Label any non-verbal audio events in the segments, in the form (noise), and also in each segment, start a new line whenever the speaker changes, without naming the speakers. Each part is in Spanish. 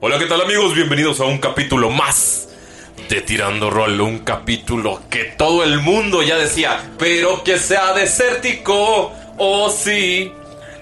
Hola, ¿qué tal amigos? Bienvenidos a un capítulo más de Tirando Rol, un capítulo que todo el mundo ya decía, pero que sea desértico, oh sí.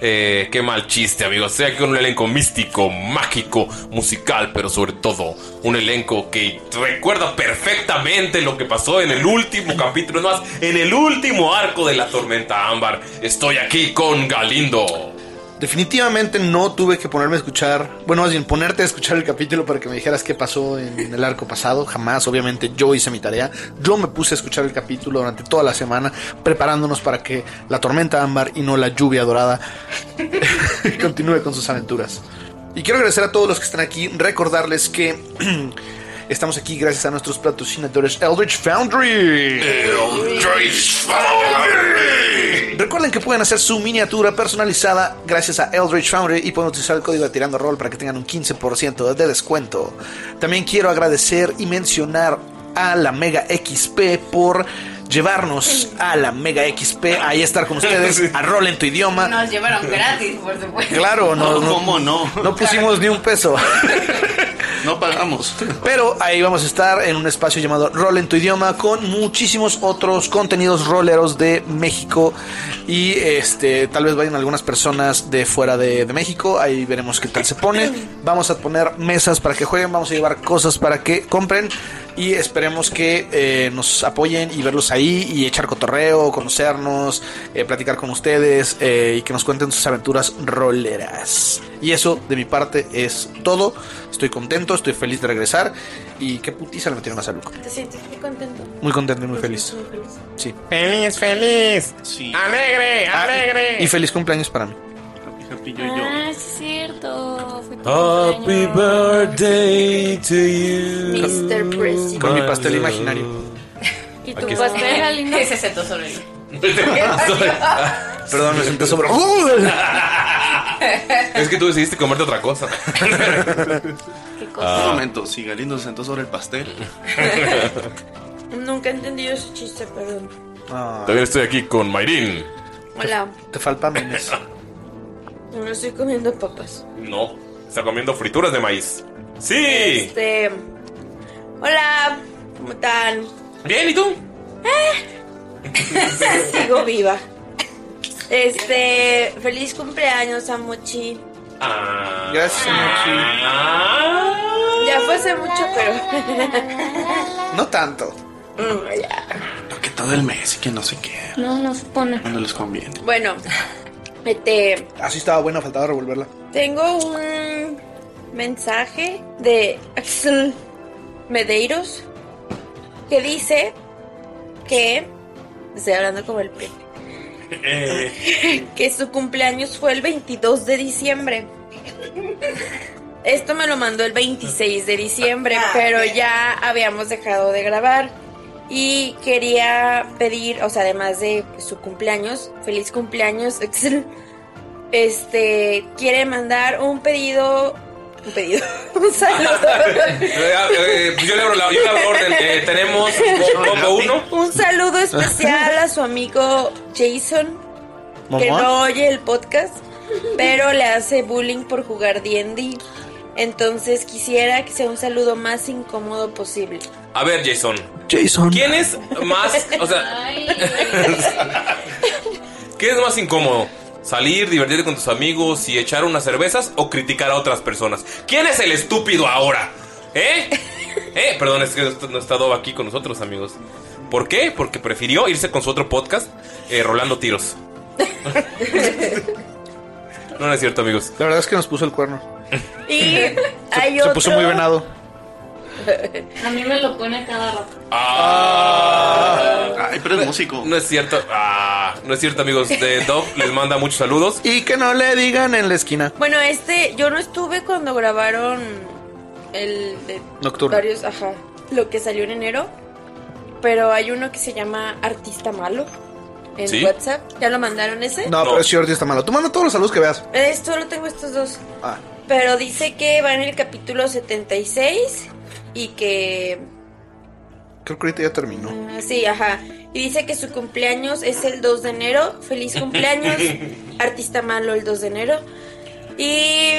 Eh, qué mal chiste amigos, estoy aquí con un elenco místico, mágico, musical, pero sobre todo un elenco que recuerda perfectamente lo que pasó en el último capítulo, es más, en el último arco de la tormenta ámbar. Estoy aquí con Galindo.
Definitivamente no tuve que ponerme a escuchar, bueno, más bien ponerte a escuchar el capítulo para que me dijeras qué pasó en el arco pasado. Jamás, obviamente, yo hice mi tarea. Yo me puse a escuchar el capítulo durante toda la semana, preparándonos para que la tormenta ámbar y no la lluvia dorada (laughs) continúe con sus aventuras. Y quiero agradecer a todos los que están aquí, recordarles que (clears throat) estamos aquí gracias a nuestros patrocinadores Eldritch Foundry. Recuerden que pueden hacer su miniatura personalizada gracias a Eldritch Foundry y pueden utilizar el código de Tirando Roll para que tengan un 15% de descuento. También quiero agradecer y mencionar a la Mega XP por llevarnos a la Mega XP a estar con ustedes a Roll en tu idioma.
Nos llevaron gratis, por supuesto.
Claro, no, no,
¿Cómo no?
no pusimos ni un peso.
(laughs) No pagamos.
Pero ahí vamos a estar en un espacio llamado Rol en tu idioma con muchísimos otros contenidos roleros de México y este tal vez vayan algunas personas de fuera de, de México, ahí veremos qué tal se pone. Vamos a poner mesas para que jueguen, vamos a llevar cosas para que compren y esperemos que eh, nos apoyen y verlos ahí y echar cotorreo, conocernos, eh, platicar con ustedes eh, y que nos cuenten sus aventuras roleras. Y eso de mi parte es todo. Estoy contento, estoy feliz de regresar y qué putiza le metieron a Salud.
Te sientes muy contento.
Muy contento y muy feliz. Sí. Ah,
Feliz, feliz.
Sí.
Alegre, alegre.
Y feliz cumpleaños para mí.
Happy yo, yo.
Ah, sí es cierto. Fue tu
Happy
cumpleaños.
birthday to you.
Mr. President.
Con mi pastel imaginario.
¿Y tu pastel, Galindo? (laughs) Ese se tosó
(laughs)
Perdón, me senté sobre.
Es que tú decidiste comerte otra cosa.
(laughs)
Ah.
¿Qué
Un
cosa?
momento, si Galindo se sentó sobre el pastel.
(laughs)
Nunca he entendido ese chiste, perdón.
También estoy aquí con Mayrin.
Hola,
Ah. Te falta menes.
no estoy comiendo papas.
(laughs) No, está comiendo frituras de maíz. Sí.
Este. Hola, ¿cómo están?
Bien, ¿y tú?
Ah, (laughs) Sigo viva. Este. Feliz cumpleaños a Mochi.
Ah.
Gracias, Mochi.
Ya fue hace mucho, pero. (laughs)
No tanto.
Mm, ya.
Que todo el mes y que no sé qué.
No, no supone.
Cuando les conviene.
Bueno, este.
Así estaba buena, faltaba revolverla.
Tengo un mensaje de Axel Medeiros que dice que. Estoy hablando como el pri. (laughs) Que su cumpleaños fue el 22 de diciembre. Esto me lo mandó el 26 de diciembre, pero ya habíamos dejado de grabar. Y quería pedir, o sea, además de su cumpleaños, feliz cumpleaños, (laughs) Axel. Este, quiere mandar un pedido, un pedido, (laughs) un saludo.
Eh, eh, pues yo le abro la, yo le abro la orden. Eh, tenemos combo 1.
Un saludo especial a su amigo Jason, que
¿Mamá?
no oye el podcast, pero le hace bullying por jugar D&D. Entonces quisiera que sea un saludo más incómodo posible.
A ver, Jason.
Jason.
¿Quién es más? O sea. ¿Qué es más incómodo? ¿Salir, divertirte con tus amigos y echar unas cervezas o criticar a otras personas? ¿Quién es el estúpido ahora? ¿Eh? ¿Eh? Perdón, es que no está- no está Dob aquí con nosotros, amigos. ¿Por qué? Porque prefirió irse con su otro podcast, eh, Rolando Tiros. (laughs) no, no es cierto, amigos.
La verdad es que nos puso el cuerno.
Y hay
(laughs) Se
otro.
puso muy venado.
A mí me lo pone cada rato.
Ay, pero es músico. No es cierto. Ah, no es cierto, amigos. De Dob les manda muchos saludos.
Y que no le digan en la esquina.
Bueno, este, yo no estuve cuando grabaron el de
Nocturno.
varios, ajá, lo que salió en enero, pero hay uno que se llama Artista Malo en
¿Sí?
WhatsApp. ¿Ya lo mandaron ese?
No, pero ese Jordi está malo. Tú manda todos los saludos que veas.
Eh, Solo tengo estos dos.
Ah.
Pero dice que va en el capítulo 76 y que...
Creo que ahorita ya terminó.
ah, Sí, ajá. Y dice que su cumpleaños es el 2 de enero. Feliz cumpleaños,
(laughs)
artista malo el 2 de enero. Y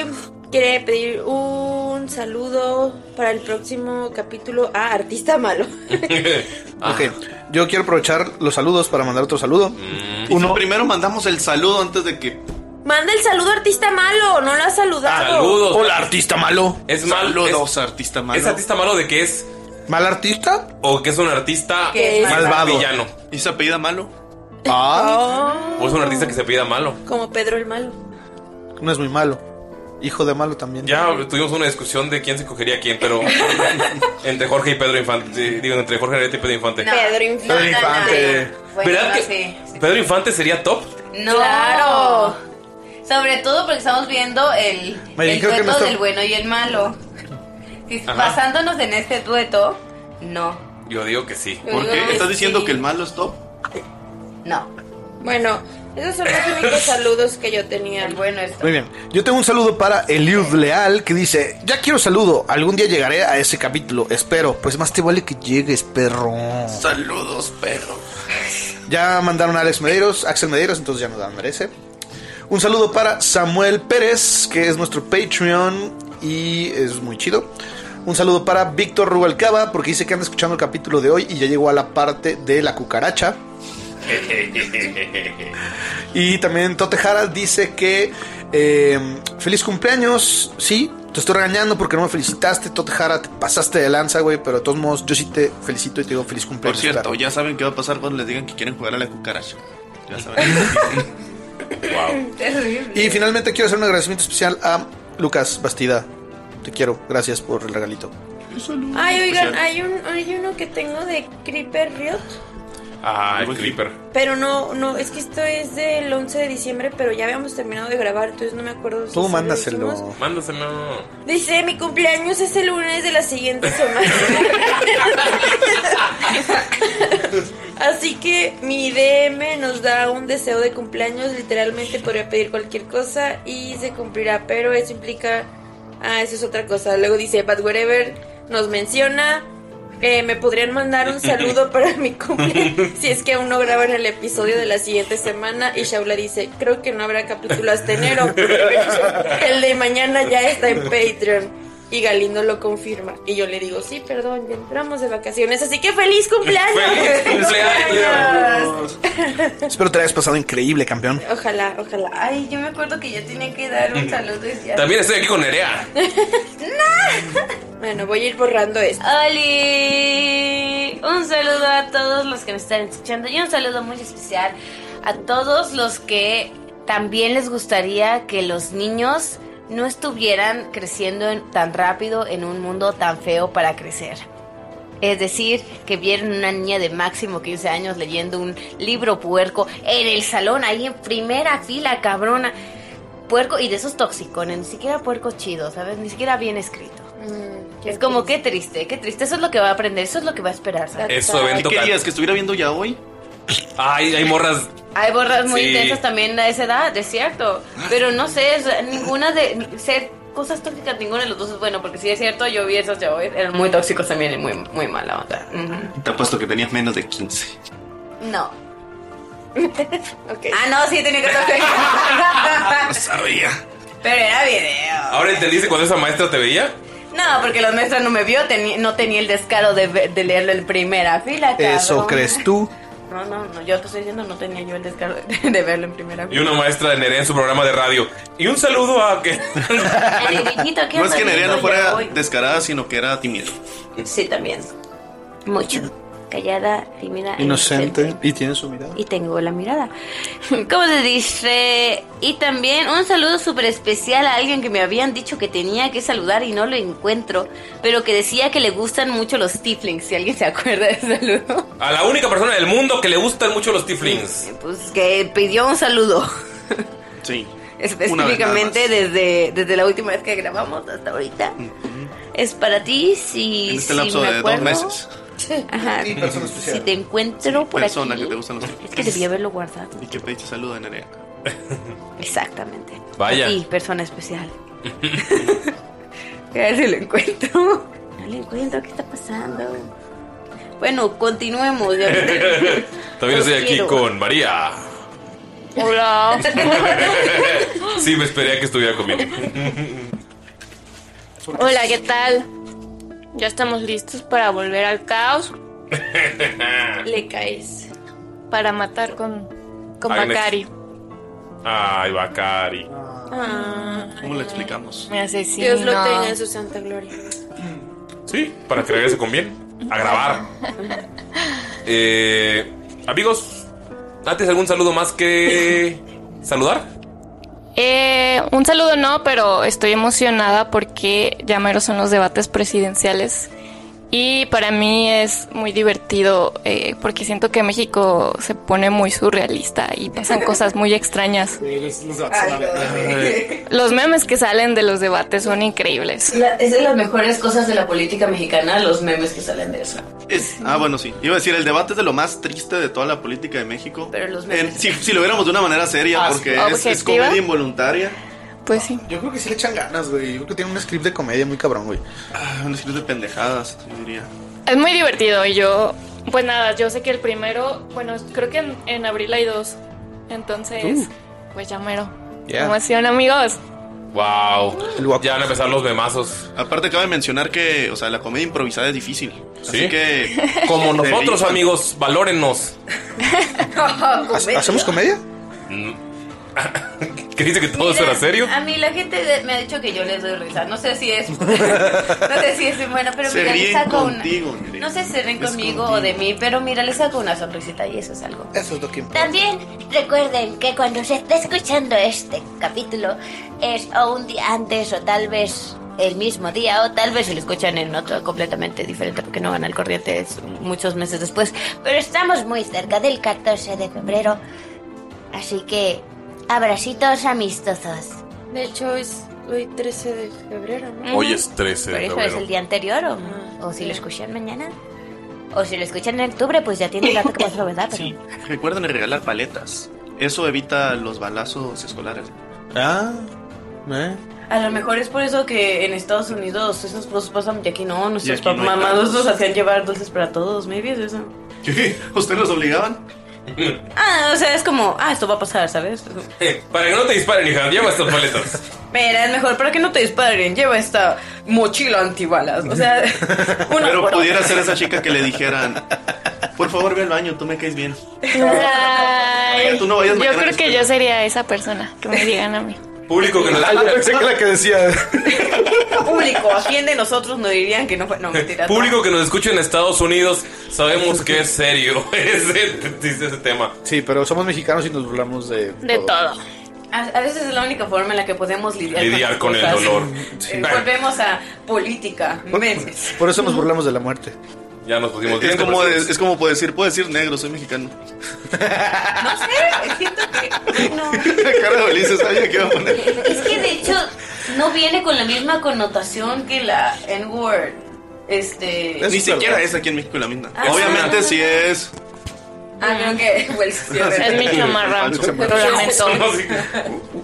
quiere pedir un saludo para el próximo capítulo a artista malo.
Ok, yo quiero aprovechar los saludos para mandar otro saludo.
Mm.
Uno. Primero mandamos el saludo antes de que.
Manda el saludo artista malo, no lo ha saludado.
Hola, artista malo.
Es malo.
Saludos,
artista malo. ¿Es artista malo de qué es?
¿Mal artista?
¿O que es un artista
Que es
malvado?
malvado.
Villano.
¿Y se apellida malo?
Ah.
¿O es un artista que se apellida malo?
Como Pedro el malo.
No es muy malo. Hijo de malo también.
Ya
pues.
tuvimos una discusión de quién se cogería a quién, pero entre Jorge y Pedro Infante. Digo, entre Jorge Arete y Pedro Infante.
Pedro Infante.
Pedro Infante. ¿Verdad que
sí.
Pedro Infante sería top?
No. Claro. Sobre todo porque estamos viendo el,
Mayrin,
el
creo que
dueto
no está-
del bueno y el malo. Si-
Ajá.
Basándonos en este dueto, no.
Yo digo que sí.
Yo ¿Por digo qué? que ¿Estás sí. diciendo que el
malo es top?
No.
Bueno, esos son los únicos saludos que yo tenía.
bueno es.
Muy bien. Yo tengo un saludo para Eliud Leal que dice: Ya quiero saludo. Algún día llegaré a ese capítulo. Espero. Pues más te vale que llegues, perro.
Saludos, perro.
Ya mandaron a Alex Medeiros, Axel Medeiros, entonces ya nos dan merece. Un saludo para Samuel Pérez, que es nuestro Patreon y es muy chido. Un saludo para Víctor Rubalcaba, porque dice que anda escuchando el capítulo de hoy y ya llegó a la parte de la cucaracha. Y también Tote Jara dice que eh, feliz cumpleaños, sí, te estoy regañando porque no me felicitaste, Tote Jara, te pasaste de lanza, güey, pero de todos modos yo sí te felicito y te digo feliz
Por
cumpleaños.
cierto,
perro.
ya saben qué va a pasar cuando les digan que quieren jugar a la cucaracha.
(laughs)
Ya saben.
Terrible.
Y finalmente quiero hacer un agradecimiento especial a Lucas Bastida. Te quiero, gracias por el regalito.
Ay, oigan, hay, un, hay uno que tengo de Creeper Riot,
Ah, el Creeper.
pero no, no, es que esto es del 11 de diciembre, pero ya habíamos terminado de grabar, entonces no me acuerdo. si se
Tú
lo dijimos.
mándaselo.
Mándaselo.
Dice, mi cumpleaños es el lunes de la siguiente semana. Así que mi DM nos da un deseo de cumpleaños, literalmente podría pedir cualquier cosa y se cumplirá, pero eso implica... Ah, eso es otra cosa. Luego dice, but wherever nos menciona, eh, me podrían mandar un
(laughs)
saludo para mi cumpleaños si es que aún no graban el episodio de la siguiente semana y Shaula dice, creo que no habrá capítulo hasta enero. El de mañana ya está en Patreon. Y Galindo lo confirma. Y yo le digo, sí, perdón, ya entramos de vacaciones. Así que feliz cumpleaños. (laughs)
¡Feliz
cumpleaños! Espero te lo hayas pasado increíble, campeón.
Ojalá, ojalá.
Ay, yo me acuerdo que yo tenía que dar un saludo y ya.
También estoy aquí con Nerea.
¡No!
Bueno, voy a ir borrando esto.
¡Holi! Un saludo a todos los que me están escuchando y un saludo muy especial a todos los que también les gustaría que los niños no estuvieran creciendo en- tan rápido en un mundo tan feo para crecer. Es decir, que vieron una niña de máximo 15 años leyendo un libro puerco en el salón, ahí en primera fila, cabrona. Puerco y de esos toxicones, ni siquiera puerco chido, ¿sabes? Ni siquiera bien escrito. Es como qué triste, qué triste. Eso es lo que va a aprender, eso es lo que va a esperar. ¿sabes?
Es su evento.
¿Qué
cal-
querías? ¿Que estuviera viendo ya hoy?
Ay, hay morras.
Hay borras muy
Sí.
intensas también a esa edad, es cierto. Pero no sé, o sea, ninguna de ser cosas tóxicas, ninguno de los dos es bueno, porque si es cierto, yo vi esos ya hoy, eran muy tóxicos también y muy, muy mala onda. Ujú.
Te apuesto que tenías menos de 15.
(laughs) No.
Ok.
Ah, no, sí, tenía que (laughs)
No sabía.
Pero era video.
¿Ahora entendiste cuando esa maestra te veía?
No, porque la maestra no me vio, teni- no tenía el descaro de, ve- de leerlo en primera fila.
Eso
cabrón.
crees tú.
No, no, no, yo te estoy diciendo, no tenía yo el descaro de, de verlo en primera
Y (laughs)
fila.
una maestra de Nerea en su programa de radio. Y un saludo a
(laughs)
que.
El niñito, ¿qué
No es
(laughs)
onda,
que Nerea no
niño? Ya
fuera
voy.
descarada, sino que era tímida.
Sí, también. Mucho. Callada, tímida. e
Inocente. Y tiene su mirada.
Y tengo la mirada. (laughs) ¿Cómo se dice? Y también un saludo súper especial a alguien que me habían dicho que tenía que saludar y no lo encuentro, pero que decía que le gustan mucho los tieflings, si alguien se acuerda de ese saludo.
A la única persona del mundo que le gustan mucho los tieflings.
Pues que pidió un saludo.
Sí. Una vez nada
Específicamente
más.
desde, desde la última vez que grabamos hasta ahorita. Es para ti si...
En este
si
lapso
me
de dos
acuerdo.
meses.
Ajá.
Y persona especial.
Si te encuentro por
persona
aquí.
que te gustan los
Es que debí haberlo guardado.
Y que te eche saludo de Nerea.
Exactamente.
Vaya.
Sí, persona especial.
(laughs)
(laughs) A ver si lo encuentro. No lo encuentro, ¿qué está pasando? Bueno, continuemos.
(laughs)
ya.
(laughs)
También
Los
estoy aquí
quiero.
con María.
Hola.
Sí, me esperé a que estuviera conmigo. (laughs)
Hola, ¿qué tal? Ya estamos listos para volver al caos,
Ah.
Le caes.
para matar con, con
Agnes.
Bakari.
Ay, Bacari.
Ah.
Mm,
¿Cómo lo explicamos?
Me asesino.
Dios lo tenga en su santa gloria.
Sí, para que regrese con bien. A grabar. Eh, amigos, antes algún saludo más que saludar.
Eh, un saludo no, pero estoy emocionada porque ya mero son los debates presidenciales. Y para mí es muy divertido eh, porque siento que México se pone muy surrealista
(laughs)
y pasan cosas muy extrañas. Los memes que salen de los debates son increíbles.
La- es de las mejores (laughs) cosas de la política mexicana, los memes que salen de eso.
Es- ah, bueno, sí. Iba a decir, el debate es de lo más triste de toda la política de México.
Pero los memes.
En- si, si lo viéramos de una manera seria,
Ah,
porque es, es
objetiva.
comedia involuntaria.
Pues sí.
Yo creo que sí le echan ganas, güey. Yo creo que tiene un script de comedia muy cabrón, güey.
Ah, un script de pendejadas, yo diría.
Es muy divertido y yo, pues nada, yo sé que el primero, bueno, creo que en, en abril hay dos, entonces, pues ya mero.
Yeah.
(laughs)
Emoción, amigos.
El
Wow.
guapo.
Ya van a empezar los memazos.
Aparte, cabe mencionar que, o sea, la comedia improvisada es difícil.
Sí.
Así que.
(laughs) Como
se
nosotros,
rifan.
amigos, valórenos.
¿Ha- ¿Hacemos comedia?
(laughs) ¿Qué dice que todo eso
Mira,
era serio?
A mí la gente de- me ha dicho que yo les doy risa. No sé si es. no sé si es bueno,
(laughs)
pero
Se
mira, les
ríen
saco una-
contigo, Nerea.
No sé si se ríen
Pues
Es
conmigo
contigo.
o de mí, pero mira, les saco una sonrisita y eso es algo.
Eso es lo que importa.
También recuerden que cuando se esté escuchando este capítulo es o un día antes o tal vez
El mismo día, o tal vez si lo escuchan en otro completamente diferente porque no van al corriente es muchos meses después.
pero estamos muy cerca del 14 de febrero así que abracitos amistosos
De hecho, es hoy 13 de febrero, ¿no?
Hoy es 13
Pero
de
eso es el
febrero.
día anterior, o, o si lo escuchan mañana. O si lo escuchan en octubre, pues ya tiene rato que pasó, ¿verdad? Pero-
Sí. Recuerden regalar paletas. Eso evita los balazos escolares.
Ah, eh.
A lo mejor es por eso que en Estados Unidos esos procesos pasan y aquí no, nuestros
aquí no hay
papás- mamás
tacos.
nos hacían llevar dulces para todos, maybe es eso.
¿eh?
(laughs) ¿Qué? ¿Ustedes los obligaban?
Ah, o sea, es como, ah, esto va a pasar, ¿sabes?
(laughs) Para que no te disparen, hija, lleva estas paletas.
Mira, es mejor para que no te disparen, lleva esta mochila antibalas, o sea, una
Pero
por
pudiera
otra.
ser esa chica que le dijeran: Por favor, ve al baño, tú me caes bien.
Ay,
Tú no vayas
yo
mañana
creo
que
que
espero.
(laughs)
yo sería esa persona que me digan a mí.
Público que nos
Ah, yo pensé que la que decía.
Público, a quién de nosotros nos dirían que no fue. No, mentira. no.
Público que nos escuche en Estados Unidos, sabemos que es serio (laughs) ese, ese tema.
Sí, pero somos mexicanos y nos burlamos de.
De todo. A, a veces es la única forma en la que podemos lidiar,
Lidiar con el
las cosas.
dolor.
Eh, volvemos a política. memes.
Por eso nos burlamos de la muerte.
Ya nos pusimos
es
bien
como,
depresivos.
es como puedo decir, puedo decir negro, soy mexicano.
No sé, siento que. No.
La (laughs) cara de Ulises sabía que iba a poner.
Es que de hecho no viene con la misma connotación que la N-word. Este.
Ni siquiera es aquí en México la misma.
Ah,
Obviamente sí es.
Ah, creo
(laughs)
que. Well, sí,
Es mi chamarra.
Falso.
Lo lamento.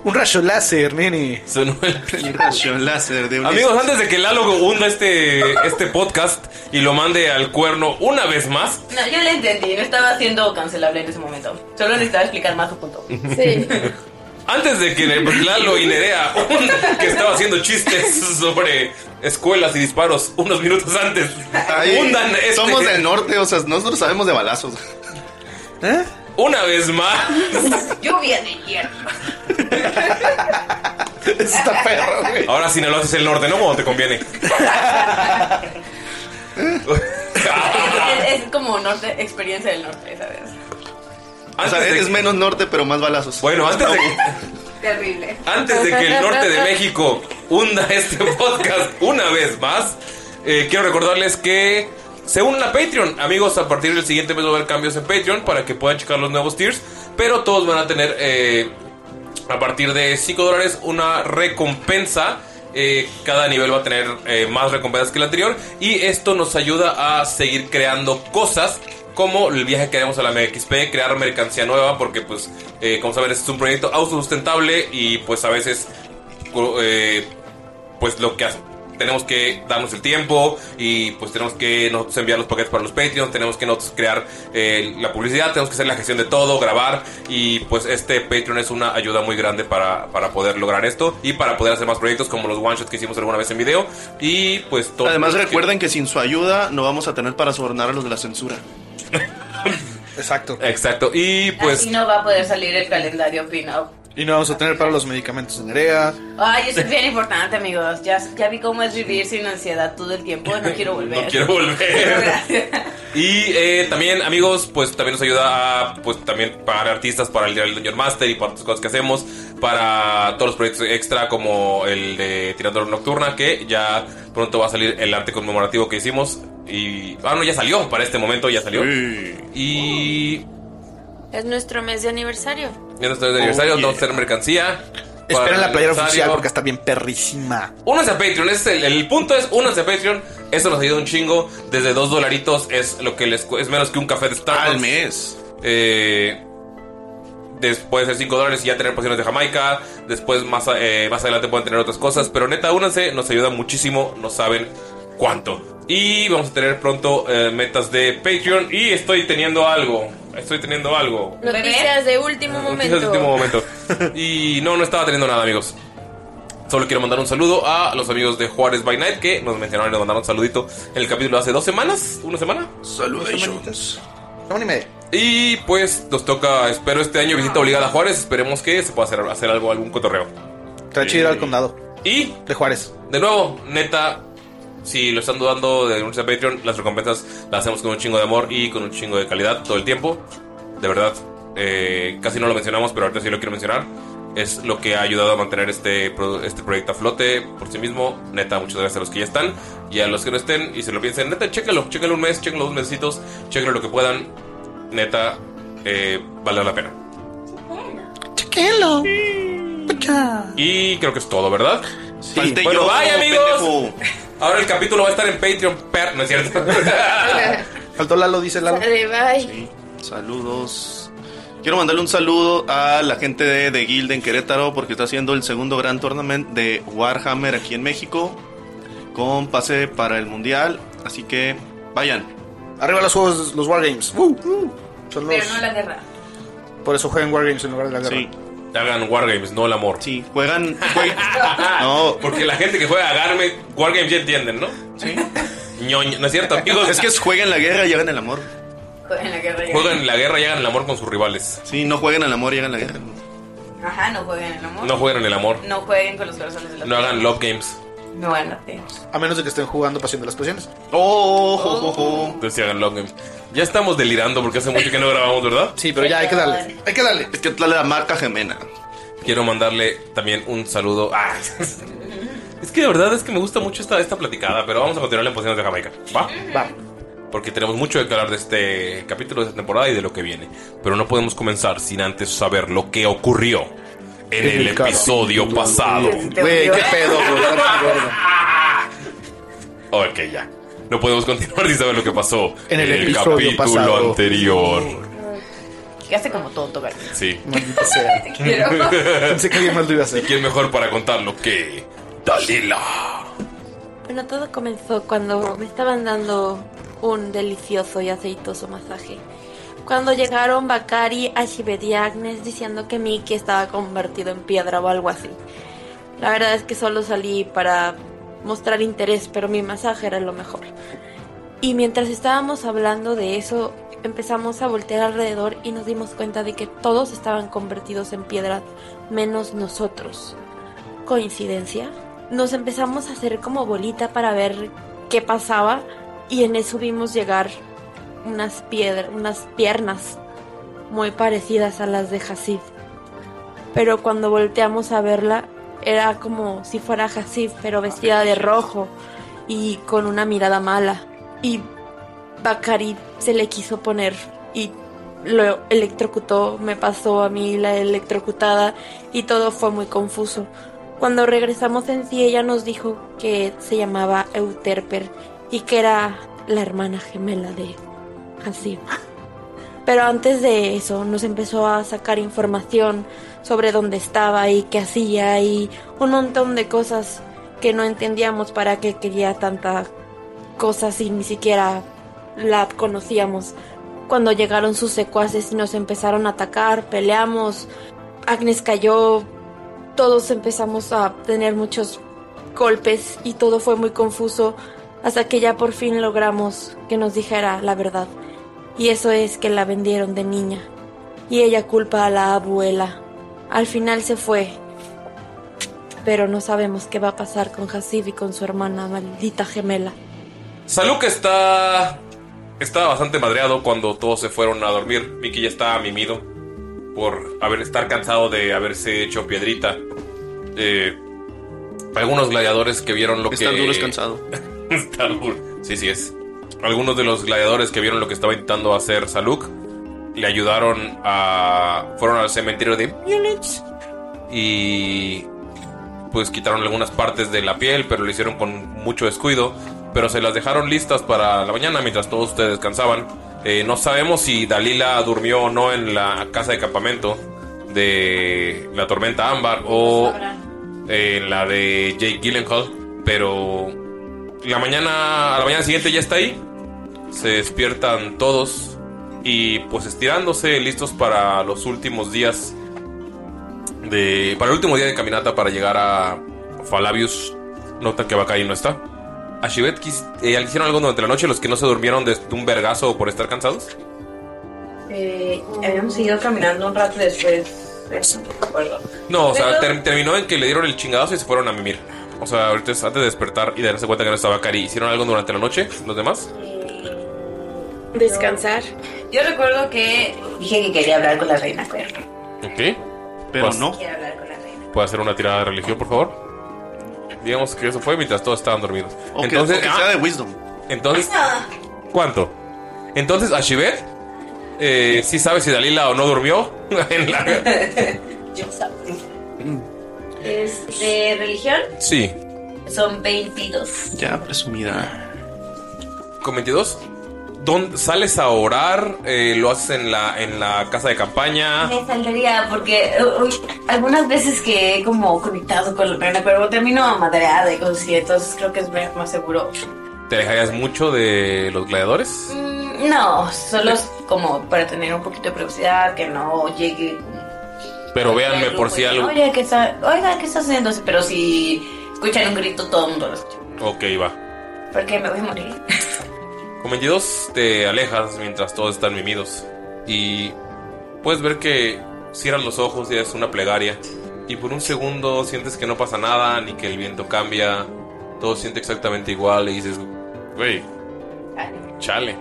Un rayo láser, nene.
Sonó
el rayo láser de Ulises.
Amigos, antes de que Lalo hunda este, este podcast y lo mande al cuerno una vez más,
No, yo le entendí, no estaba siendo cancelable en ese momento. Solo necesitaba explicar más su punto. (laughs)
Sí.
antes
(laughs)
de que Lalo y Nerea, un- que estaba haciendo chistes sobre escuelas y disparos unos minutos antes,
Ahí
hundan este-
Somos del norte, o sea, nosotros sabemos de balazos.
una vez más.
Lluvia de hierro.
Está perro, güey.
Ahora sí no lo haces el norte, ¿no? Como te conviene.
Es, es como norte, experiencia del norte, ¿sabes?
O sea, es menos norte, pero más balazos.
Bueno, antes de,
Terrible.
antes de
(laughs)
que el norte de México hunda este podcast una vez más, eh, quiero recordarles que se unen a Patreon. Amigos, a partir del siguiente mes va a haber cambios en Patreon para que puedan checar los nuevos tiers. Pero todos van a tener eh, a partir de 5 dólares una recompensa. Eh, cada nivel va a tener eh, más recompensas que el anterior. Y esto nos ayuda a seguir creando cosas. Como el viaje que haremos a la MXP, crear mercancía nueva, porque pues, eh, como saben, este es un proyecto autosustentable y pues a veces eh, pues lo que hace- Tenemos que darnos el tiempo y pues tenemos que nosotros enviar los paquetes para los Patreons, tenemos que nosotros crear eh, la publicidad, tenemos que hacer la gestión de todo, grabar y pues este Patreon es una ayuda muy grande para, para poder lograr esto y para poder hacer más proyectos como los one shots que hicimos alguna vez en video y pues todo.
Además, recuerden que sin su ayuda no vamos a tener para sobornar a los de la censura.
Exacto.
Exacto. Y pues.
Así no va a poder salir el calendario pin-up.
Y no vamos a tener para los medicamentos de Nerea.
Ay, eso es bien importante, amigos. Ya, ya vi cómo es vivir sin ansiedad todo el tiempo. No quiero volver.
No quiero volver. y eh, también, amigos, pues también nos ayuda a pues también pagar artistas para el Día del Dungeon Master y para otras cosas que hacemos, para todos los proyectos extra como el de Tirando Nocturna, que ya pronto va a salir el arte conmemorativo que hicimos. Y. Ah, no, ya salió, para este momento ya salió. Y.
Es nuestro mes de aniversario.
Ya no estoy de aniversario,
Oh, yeah.
vamos a tener mercancía.
Esperen la playera oficial
porque
porque está bien perrísima.
Únanse a Patreon, ese es el, el punto es únanse a Patreon, eso nos ayuda un chingo, desde dos dolaritos es lo que les cu- es menos que un café de Starbucks. Al
mes.
después de 5 dólares y ya tener pociones de Jamaica, después más, a- eh, más adelante pueden tener otras cosas, pero neta, únanse, nos ayuda muchísimo, no saben cuánto. Y vamos a tener pronto eh, metas de Patreon y estoy teniendo algo, estoy teniendo algo.
Noticias de último
Noticias de
momento.
Este último momento. Y no, no estaba teniendo nada, amigos. Solo quiero mandar un saludo a los amigos de Juárez by Night que nos mencionaron y nos mandaron un saludito en el capítulo de hace dos semanas. ¿Una semana?
Saludations.
Semana y media.
Y pues nos toca, espero este año visita obligada a Juárez. Esperemos que se pueda hacer, hacer algo, algún cotorreo.
Está chido ir al condado.
Y.
De Juárez.
De nuevo, neta, si lo están dudando de unirse a Patreon, las recompensas las hacemos con un chingo de amor y con un chingo de calidad todo el tiempo. De verdad, eh, casi no lo mencionamos, pero ahorita sí lo quiero mencionar. Es lo que ha ayudado a mantener este, pro- este proyecto a flote por sí mismo. Neta, muchas gracias a los que ya están y a los que no estén y se lo piensen. Neta, chéquenlo, chéquenlo un mes, chéquenlo dos mesitos, chéquenlo lo que puedan. Neta, eh, vale la pena.
Chequenlo.
Y creo que es todo, ¿verdad? Sí.
Falté
bueno,
yo,
bye, amigos.
pendejo.
Ahora el capítulo va a estar en Patreon, per- ¿no es cierto?
Faltó Lalo, dice Lalo.
Sale, bye.
Saludos. Quiero mandarle un saludo a la gente de, de Guild en Querétaro porque está haciendo el segundo gran tournament de Warhammer aquí en México con pase para el mundial. Así que vayan.
Arriba los juegos, los Wargames.
Uh,
Woo, woo. Son los-
Pero no la guerra.
Por eso juegan Wargames en lugar de la guerra.
Sí.
Hagan Wargames, no el amor.
Sí, juegan.
(laughs)
no.
Porque la gente que juega a Garme, Wargames ya entienden, ¿no?
(laughs)
Sí.
Ñoño, no es cierto, amigos.
Es que es jueguen la guerra y hagan el amor.
En la guerra.
Juegan la guerra y hagan el amor con sus rivales.
Sí, no jueguen al amor y hagan la guerra.
Ajá, no jueguen el amor.
No jueguen el amor.
No jueguen con los corazones de los
No hagan love games.
No hagan love games.
A menos de que estén jugando Pasión de las Pasiones.
Oh, Entonces sí hagan love games. Ya estamos delirando porque hace mucho que no grabamos, ¿verdad?
Sí, pero ya hay que darle. Hay que darle.
Es que darle la marca gemena. Quiero mandarle también un saludo. Ah, (laughs) es que de verdad es que me gusta mucho esta, esta platicada, pero vamos a continuar en posiciones de Jamaica. ¿Va?
Va.
Porque tenemos mucho que hablar de este capítulo, de esta temporada y de lo que viene. Pero no podemos comenzar sin antes saber lo que ocurrió en el episodio pasado.
Güey, qué pedo, güey.
Ok, ya. No podemos continuar sin saber lo que pasó
En el episodio
capítulo
pasado.
anterior.
Quedaste como tonto, García.
Sí.
(laughs) Te quiero.
(laughs)
(laughs) Eh,
Pensé que alguien más lo iba a hacer.
¿Y quién mejor para contarlo que Dalila?
Bueno, todo comenzó cuando me estaban dando un delicioso y aceitoso masaje. Cuando llegaron Bakari, Ashibet y Agnes diciendo que Mickey estaba convertido en piedra o algo así. La verdad es que solo salí para mostrar interés, pero mi masaje era lo mejor. Y mientras estábamos hablando de eso, empezamos a voltear alrededor y nos dimos cuenta de que todos estaban convertidos en piedra, menos nosotros. ¿Coincidencia? Nos empezamos a hacer como bolita para ver qué pasaba y en eso vimos llegar unas, piedra, unas piernas muy parecidas a las de Hasib. Pero cuando volteamos a verla, era como si fuera Hasib, pero vestida de rojo y con una mirada mala. Y Bakari se le quiso poner y lo electrocutó, me pasó a mí la electrocutada y todo fue muy confuso. Cuando regresamos en sí, ella nos dijo que se llamaba Euterper y que era la hermana gemela de Hasib. Pero antes de eso nos empezó a sacar información sobre dónde estaba y qué hacía y un montón de cosas que no entendíamos para qué quería tanta cosa si ni siquiera la conocíamos. Cuando llegaron sus secuaces y nos empezaron a atacar, peleamos, Agnes cayó, todos empezamos a tener muchos golpes y todo fue muy confuso hasta que ya por fin logramos que nos dijera la verdad. Y eso es que la vendieron de niña. Y ella culpa a la abuela. Al final se fue. Pero no sabemos qué va a pasar con Hasib y con su hermana maldita gemela.
Saluk está. Está bastante madreado cuando todos se fueron a dormir. Mickey ya está mimido por haber, estar cansado de haberse hecho piedrita. Eh, algunos gladiadores que vieron lo
Estar
que.
duro es cansado.
(laughs) Está duro. Sí, sí es. Algunos de los gladiadores que vieron lo que estaba intentando hacer Saluk le ayudaron a. Fueron al cementerio de Múnich y. Pues quitaron algunas partes de la piel, pero lo hicieron con mucho descuido. Pero se las dejaron listas para la mañana mientras todos ustedes descansaban. Eh, no sabemos si Dalila durmió o no en la casa de campamento de la tormenta ámbar o eh, en la de Jake Gyllenhaal, pero la mañana, a la mañana siguiente ya está ahí. Se despiertan todos y pues estirándose, listos para los últimos días de para el último día de caminata para llegar a Falabius. Nota que Bakari no está. A Shivet quis- eh, hicieron algo durante la noche los que no se durmieron de de un vergazo por estar cansados.
Eh, habíamos ido caminando un rato después. Eso no recuerdo.
No, o sea,
Pero-
ter- terminó en que le dieron el chingadazo y se fueron a mimir. O sea, ahorita es antes de despertar y de darse cuenta que no estaba Bakari, ¿hicieron algo durante la noche los demás?
Descansar.
Yo recuerdo que dije que quería hablar con la reina, pero
Ok.
Pero
Pues-
no.
quiero hablar con la reina.
¿Puedo hacer una tirada de religión, por favor? Digamos que eso fue mientras todos estaban dormidos.
O que-
entonces,
o que
ah,
sea de Wisdom.
entonces, ¿cuánto? Entonces, Ashibet, eh, sí sabe si Dalila o no durmió. (laughs) en la-
(laughs) Yo sabía. Es de religión.
Sí,
Son 22.
Ya, presumida. ¿Con 22? ¿Dónde ¿Sales a orar? Eh, ¿Lo haces en la, en la casa de campaña?
Me saldría porque uy, algunas veces que he como conectado con la reina, pero termino madreada y cosas así, entonces creo que es me- más seguro.
¿Te alejarías mucho de los gladiadores?
Mm, No, solo es como para tener un poquito de privacidad, que no llegue.
Pero véanme por si algo...
Oye, ¿qué está, oiga, ¿qué está haciendo? Pero si escuchan un grito, todo el mundo lo escucha.
Ok, va.
Porque me voy a morir.
Con 22 te alejas mientras todos están mimidos. Y puedes ver que Cierras los ojos y es una plegaria. Y por un segundo sientes que no pasa nada, ni que el viento cambia. Todo siente exactamente igual y dices, güey,
(laughs)
chale.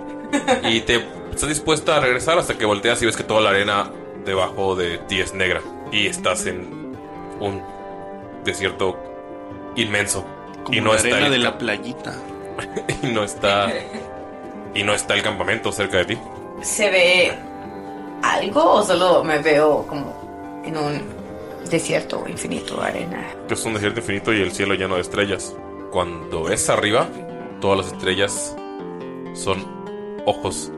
Y te estás dispuesta a regresar hasta que volteas y ves que toda la arena debajo de ti es negra. Y estás en un desierto inmenso.
Como
y no
la
está
arena
el
de la
camp-
playita.
(laughs) y no está y no está el campamento cerca de ti.
¿Se ve algo o solo me veo como en un desierto infinito de arena?
Es un desierto infinito y el cielo lleno de estrellas. Cuando es arriba, todas las estrellas son ojos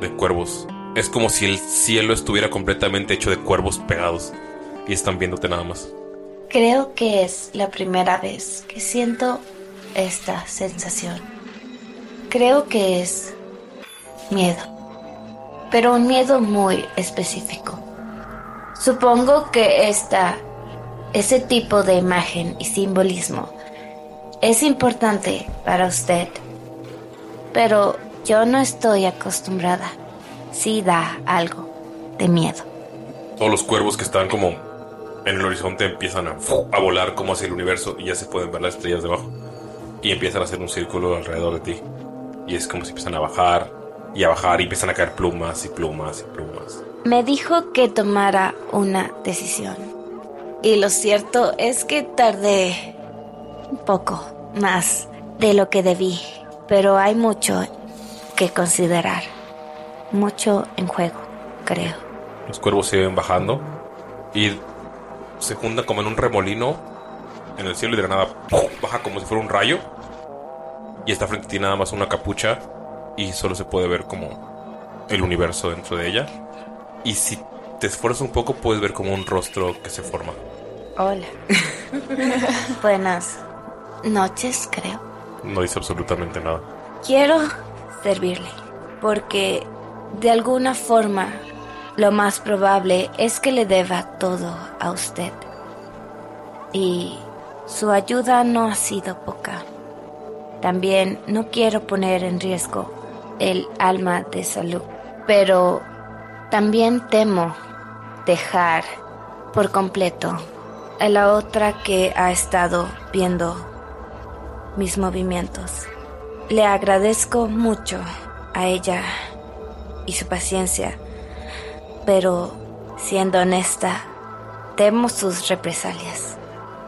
de cuervos. Es como si el cielo estuviera completamente hecho de cuervos pegados y están viéndote nada más.
Creo que es la primera vez que siento esta sensación. Creo que es miedo, pero un miedo muy específico. Supongo que esta, ese tipo de imagen y simbolismo es importante para usted, pero yo no estoy acostumbrada. Sí da algo de miedo.
Todos los cuervos que están como en el horizonte empiezan a, a volar como hacia el universo y ya se pueden ver las estrellas debajo. Y empiezan a hacer un círculo alrededor de ti. Y es como si empiezan a bajar y a bajar y empiezan a caer plumas y plumas y plumas.
Me dijo que tomara una decisión. Y lo cierto es que tardé un poco más de lo que debí. Pero hay mucho que considerar. Mucho en juego, creo.
Los cuervos siguen bajando y se juntan como en un remolino en el cielo y de la nada ¡pum! baja como si fuera un rayo. Y está frente a ti nada más una capucha y solo se puede ver como el universo dentro de ella. Y si te esfuerzas un poco puedes ver como un rostro que se forma.
Hola. (laughs) Buenas noches, creo.
No dice absolutamente nada.
Quiero servirle, porque de alguna forma lo más probable es que le deba todo a usted. Y su ayuda no ha sido poca. También no quiero poner en riesgo el alma de salud, pero también temo dejar por completo a la otra que ha estado viendo mis movimientos. Le agradezco mucho a ella y su paciencia, pero siendo honesta, temo sus represalias.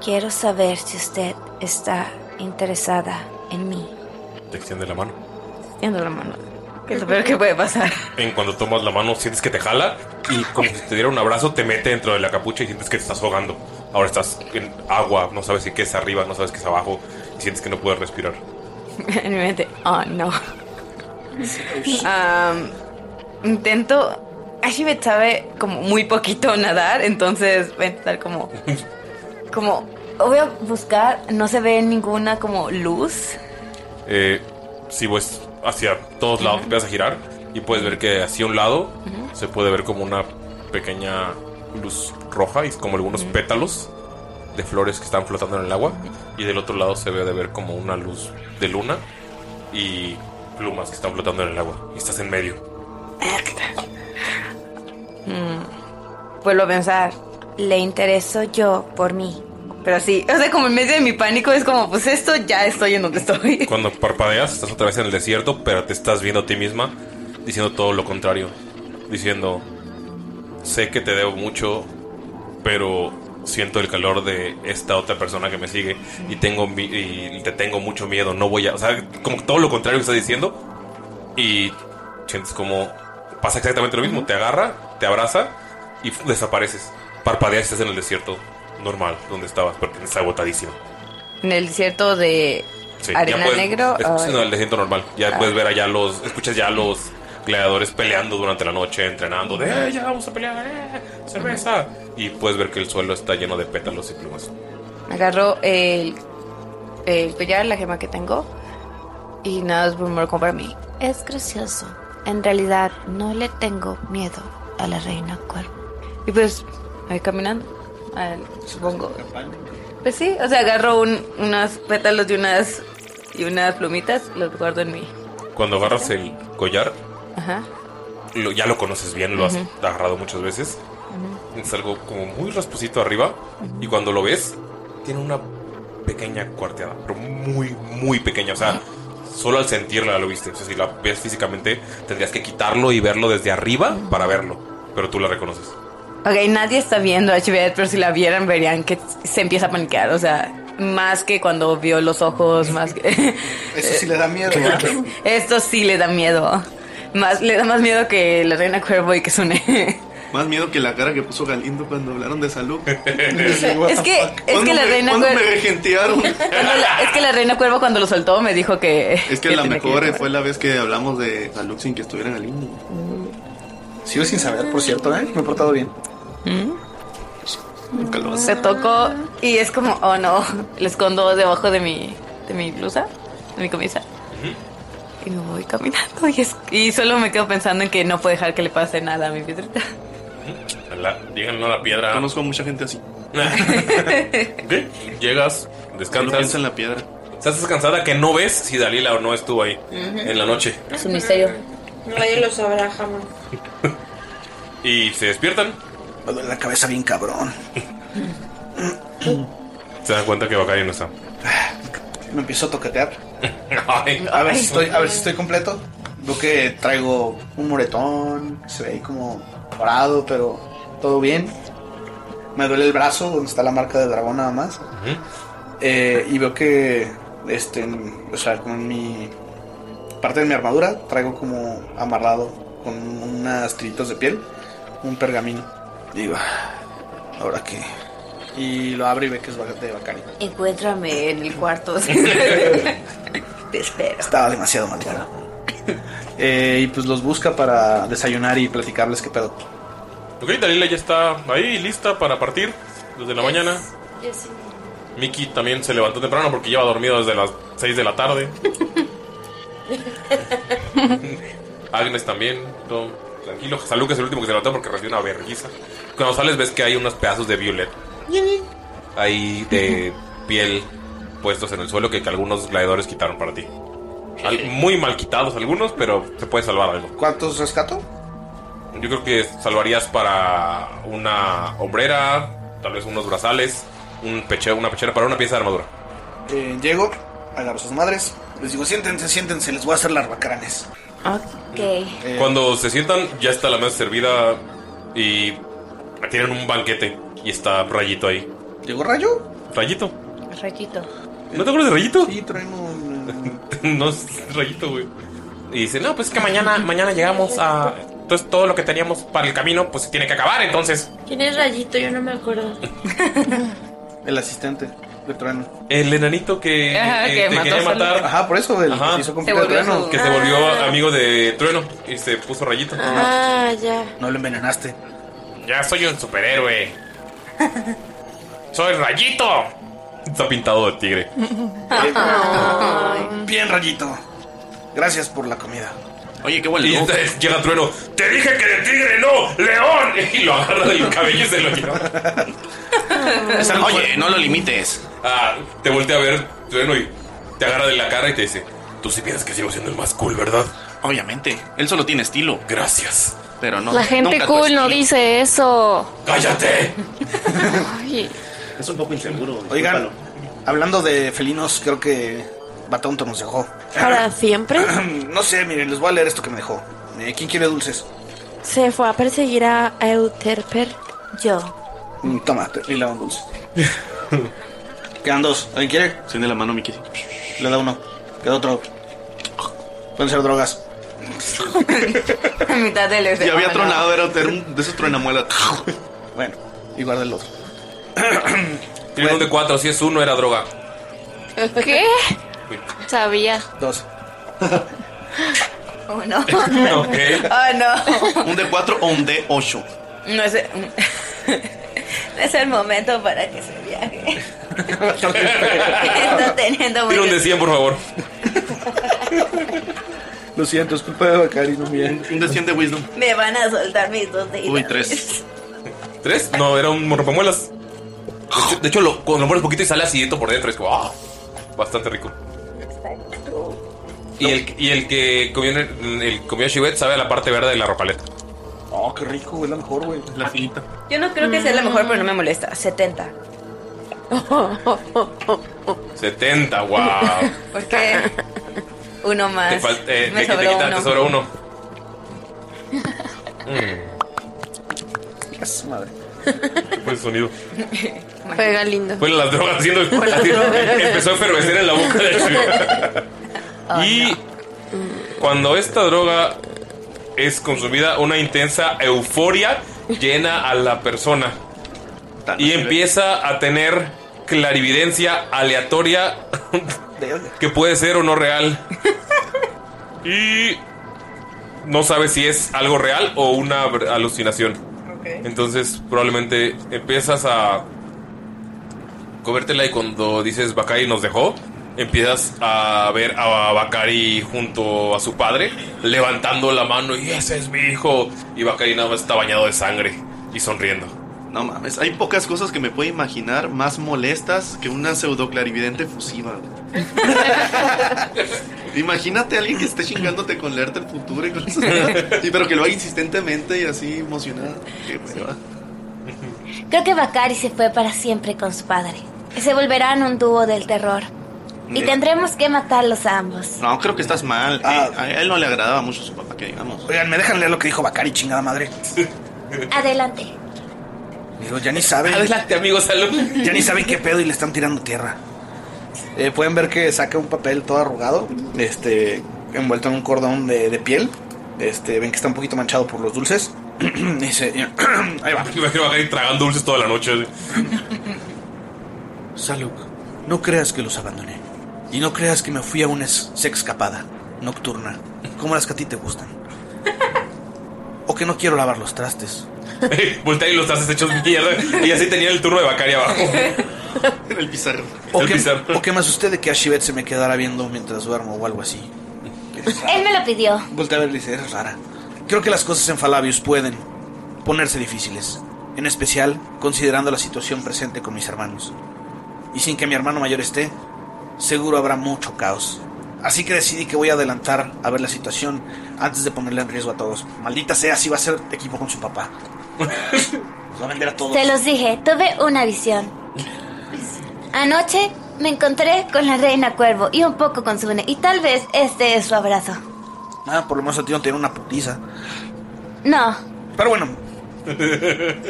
Quiero saber si usted está interesada en mí.
Te extiende la mano.
Tiendo la mano. ¿Qué es lo peor que puede pasar?
En cuanto tomas la mano sientes que te jala y como si te diera un abrazo te mete dentro de la capucha y sientes que te estás ahogando. Ahora estás en agua, no sabes si qué es arriba, no sabes qué es abajo y sientes que no puedes respirar.
(laughs) en mi mente, oh no. Am, intento. Ashibet sabe como muy poquito nadar, entonces voy a intentar como. Como. Voy a buscar, no se ve ninguna como luz.
Eh, si vas hacia todos lados, empiezas a girar y puedes ver que hacia un lado se puede ver como una pequeña luz roja y como algunos pétalos de flores que están flotando en el agua. Y del otro lado se ve de ver como una luz de luna y plumas que están flotando en el agua. Y estás en medio.
Mm, Vuelvo a pensar.
Le intereso yo por mí.
Pero sí, o sea, como en medio de mi pánico es como, pues esto ya estoy en donde estoy. (laughs)
Cuando parpadeas, estás otra vez en el desierto, pero te estás viendo a ti misma diciendo todo lo contrario. Diciendo, sé que te debo mucho, pero siento el calor de esta otra persona que me sigue y tengo mi- y te tengo mucho miedo, no voy a... O sea, como todo lo contrario que estás diciendo. Y sientes como pasa exactamente lo mismo, te agarra, te abraza y fu- desapareces. Parpadeas y estás en el desierto normal, donde estabas, porque estás agotadísimo.
En el desierto de
Sí, ya
Arena
puedes-
Negro.
es-
ay.
no, el desierto normal. Ya
Ah.
puedes ver allá los. Escuchas ya los gladiadores peleando durante la noche, entrenando. De,
Eh, ya vamos a pelear, eh, cerveza.
y puedes ver que el suelo está lleno de pétalos y plumas.
Agarro el, el collar, la gema que tengo. Y nada, es murmuro como para mí.
Es gracioso. En realidad no le tengo miedo a la reina cuervo.
Y pues, ahí caminando. al- supongo. Pues sí, o sea, agarro un, unos pétalos y unas, y unas plumitas, los guardo en mí.
Cuando agarras el collar,
Ajá.
lo- ya lo conoces bien, lo has
Ujú.
agarrado muchas veces. Es algo como muy rasposito arriba. Y cuando lo ves, tiene una pequeña cuarteada, pero muy, muy pequeña. O sea, solo al sentirla lo viste. O sea, si la ves físicamente, tendrías que quitarlo y verlo desde arriba para verlo. Pero tú la reconoces.
Ok, nadie está viendo a Chivet, pero si la vieran verían que se empieza a paniquear, o sea, más que cuando vio los ojos, más que... (laughs)
Eso sí le da miedo.
Esto sí le da miedo. Más, le da más miedo que la reina Cuervo y que Sune.
Más miedo que la cara que puso Galindo cuando hablaron de salud.
(laughs)
es que, es que la reina
¿Cuándo
Cuervo...
me gentearon?
cuando la- es que la reina Cuervo cuando lo soltó me dijo que...
Es que la mejor fue la vez que hablamos de salud sin que estuviera Galindo.
Sigo sin saber, por cierto, ¿eh? Me he portado bien.
Se tocó y es como, oh no, lo escondo debajo de mi, de mi blusa, de mi camisa. Y me voy caminando y, es- y solo me quedo pensando en que no puedo dejar que le pase nada a mi piedrita. (laughs)
La, llegan a
(laughs)
la piedra.
Conozco a mucha gente así.
Ok, Llegas, descansas.
piensa en la piedra.
Estás descansada que no ves si Dalila o no estuvo ahí
Ujú.
en la noche.
Es un misterio. Nadie lo sabrá jamás.
Y se despiertan.
Me duele la cabeza bien cabrón.
Se dan cuenta que Bacari no está.
Me empiezo a toquetear.
(laughs) Ay.
A ver si estoy, a ver si estoy completo. Veo que traigo un moretón, se ve ahí como morado, pero todo bien. Me duele el brazo donde está la marca de dragón nada más. Eh, y veo que, este, en- o sea, con mi parte de mi armadura traigo como amarrado con unas tiritas de piel, un pergamino. Digo, ahora que. Y lo abro y ve que es de Bacari.
Encuéntrame en el
(laughs)
cuarto.
Te espero. Estaba demasiado (laughs) mal. Eh, y pues los busca para desayunar y platicarles qué pedo.
Ok, Dalila ya está ahí lista para partir desde la mañana.
Yo sí.
Miki también se levantó temprano porque lleva dormido desde las 6 de la tarde. Agnes también, todo tranquilo. Salud que es el último que se levantó porque recibió una vergüenza. Cuando sales ves que hay unos pedazos de violet ahí de piel puestos en el suelo que, que algunos gladiadores quitaron para ti. Al- muy mal quitados algunos, pero se puede salvar algo.
¿Cuántos rescato?
Yo creo que salvarías para una hombrera, tal vez unos brazales, un peche- una pechera para una pieza de armadura.
Eh, llego, agarro sus madres, les digo, siéntense, siéntense, les voy a hacer las bacaranes.
Ok.
Eh,
Cuando se sientan, ya está la mesa servida y tienen un banquete y está Rayito ahí.
¿Llegó Rayo?
Rayito.
Rayito.
¿No te acuerdas de Rayito?
Sí, traemos un...
(laughs) no es Rayito, güey. Y dice, no, pues es que mañana, mañana llegamos a... Entonces todo lo que teníamos para el camino, pues se tiene que acabar, entonces...
¿Quién es Rayito? Yo no me acuerdo.
El asistente de Trueno.
El enanito que,
Ajá,
eh,
que
te
mató
quería
a Salud.
matar.
Ajá, por eso, el
Ajá.
que hizo comprar el Trueno.
Que se volvió amigo de Trueno y se puso Rayito.
Ah, ya.
No lo envenenaste.
Ya soy un superhéroe. soy Rayito. Está pintado de tigre.
Bien, Rayito. Gracias por la comida.
Oye, qué bueno.
Y entonces llega Trueno. Te dije que de tigre no, león. (laughs) Y lo agarra del cabello y se
(laughs)
lo lleva.
Oye, no lo limites.
Ah, te voltea a ver Trueno y te agarra de la cara y te dice, tú sí piensas que sigo siendo el más cool, ¿verdad?
Obviamente, él solo tiene estilo.
Gracias.
Pero no.
La gente
nunca tu
cool no dice eso.
¡Cállate!
(laughs) Ay,
Es un poco inseguro.
Oigan, hablando de felinos, creo que Batonto nos dejó. (clears throat)
¿Para (clears throat) siempre?
no sé, miren, les voy a leer esto que me dejó. Eh, ¿Quién quiere dulces?
Se fue a perseguir a Euterper. Yo.
Mm, Toma, te- le da
(laughs)
un dulce. Quedan dos. ¿Alguien quiere?
Tiene la mano, Miki.
Le da uno. Queda otro. Pueden ser drogas.
En mitad del
Ya había tronado,
de
era era un- de esos truenamuelas.
Bueno, y guarda el otro.
Tiene uno de cuatro, si es uno era droga.
¿Qué? Sabía.
Dos.
Oh no.
Ok.
(laughs) Oh no.
Un de 4 o un de 8.
No es, el- (laughs) no es el momento para que se viaje. (laughs) Está teniendo
Tira un de
mucho-
100, por favor.
Lo siento, es culpa de Bacari, no mía.
Un de 100 de Wisdom.
Me van a soltar mis dos deditos.
Uy, 3.
¿Tres? No, era un rompemuelas. De hecho, de hecho, lo, cuando lo mueres poquito y sale acidito por dentro, es como, ah, bastante rico. Y el, y el que comió, el comió Shivet sabe a la parte verde de la ropaleta.
No, Oh, qué rico, es la mejor, güey.
La finita.
Yo no creo que sea la mejor, pero no me molesta.
(laughs)
70.
70, wow.
Porque uno más.
Te falta, eh,
Me
de que te
sobró
quita-
uno.
te sobra
(laughs)
uno.
Es madre.
Fue el Mm. Pues, sonido.
Juega lindo.
Fue las drogas haciendo.
Fue las drogas.
Empezó a enfermecer en la boca del chico. y cuando esta droga es consumida, una intensa euforia llena a la persona. Y empieza a tener clarividencia aleatoria que puede ser o no real. Y no sabe si es algo real o una br- alucinación. Entonces probablemente empiezas a comértela y cuando dices Bakari nos dejó, empiezas a ver a Bakari junto a su padre levantando la mano y ese es mi hijo. Y Bakari nada más está bañado de sangre y sonriendo.
No mames, hay pocas cosas que me puedo imaginar más molestas que una pseudo clarividente fusiva. güey.
(laughs)
Imagínate a alguien que esté chingándote con leerte el futuro y con eso, y pero que lo haga insistentemente y así emocionada. Qué hueva.
Creo que Bakari se fue para siempre con su padre. Se volverán un dúo del terror. Y
Eh.
tendremos que matarlos a ambos.
No, creo que estás mal. Eh, a él no le agradaba mucho su papá, que digamos.
Ah. Oigan, me dejan leer lo que dijo Bacari, chingada madre.
Adelante.
Digo, ya ni saben.
Adelante, amigo, salud.
Ya ni saben qué pedo y le están tirando tierra. Eh, Pueden ver que saca un papel todo arrugado, este, envuelto en un cordón de, de piel. Este, ven que está un poquito manchado por los dulces. (clears throat) Dice, (clears throat) "Eh, ahí va.
Me (laughs) imagino a Bakari tragando dulces toda la noche.
Saluk, no creas que los abandoné. Y no creas que me fui a una es- sexcapada nocturna, como las que a ti te gustan. O que no quiero lavar los trastes.
(laughs) Voltea y los haces hechos mierda. Y así tenía el turno de Bakari abajo.
(laughs) el pizarro.
O que, o que me asusté de que Ashibet se me quedara viendo mientras duermo o algo así.
Él me lo pidió.
Voltea a ver y le dice, eres rara. Creo que las cosas en Falabius pueden ponerse difíciles. En especial, considerando la situación presente con mis hermanos. Y sin que mi hermano mayor esté, seguro habrá mucho caos. Así que decidí que voy a adelantar a ver la situación antes de ponerle en riesgo a todos. Maldita sea, si va a ser equipo con su papá. Los va a vender a todos.
Te los dije, tuve una visión. Anoche me encontré con la reina cuervo y un poco con Sune. Y tal vez este es su abrazo.
Ah, por lo menos a ti no te dieron una putiza.
No,
Pero bueno,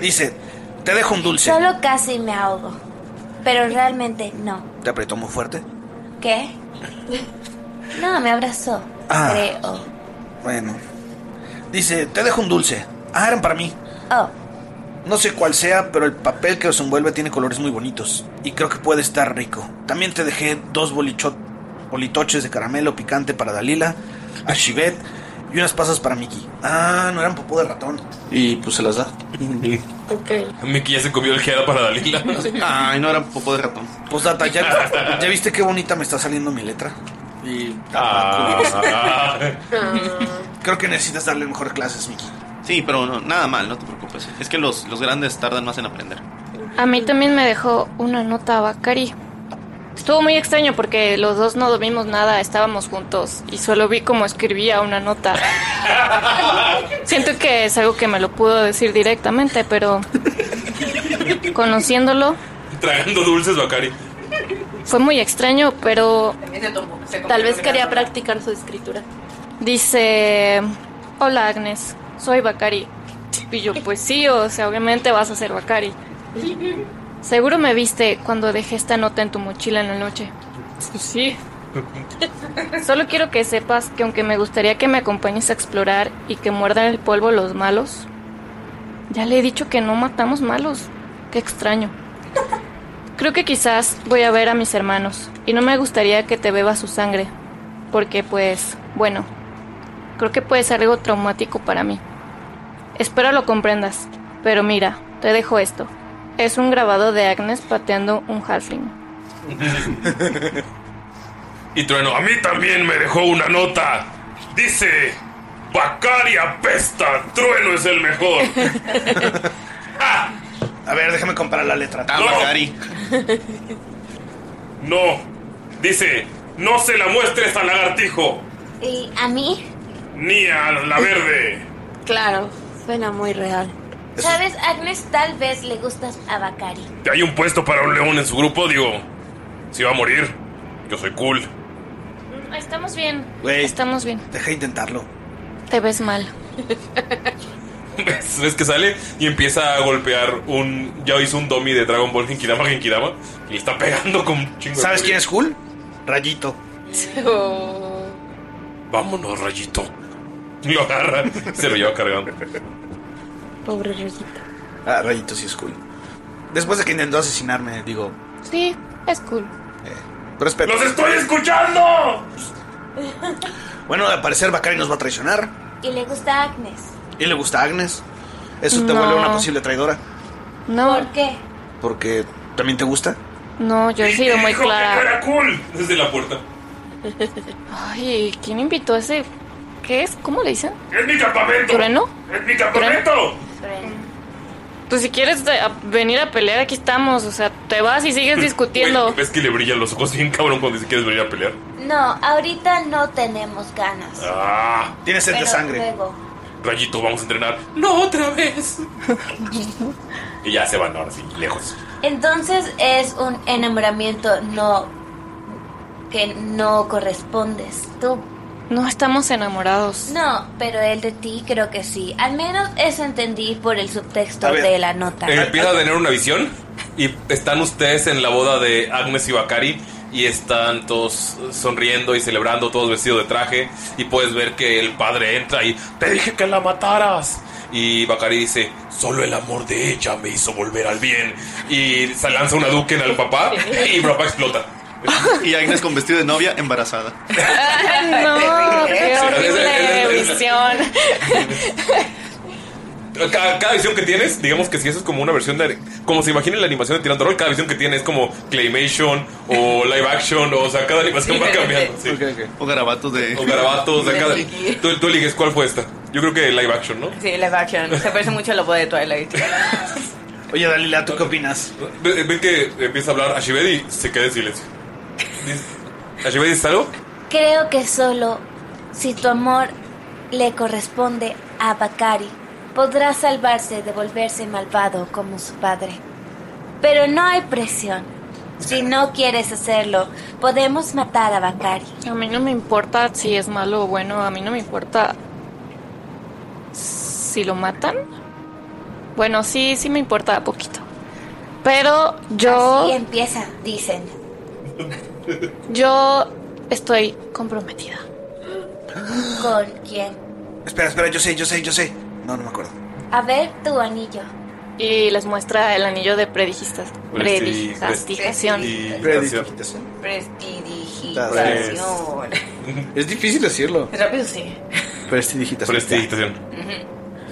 dice, te dejo un dulce.
solo casi me ahogo. Pero realmente no.
Te apretó muy fuerte.
¿Qué? No, me abrazó.
Ah.
Creo.
Bueno. Dice, te dejo un dulce. Ah, eran para mí.
Oh.
No sé cuál sea, pero el papel que los envuelve tiene colores muy bonitos. Y creo que puede estar rico. También te dejé dos bolicho- bolitoches de caramelo picante para Dalila, a Shivet y unas pasas para Mickey. Ah, no eran popó de ratón. Y pues se las (laughs) da.
Mickey ya se comió el jeda para Dalila.
Ay, no era popó de ratón.
Pues
(laughs)
data, ¿ya, ya viste qué bonita me está saliendo mi letra? Y...
Ah.
(laughs) Creo que necesitas darle mejores clases, Mickey.
Sí, pero no, nada mal, no te preocupes. Es que los, los grandes tardan más en aprender.
A mí también me dejó una nota Bacari. Estuvo muy extraño porque los dos no dormimos nada, estábamos juntos y solo vi cómo escribía una nota. Siento que es algo que me lo pudo decir directamente, pero conociéndolo
Tragando dulces, Bakari.
fue muy extraño, pero
Tal vez quería practicar su escritura.
Dice, hola Agnes, soy Bakari. Y yo, pues sí, o sea, obviamente vas a ser Bakari. Seguro me viste cuando dejé esta nota en tu mochila en la noche. Sí. Solo quiero que sepas que aunque me gustaría que me acompañes a explorar y que muerdan el polvo los malos, ya le he dicho que no matamos malos. Qué extraño. Creo que quizás voy a ver a mis hermanos y no me gustaría que te beba su sangre, porque pues, bueno, creo que puede ser algo traumático para mí. Espero lo comprendas, pero mira, te dejo esto. Es un grabado de Agnes pateando un halfling.
Y Trueno, a mí también me dejó una nota. Dice, Bakari apesta, Trueno es
(laughs)
el mejor. Ah.
A ver, déjame comparar la letra.
Bakari. No, dice, no se la muestres al lagartijo,
¿Y a mí?
ni a la verde.
Claro.
Suena muy real.
¿Sabes? Agnes tal vez le gustas a Bakari.
(laughs) Hay un puesto para un león en su grupo, digo. Si va a morir, yo soy cool.
Estamos bien.
Güey.
Estamos bien.
Deja de intentarlo.
Te ves mal.
¿Ves que sale? Y empieza a golpear un. Ya hizo un dummy de Dragon Ball Genkidama Genkidama. Y le está pegando con un chingo.
¿Sabes quién es
cool? Rayito.
Oh.
Vámonos, Rayito. (laughs) Y Lo agarra y se lo lleva cargando.
Pobre Rayito.
Ah, Rayito sí es cool. Después de que intentó asesinarme, digo,
Sí, es cool.
respeto.
¡Los estoy escuchando!
Bueno, al parecer Bakari nos va a traicionar.
Y le gusta a Agnes.
Y le gusta a Agnes. Eso te
No.
vuelve una posible traidora.
No.
¿Por qué?
Porque también te gusta.
No, yo he sido muy clara.
cool! Desde la puerta.
Ay, ¿quién invitó a ese? ¿Qué es? ¿Cómo le dicen?
¡Es mi campamento!
¿Trueno?
¡Es mi campamento!
Pues si quieres eh, a- venir a pelear, aquí estamos. O sea, te vas y sigues discutiendo. (laughs)
¿Ves que le brillan los ojos bien cabrón cuando dice quieres venir a pelear?
No, ahorita no tenemos ganas.
Ah. Tienes
Pero luego.
Rayito, vamos a entrenar.
No, otra vez.
Y ya se van ahora sí, lejos.
Entonces es un enamoramiento no que no correspondes tú.
No estamos enamorados.
No, pero el de ti creo que sí. Al menos eso entendí por el subtexto
A ver.
de la nota.
Eh, empieza a tener una visión y están ustedes en la boda de Agnes y Bakari y están todos sonriendo y celebrando, todos vestidos de traje y puedes ver que el padre entra y te dije que la mataras. Y Bakari dice, solo el amor de ella me hizo volver al bien. Y se lanza una duque en al papá y papá explota.
(laughs) Y Agnes con vestido de novia embarazada.
(laughs) no, qué horrible visión.
Ca- Cada, visión que tienes, digamos que si eso es como una versión de. Como se imagina la animación de Tirando Roll, cada visión que tienes es como Claymation (laughs) o Live Action, o, sea, cada animación va cambiando. sí.
O garabatos de.
O garabatos, de (laughs)
De
cada.
Mickey.
Tú, tú eliges cuál fue esta. Yo creo que Live Action, ¿no?
Sí, live action. Se parece mucho a la boda de Twilight.
Oye, Dalila, ¿tú qué opinas?
Ve- Ven que empieza a hablar Ashibedi y se queda en silencio. Ashibedi, ¿está algo?
Creo que solo si tu amor le corresponde a Bakari, podrá salvarse de volverse malvado como su padre. Pero no hay presión. Si no quieres hacerlo, podemos matar a Bakari.
A mí no me importa si es malo o bueno, a mí no me importa si lo matan. Bueno, sí, sí me importa poquito. Pero yo
Y empieza, dicen.
yo estoy comprometida.
¿Con quién?
Espera, espera, yo sé, yo sé, yo sé. No, no me acuerdo.
A ver tu anillo.
Y les muestra el anillo de predigistas.
Pues Predi-
Predigistación.
pues Prestidigitación.
Prestidigitación.
Es difícil decirlo.
Pues,
Rápido sí.
Prestidigitación.
Prestidigitación.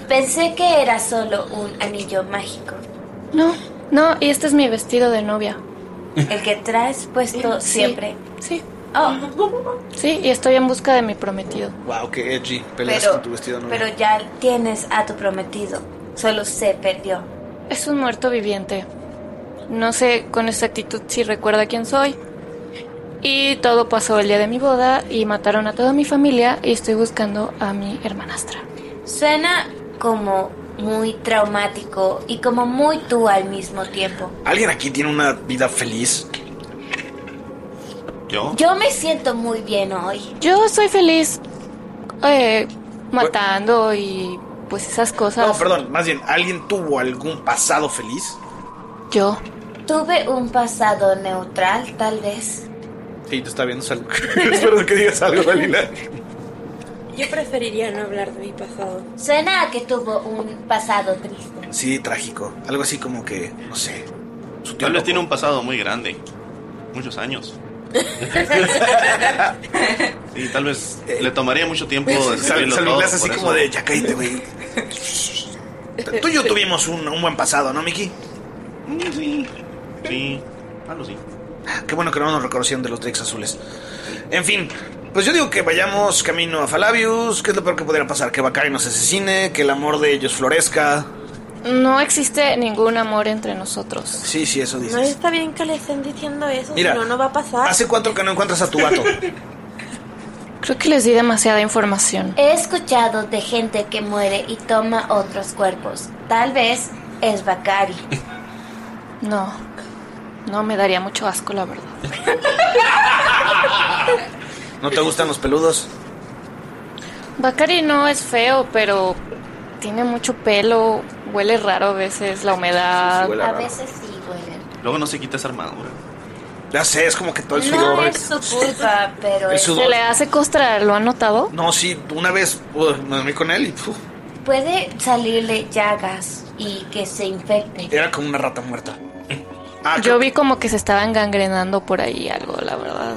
Pensé que era solo un anillo mágico.
No, no, y este es mi vestido de novia.
El que traes puesto
Sí,
siempre.
Sí.
Oh.
Sí, y estoy en busca de mi prometido.
Wow, qué edgy. Peleas
Pero,
con tu vestido de novia.
pero ya tienes a tu prometido. Solo se perdió.
Es un muerto viviente. No sé con exactitud si recuerda quién soy. Y todo pasó el día de mi boda y mataron a toda mi familia y estoy buscando a mi hermanastra.
Suena como muy traumático y como muy tú al mismo tiempo.
¿Alguien aquí tiene una vida feliz? ¿Yo?
Yo me siento muy bien hoy.
Yo soy feliz eh, matando y pues esas cosas.
No, perdón, más bien, ¿alguien tuvo algún pasado feliz?
Yo.
Tuve un pasado neutral, tal vez.
Sí, te está viendo algo. (laughs) Espero que digas (laughs) algo, Dalila.
Yo preferiría no hablar de mi pasado.
Suena a que tuvo un pasado triste.
Sí, trágico. Algo así como que, no sé.
Tal vez tiene un pasado muy grande. Muchos
(laughs)
años. Y tal vez le tomaría mucho tiempo
Sal-
describirlo todo,
Salvilas así
por
como
eso-
de, ya cállate, güey. Tú y yo tuvimos un, un buen pasado, ¿no, Miki? Sí. Sí. Algo sí. Ah, Qué bueno que no nos reconocieron de los Drex azules. En fin, pues yo digo que vayamos camino a Falabius. ¿Qué es lo peor que podría pasar? Que Bakari nos asesine, que el amor de ellos florezca.
No existe ningún amor entre nosotros.
Sí, sí, eso
No
dices.
está bien que le estén diciendo eso,
Mira,
si no, no va a pasar.
(laughs) ¿Hace cuánto que no encuentras a tu gato?
Creo que les di demasiada información.
He escuchado de gente que muere y toma otros cuerpos. Tal vez es Bakari.
No. No, me daría mucho asco, la verdad.
¿No te gustan los peludos?
Bakari no es feo, pero tiene mucho pelo, huele raro a veces, la humedad.
Sí, huele
A
raro.
veces sí huelen.
Luego no se quita esa armadura.
Ya sé, es como que todo el
No
sudor.
es su culpa, pero
El
es-
sudor. Se le
hace costra, ¿lo han notado?
No, sí, una vez uh, me dormí con él y puf,
puede salirle llagas y que se infecte.
era como una rata muerta.
Yo vi como que se estaban gangrenando por ahí algo, la verdad.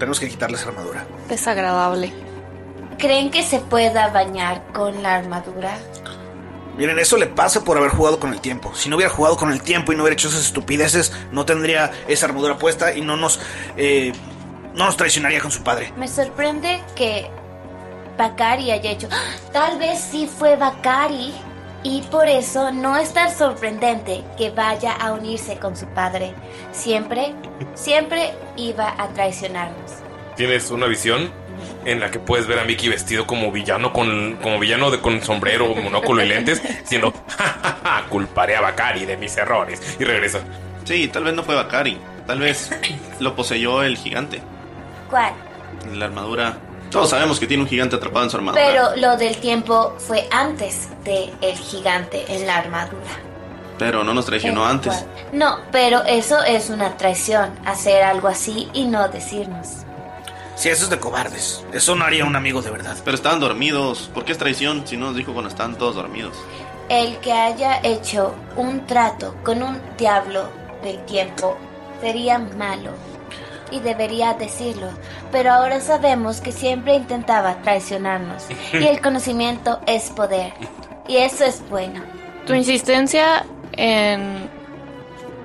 Tenemos que quitarle esa armadura.
Desagradable.
¿Creen que se pueda bañar con la armadura?
Miren, eso le pasa por haber jugado con el tiempo. Si no hubiera jugado con el tiempo y no hubiera hecho esas estupideces, no tendría esa armadura puesta y no nos, eh, no nos traicionaría con su padre.
Me sorprende que Bakari haya hecho. ¡Ah! Tal vez sí fue Bakari. Y por eso no es tan sorprendente que vaya a unirse con su padre. Siempre, siempre iba a traicionarnos.
Tienes una visión en la que puedes ver a Mickey vestido como villano con como villano de (laughs) con sombrero, monóculo y lentes, diciendo, "Ja, ja, ja, culparé a Bakari de mis errores." Y regresa.
Sí, tal vez no fue Bakari. Tal vez lo poseyó el gigante.
¿Cuál?
La armadura. Todos sabemos que tiene un gigante atrapado en su armadura.
Pero lo del tiempo fue antes de el gigante en la armadura.
Pero no nos traicionó antes.
No, pero eso es una traición, hacer algo así y no decirnos.
Sí, eso es de cobardes. Eso no haría un amigo de verdad.
Pero estaban dormidos. ¿Por qué es traición si no nos dijo cuando estaban todos
(laughs)
dormidos?
El que haya hecho un trato con un diablo del tiempo sería malo y debería decirlo, pero ahora sabemos que siempre intentaba traicionarnos y el conocimiento es poder y eso es bueno.
Tu insistencia en,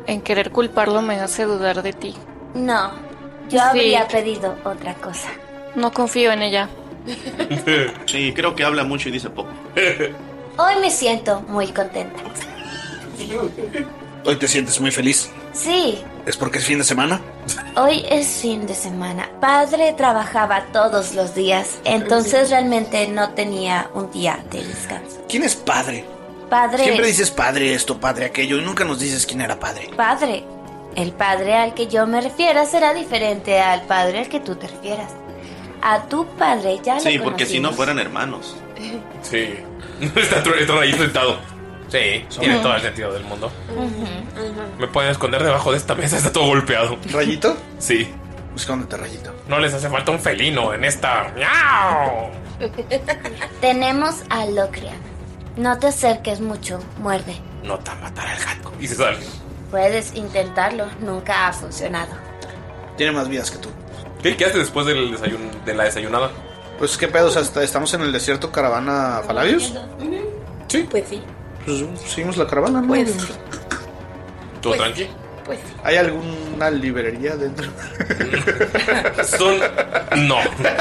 en querer culparlo me hace dudar de ti.
No,
Sí.
yo habría pedido otra cosa.
No confío en ella.
Sí, creo que habla mucho y dice
(laughs)
poco.
Hoy me siento muy contenta.
Hoy te sientes muy feliz.
Sí,
¿Es porque es fin de semana?
Hoy es fin de semana. Padre trabajaba todos los días, entonces realmente no tenía un día de descanso.
¿Quién es padre?
Padre,
Siempre dices padre esto, padre aquello y nunca nos dices quién era padre.
padre. El padre al que yo me refiera será diferente al padre al que tú te refieras. A tu padre ya lo
Sí, porque si no
conocimos.
fueran hermanos.
Sí. Está tru- está ahí sentado. Sí, tiene todo el sentido del mundo. Me pueden esconder debajo de esta mesa, (laughs) está todo golpeado.
¿Rayito?
Sí.
Escóndete, Rayito.
No les hace falta un felino en esta. ¡Miau!
(laughs) Tenemos a Locria. No te acerques mucho, muerde.
No te matará el gato. Y se sale.
Puedes intentarlo, nunca ha funcionado.
Tiene más vidas que tú.
¿Qué, qué haces después Pues del desayun- de la desayunada?
Pues qué pedos, hasta estamos en el desierto caravana Falabius.
Sí.
Pues sí.
Pues seguimos la caravana, ¿no?
Pues
¿Todo tranqui?
Pues sí.
¿Hay alguna librería dentro?
(laughs) Son. No.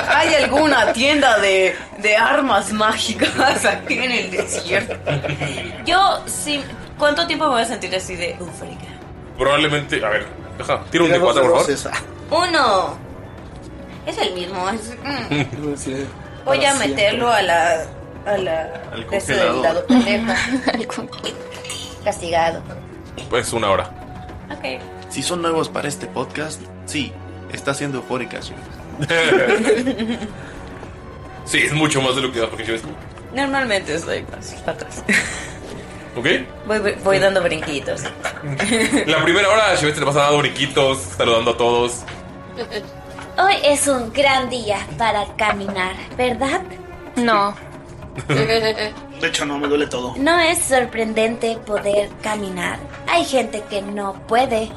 ¿Hay alguna tienda de, de armas mágicas aquí en el desierto?
Yo sí. ¿Cuánto tiempo me voy a sentir así de eufórica?
Probablemente. A ver, deja. Tira un
Tira
de
dos
4 por
de
favor. (laughs)
Uno. Es el mismo. es- mm. Voy
Para
a meterlo a la. A la.
Al
de ese del
congelador.
lado
(laughs)
pendejo. Castigado.
Pues una hora.
Ok.
Si son nuevos para este podcast, sí, está siendo eufórica.
(laughs)
sí.
sí, es mucho más de lo que da porque yo es como.
Normalmente estoy más para atrás.
¿Ok?
Voy, voy- voy dando brinquitos.
La primera hora, Shivete le pasa dando brinquitos, saludando a todos.
(laughs) Hoy es un gran día para caminar, ¿verdad? (laughs)
No.
De hecho, no, me duele todo.
No es sorprendente poder caminar. Hay gente que no puede.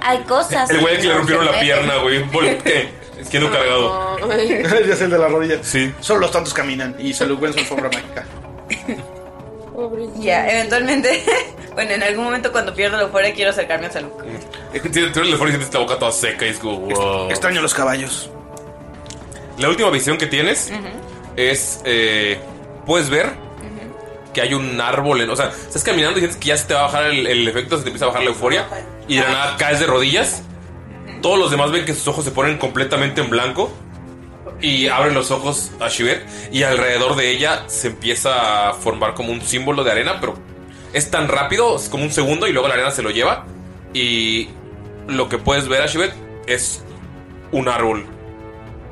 Hay cosas.
El güey que le
no
rompieron
se
la
pueden.
pierna, güey. Vol-
(laughs)
¿Qué? Siendo cargado.
(laughs) ya es el de la rodilla.
Sí.
Solo los tantos caminan y se lo en su alfombra mágica.
Ya, eventualmente. (laughs) bueno, en algún momento cuando pierdo lo fuera quiero acercarme a salud.
Tiene tiene el esfuerzo y sientes la boca toda seca y es como. wow.
Extraño los caballos.
La última visión que tienes es. eh, puedes ver que hay un árbol. en- o sea, estás caminando y sientes que ya se te va a bajar el, el efecto, se te empieza a bajar la euforia. Y de la nada caes de rodillas. Todos los demás ven que sus ojos se ponen completamente en blanco. y abre los ojos a Shiver y alrededor de ella se empieza a formar como un símbolo de arena, pero es tan rápido, es como un segundo y luego la arena se lo lleva y lo que puedes ver a Shiver es un árbol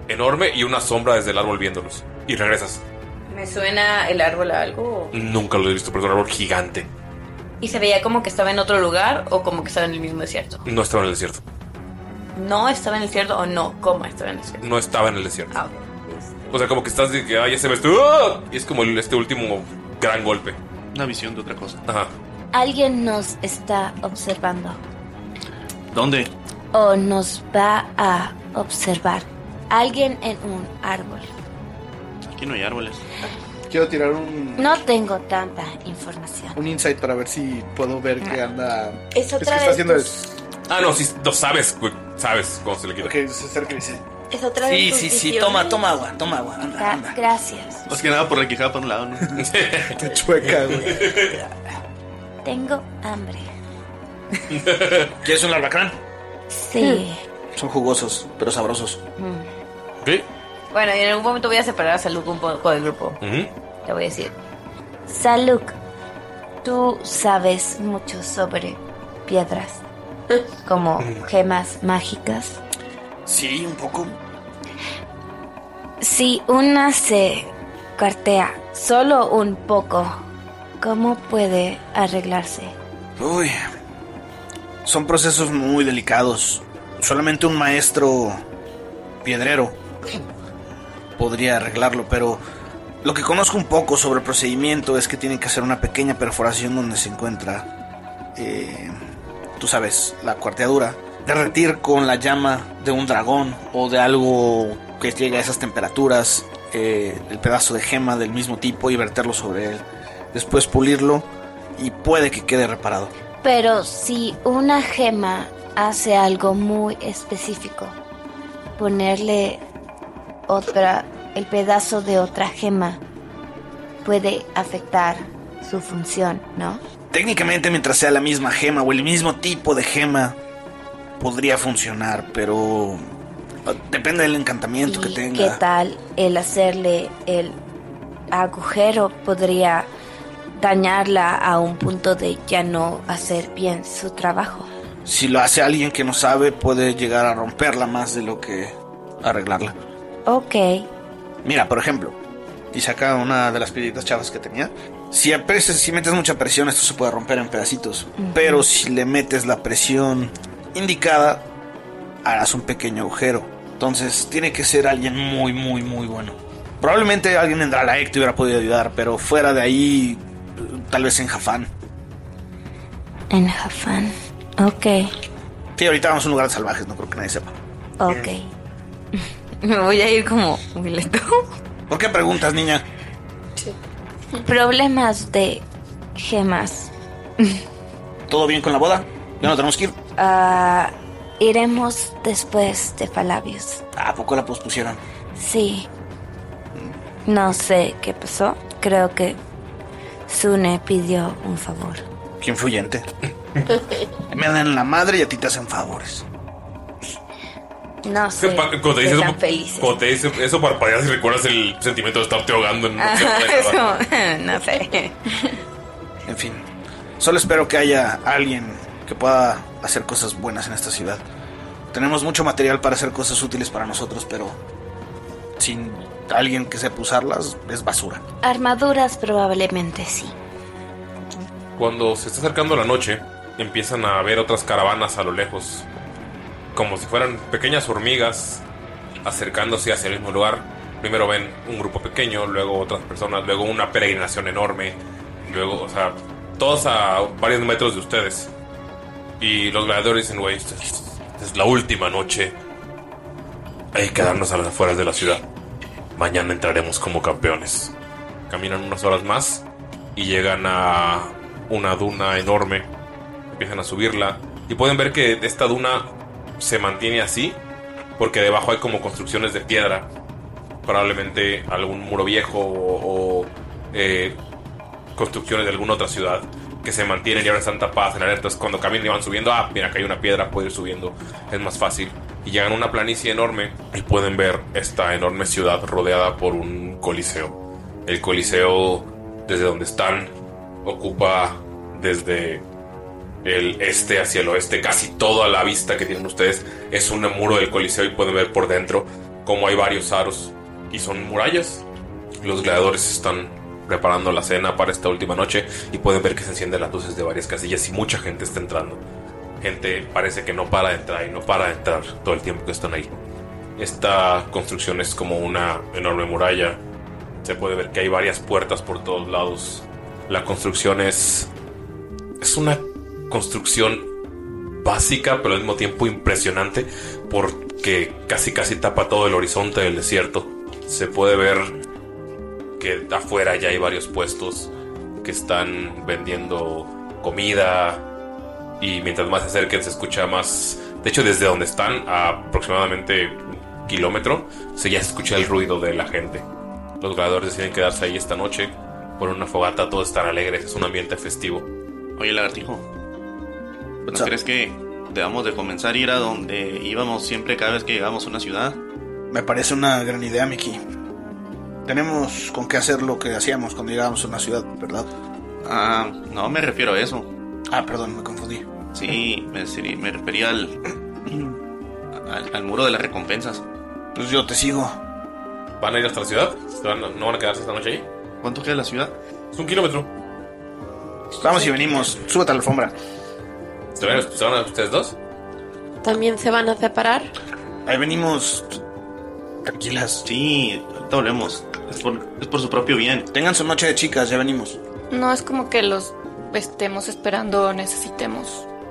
enorme y una sombra desde el árbol viéndolos y regresas.
¿Me suena el árbol a algo?
Nunca lo he visto, pero es un árbol gigante.
¿Y se veía como que estaba en otro lugar o como que estaba en el mismo desierto?
No estaba en el desierto.
¿No estaba en el desierto o no? ¿Cómo estaba en el desierto?
No estaba en el desierto.
Ah,
O sea, como que estás de que, ah, ya se me estuvo. ¡Ah! Y es como el- este último gran golpe.
Una visión de otra cosa.
Ajá.
Alguien nos está observando
¿Dónde?
o nos va a observar. Alguien en un árbol.
Aquí no hay árboles.
Quiero tirar un,
No tengo tanta información.
un insight para ver si puedo ver que anda.
Ah. Es
que
otra
está
de
haciendo el.
tus-
Ah, no, sí, lo sabes, güey. Sabes cómo se le quita.
Ok, se acerca y dice.
Es otra de
Sí,
tus
sí, sí,
visiones.
toma, toma agua, toma agua. anda.
Gra- Gracias.
Más que nada por la quijada para un
(laughs)
lado, ¿no? Te
chueca, güey.
Tengo hambre.
¿Quieres un albacrán?
Sí. Mm,
Son jugosos, pero sabrosos.
Hmm.
¿Qué?
Bueno, y en algún momento voy a separar a Salud un poco del (laughs) grupo. Te voy a decir.
Saluk, tú sabes mucho sobre piedras, como gemas mágicas.
Sí, un poco.
Si una se cuartea solo un poco, ¿cómo puede arreglarse?
Uy. Son procesos muy delicados. Solamente un maestro piedrero podría arreglarlo, pero lo que conozco un poco sobre el procedimiento es que tienen que hacer una pequeña perforación donde se encuentra, eh, tú sabes, la cuarteadura. Derretir con la llama de un dragón o de algo que llegue a esas temperaturas eh, el pedazo de gema del mismo tipo y verterlo sobre él. Después pulirlo y puede que quede reparado.
Pero si una gema hace algo muy específico, ponerle otra, el pedazo de otra gema puede afectar su función, ¿no?
Técnicamente, mientras sea la misma gema o el mismo tipo de gema, podría funcionar, pero eh, depende del encantamiento que tenga.
¿Qué tal el hacerle el agujero podría dañarla a un punto de ya no hacer bien su trabajo?
Si lo hace alguien que no sabe, puede llegar a romperla más de lo que arreglarla.
Ok,
Mira, por ejemplo, y saca una de las piedritas chavas que tenía. Si, aprecias- si metes mucha presión, esto se puede romper en pedacitos. Pero si le metes la presión indicada, harás un pequeño agujero. Entonces, tiene que ser alguien muy, muy, muy bueno. Probablemente alguien en Dralaek te hubiera podido ayudar, pero fuera de ahí, eh, tal vez en Jafán.
en Jafán. Ok,
Sí, ahorita vamos a un lugar de salvajes, no creo que nadie sepa.
ok. (laughs)
Me voy a ir como muy lento.
¿Por qué preguntas, niña?
Problemas de gemas.
¿Todo bien con la boda? ¿Ya no tenemos que ir?
Ah, iremos después de Falabios.
¿A poco la pospusieron?
Sí. No sé qué pasó. Creo que Sune pidió un favor.
Qué influyente. (laughs) Me dan la madre y a ti te hacen favores.
No
Es que
sé.
pa- cuando, te
qué
dices
tan
eso,
felices.
(laughs)
cuando te dice eso, parpadeas y recuerdas el sentimiento de estarte ahogando en una
Ah, (laughs)
Ajá, (laughs)
cerveza.
es como, no sé. (laughs)
En fin, solo espero que haya alguien que pueda hacer cosas buenas en esta ciudad. Tenemos mucho material para hacer cosas útiles para nosotros, pero sin alguien que sepa usarlas es basura.
Armaduras probablemente sí.
Cuando se está acercando la noche, empiezan a ver otras caravanas a lo lejos, como si fueran pequeñas hormigas acercándose hacia el mismo lugar. Primero ven un grupo pequeño, luego otras personas, luego una peregrinación enorme, luego, o sea, todos a varios metros de ustedes. Y los gladiadores dicen, güey, esta es, esta es la última noche. Hay que quedarnos a las afueras de la ciudad. Mañana entraremos como campeones. Caminan unas horas más y llegan a una duna enorme. Empiezan a subirla y pueden ver que esta duna se mantiene así porque debajo hay como construcciones de piedra. Probablemente algún muro viejo o, o, eh, construcciones de alguna otra ciudad que se mantienen y ahora están tapadas en alertas. Cuando caminan y van subiendo, ah, mira, acá hay una piedra, puedo ir subiendo. Es más fácil. y llegan a una planicie enorme y pueden ver esta enorme ciudad rodeada por un coliseo. El coliseo, desde donde están, ocupa desde el este hacia el oeste casi toda la vista que tienen ustedes. Es un muro del coliseo y pueden ver por dentro como hay varios aros y son murallas. Los gladiadores están preparando la cena para esta última noche y pueden ver que se encienden las luces de varias casillas y mucha gente está entrando. Gente parece que no para de entrar y no para de entrar todo el tiempo que están ahí. Esta construcción es como una enorme muralla. Se puede ver que hay varias puertas por todos lados. La construcción es es
(laughs)
una construcción básica, pero al mismo tiempo impresionante, porque casi casi tapa todo el horizonte del desierto. Se puede ver que afuera ya hay varios puestos que están vendiendo comida y mientras más se acerquen se escucha más... De hecho, desde donde están, a aproximadamente un kilómetro, se ya se escucha el ruido de la gente. Los gladiadores deciden quedarse ahí esta noche. Por una fogata todos están alegres, es un ambiente festivo.
Oye, lagartijo. ¿No crees que debamos de comenzar a ir a donde íbamos siempre cada vez que llegamos a una ciudad?
Me parece una gran idea, Miki. Tenemos con qué hacer lo que hacíamos cuando llegábamos a una ciudad, ¿verdad?
Ah, no me refiero a eso.
Ah, perdón, me confundí.
Sí, me, sí, me refería al, al, al muro de las recompensas.
Pues yo te sigo.
¿Van a ir hasta la ciudad? ¿Se van- ¿No van a quedarse esta noche ahí?
¿Cuánto queda la ciudad?
Es un kilómetro.
Vamos y venimos. Súbete a la alfombra.
¿Se van, se van a ustedes dos?
¿También se van a separar?
Ahí venimos. Tranquilas.
Sí, ahorita volvemos. Es por, es por su propio bien.
Tengan su noche de chicas, ya venimos.
No es como que los estemos esperando o necesitemos.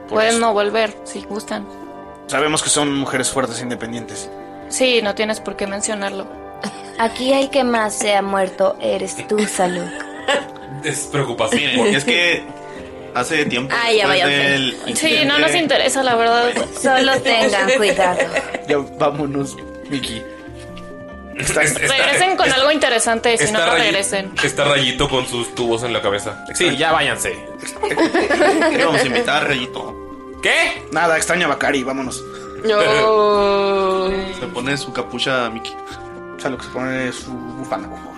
Por
Pueden
eso.
no volver si gustan.
Sabemos que son mujeres fuertes e independientes.
Sí, no tienes por qué mencionarlo.
Aquí hay que más se ha muerto eres tú, Salud.
Despreocupación.
Miren, (laughs) es que hace tiempo.
Ah, ya
después
váyanse.
del
Sí, no
incidente-
nos interesa, la verdad.
Solo
(laughs)
tengan cuidado.
Ya vámonos, Miki.
Regresen con algo interesante y si no,
Está
no
rayi-
(laughs)
regresen.
Está rayito con sus tubos en la cabeza. Sí, ya váyanse.
Te vamos a invitar, Rayito.
¿Qué?
Nada, extraño a Bakari, vámonos.
(laughs) Se pone su capucha, Miki.
Salud, que se pone su bufanda, por favor.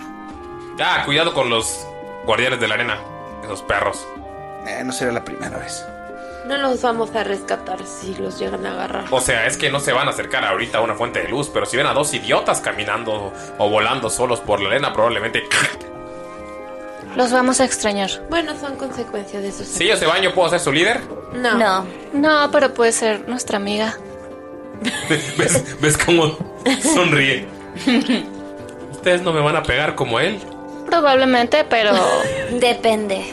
Ya, cuidado con los guardianes de la arena. Esos perros.
Eh, no será la primera vez.
No los vamos a rescatar si los llegan a agarrar.
O sea, es que no se van a acercar ahorita a una fuente de luz, pero si ven a dos idiotas caminando o volando solos por la arena, probablemente... (laughs)
Los vamos a extrañar.
Bueno, son consecuencias de sus...
Si yo se baño, ¿puedo ser su líder? (laughs)
No.
No. pero puede ser nuestra amiga.
¿Ves, ves cómo
(laughs)
sonríe? Ustedes no me van a pegar como él.
Probablemente, pero
(laughs) Depende.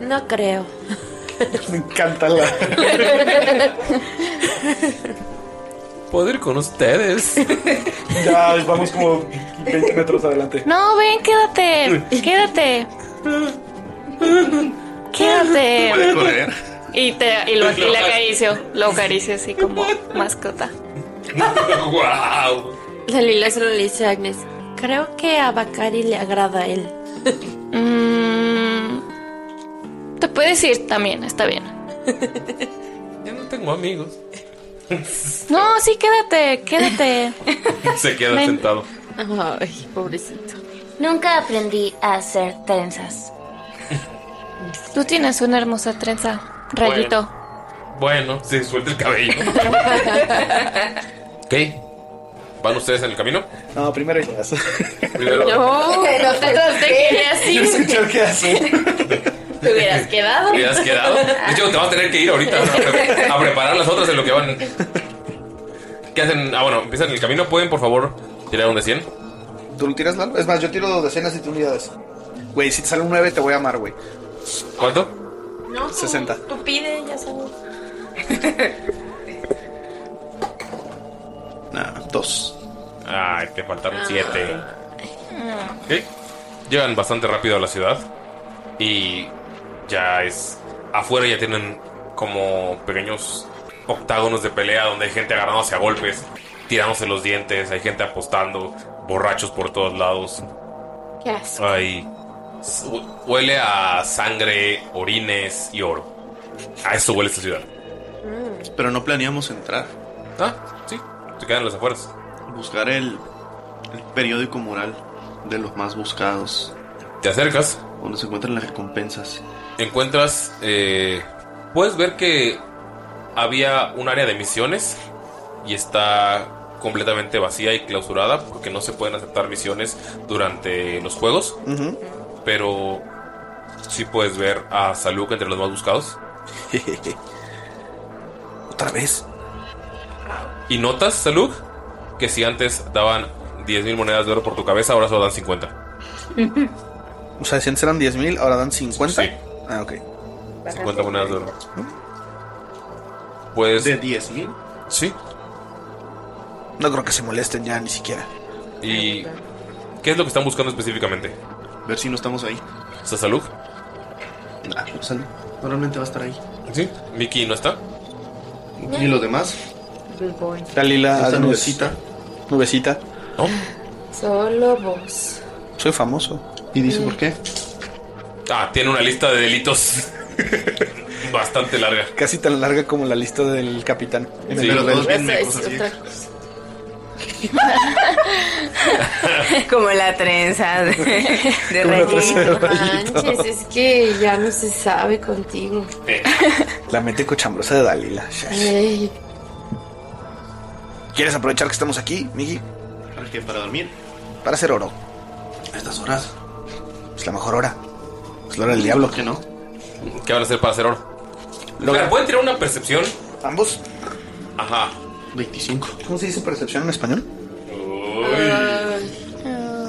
No
(laughs)
creo.
(laughs) Me encanta la.
Puedo ir con ustedes.
(laughs) ya, vamos como 20 metros adelante.
No, ven, quédate. Quédate. Quédate. Y, te, y, lo, y le acaricio. Lo acaricio así como mascota.
Eh,
¡Wow!
Dalila solo le dice a Agnes, creo que a Bakari le agrada a él.
Mm, te puedes ir también, está bien.
Yo no tengo (laughs) amigos.
No, sí, quédate, quédate.
Se queda
Ven.
sentado.
Ay, pobrecito.
Nunca aprendí a hacer trenzas.
Tú tienes una hermosa trenza, rayito.
Bueno, se suelta el cabello. ¿Qué? ¿Van ustedes en el camino?
No, primero ellas.
Primero.
No, no te, no te querías ir.
Escuchar qué hace.
Te hubieras quedado. Ah.
¿Te has quedado? De hecho, te vas a tener que ir ahorita a, pre- a preparar las otras en lo que van. ¿Qué hacen? Ah, bueno, empiezan el camino. ¿Pueden, por favor, tirar un de 100?
¿Tú lo tiras, Lalo? Es más, yo tiro decenas y tú unidades. Güey, si te sale un 9, te voy a amar, güey.
¿Cuánto?
No,
60.
Tú pide,
(laughs)
ya sabes.
Nah, dos.
Ay, te faltaron 7.
Mm.
Ok. Llegan bastante rápido a la ciudad y ya es afuera ya tienen como pequeños octágonos de pelea donde hay gente agarrándose a golpes, tirándose los dientes, hay gente apostando, borrachos por todos lados.
Qué asco.
Hay s- hu- huele a sangre, orines y oro. A eso huele esta ciudad.
Pero no planeamos entrar.
Ah, sí. Se quedan en las afueras.
Buscar el, el periódico mural de los más buscados.
Te acercas.
Donde se encuentran las recompensas.
Encuentras. eh, puedes ver que había un área de misiones y está completamente vacía y clausurada porque no se pueden aceptar misiones durante los juegos.
Ujú.
Pero sí puedes ver a Saluk entre los
(laughs)
más buscados.
Otra vez.
Y notas, Saluk, que si antes daban 10 mil monedas de oro por tu cabeza, ahora solo dan 50.
O sea, si antes eran 10 mil, ahora dan 50. Ah, ok.
50 monedas de oro. Pues.
¿De 10 mil?
Sí.
No creo que se molesten ya ni siquiera.
¿Y qué es lo que están buscando específicamente?
Ver si no estamos ahí.
¿Está Saluk?
Ah, sale. Normalmente va a estar ahí.
Sí. ¿Miki no está?
¿Y los demás?
Dalila,
Esta
Agnes.
nubecita.
Nubecita.
Solo vos.
Soy famoso. ¿Y dice por qué?
Ah, tiene una lista
(laughs)
de delitos bastante larga.
Casi tan larga como la lista del capitán.
Sí, pero todos bien
Eso es otra cosa.
Como la trenza
(laughs)
de, de
Como la
Rayleigh.
trenza de Rayleigh.
Manches, es que ya no se sabe contigo.
La mente cochambrosa de Dalila. Shash.
Ey.
¿Quieres aprovechar que estamos aquí, Migi?
¿Para qué? ¿Para dormir?
Para hacer oro.
A estas horas.
Es la mejor hora. Es la hora del diablo.
¿Por qué no?
¿Qué van a hacer para hacer oro? Espera, ¿Pueden tirar una percepción?
¿Ambos?
Ajá.
25.
¿Cómo se dice percepción en español?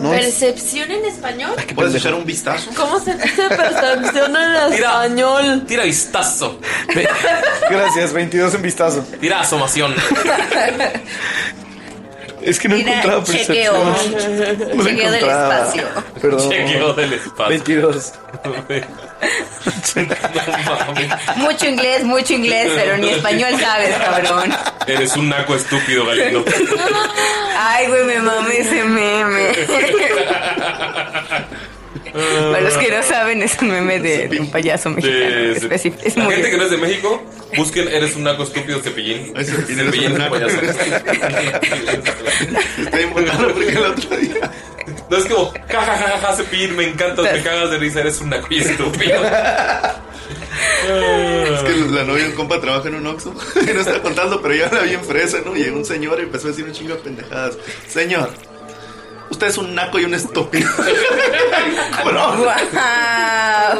No es-
¿Percepción en español?
¿Puedes echar un vistazo?
¿Cómo se dice percepción
(laughs)
en español?
Tira
(laughs)
vistazo.
Gracias, 22 en vistazo.
Tira asomación.
Es que no
Mira,
encontraba percepción. No la
Chequeo
(laughs)
del
encontraba.
espacio.
Perdón.
Chequeo del espacio. (laughs)
22.
Mucho inglés, mucho inglés, pero ni español sabes, cabrón.
Eres un naco estúpido, Galindo.
Ay, güey, me mame
(laughs)
ese meme. Para los que no saben, es un meme de, de un payaso mexicano.
De-
específico. Es
Ah, La
muy
gente que no es de México, busquen Eres un naco estúpido, cepillín. Cepillín es payaso. No es como, jajajaja, cepillín, me encantas, me cagas de risa, eres un naco y estúpido. Eh.
Es que la novia de un compa trabaja en un Oxxo. (laughs) Y no está contando, pero ya era bien fresa, ¿no? Llegó un señor y empezó a decir un chingo de pendejadas. Señor, usted es un naco y un estúpido. (laughs)
Guau,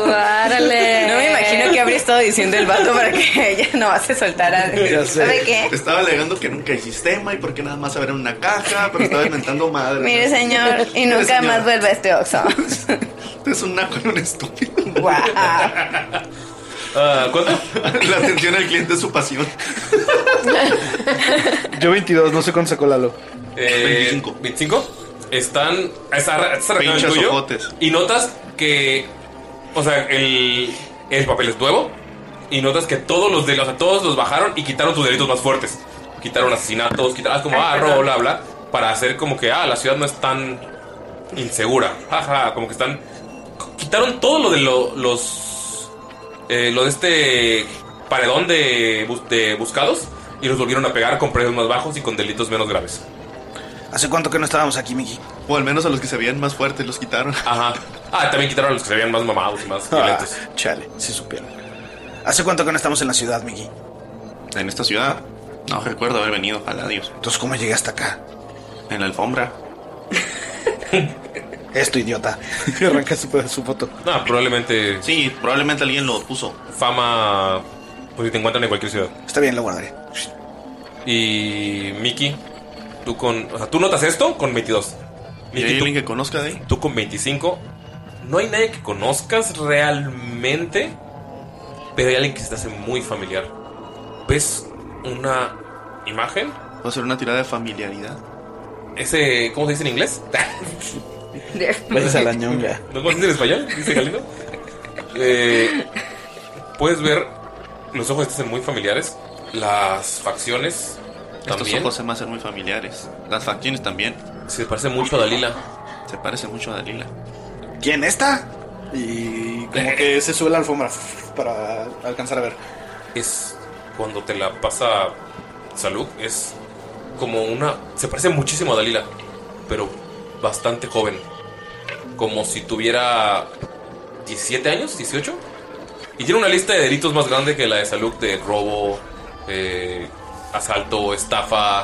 órale.
No me imagino que habría estado diciendo el vato para que ella no se soltara.
Ya sé.
¿Sabe qué?
Estaba alegando que nunca hay sistema y porque nada más habrá una caja, pero estaba inventando madre.
(laughs)
Mire, señor,
Mire,
y nunca
señor,
más vuelva a este Oxxo.
Usted es un naco y un estúpido.
Ah, ¿Cuánto?
La atención al cliente es su pasión.
Yo 22, no sé cuándo sacó Lalo.
Eh, 25. Están. Está, está arrancado el
Pinches
tuyo.
ojotes.
Y notas que. O sea, el, el papel es nuevo. Y notas que todos los de o sea, todos los bajaron y quitaron sus delitos más fuertes. Quitaron asesinatos, quitaron. ah, como, ah, robo, bla, bla. Para hacer como que, ah, la ciudad no es tan insegura. Jaja, como que están. Quitaron todo lo de lo- los. eh, lo de este paredón de, bus- de buscados. Y los volvieron a pegar con precios más bajos y con delitos menos graves.
¿Hace cuánto que no estábamos aquí, Miki?
O al menos a los que se veían más fuertes los quitaron. Ah,
Ajá. Ah, también quitaron a los que se veían más mamados y más violentos.
chale, si supieron. ¿Hace cuánto que no estamos en la ciudad, Miki?
En esta ciudad no recuerdo haber venido. Ojalá Dios.
Entonces, ¿cómo llegué hasta acá?
En la alfombra.
Esto, idiota. (laughs) Arranca su, su foto.
No, probablemente.
Sí, probablemente alguien lo puso.
Fama. Pues si te encuentran en cualquier ciudad.
Está bien, lo guardaré.
Y. Miki, tú con. O sea, tú notas esto con 22.
¿Y hay alguien que conozca de ahí?
Tú con 25. No hay nadie que conozcas realmente. Pero hay alguien que se te hace muy familiar. ¿Ves una imagen?
¿Puedo hacer una tirada de familiaridad?
Ese. ¿Cómo se dice en inglés?
Gracias a la ñonga.
¿No conoces en español? Dice Galindo. Eh, puedes ver, los ojos están muy familiares. Las facciones
Estos
también.
ojos se me hacen muy familiares. Las facciones también.
Se parece mucho a Dalila.
Se parece mucho a Dalila.
¿Quién está? Y como que se sube la alfombra para alcanzar a ver.
Es cuando te la pasa salud, es como una... Se parece muchísimo a Dalila, pero bastante joven. Como si tuviera 17 años, 18. Y tiene una lista de delitos más grande que la de Saluk de robo, eh, asalto, estafa.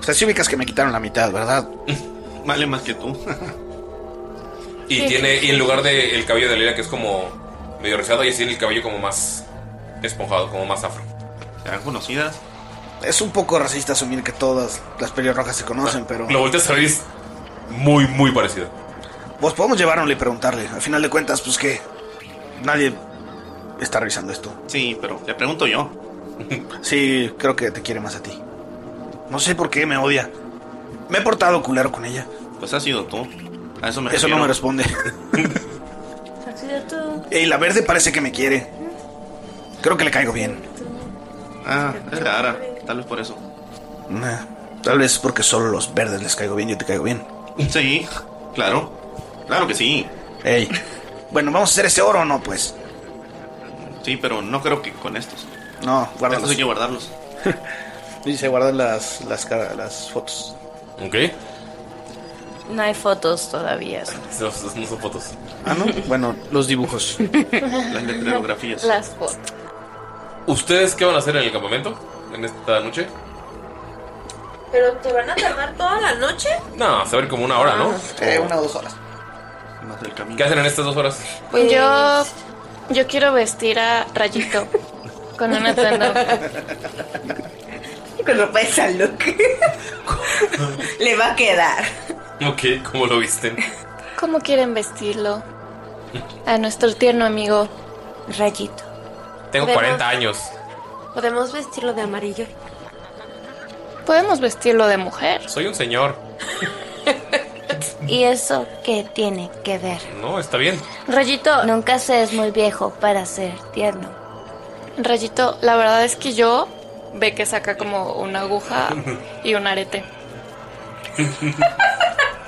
O sea, sí ubicas que me quitaron la mitad, ¿verdad?
(laughs) Vale más que tú. (laughs)
Y tiene, y en lugar de el cabello de Dalila que es como medio rizado, y tiene el cabello como más esponjado, como más afro.
¿Serán conocidas?
Es un poco racista asumir que todas las pelirrojas se conocen, pero.
Lo volteas a ver y es muy, muy parecido.
Pues podemos llevárnosle y preguntarle. Al final de cuentas, pues que. Nadie está
(laughs)
revisando esto.
Sí, pero le pregunto yo.
Sí, creo que te quiere más a ti. No sé por qué me odia. Me he portado culero con ella.
Pues ha sido tú. A eso me
Eso no me
refiero. (laughs)
responde. Y la verde parece que me quiere. Creo que le caigo bien.
Ah, es rara. Tal vez por eso.
Nah, Tal vez porque solo los verdes les caigo bien, yo te caigo bien.
Sí, claro. Claro que sí.
Ey. Bueno, ¿vamos a hacer ese oro o no, pues?
Sí, pero no creo que con estos.
No,
Estos
guárdalos.
hay que guardarlos.
Y se guardan las, las, cara- las fotos.
Ok.
No hay fotos todavía.
No, no son fotos.
Ah, no. Bueno, los dibujos.
Las
(laughs)
metrografías.
Las fotos.
¿Ustedes qué van a hacer en el campamento? ¿En esta noche?
¿Pero te van a tardar toda la noche?
No, se va a ver como una hora, ¿no?
Eh, una o dos horas.
¿Qué hacen en estas dos horas? (laughs)
Yo,
Pues,
yo quiero vestir a Rayito con una tanda.
Con ropa de San Luke. (laughs) Le va a quedar.
Ok, ¿cómo lo visten?
¿Cómo quieren vestirlo? A nuestro tierno amigo Rayito.
Tengo
Vemos.
40 años.
Podemos vestirlo de amarillo.
Podemos vestirlo de mujer.
Soy un señor.
¿Y eso qué tiene que ver?
No, está bien.
Rayito. Nunca se es muy viejo para ser tierno.
Rayito, la verdad es que yo ve que saca como una aguja y un arete.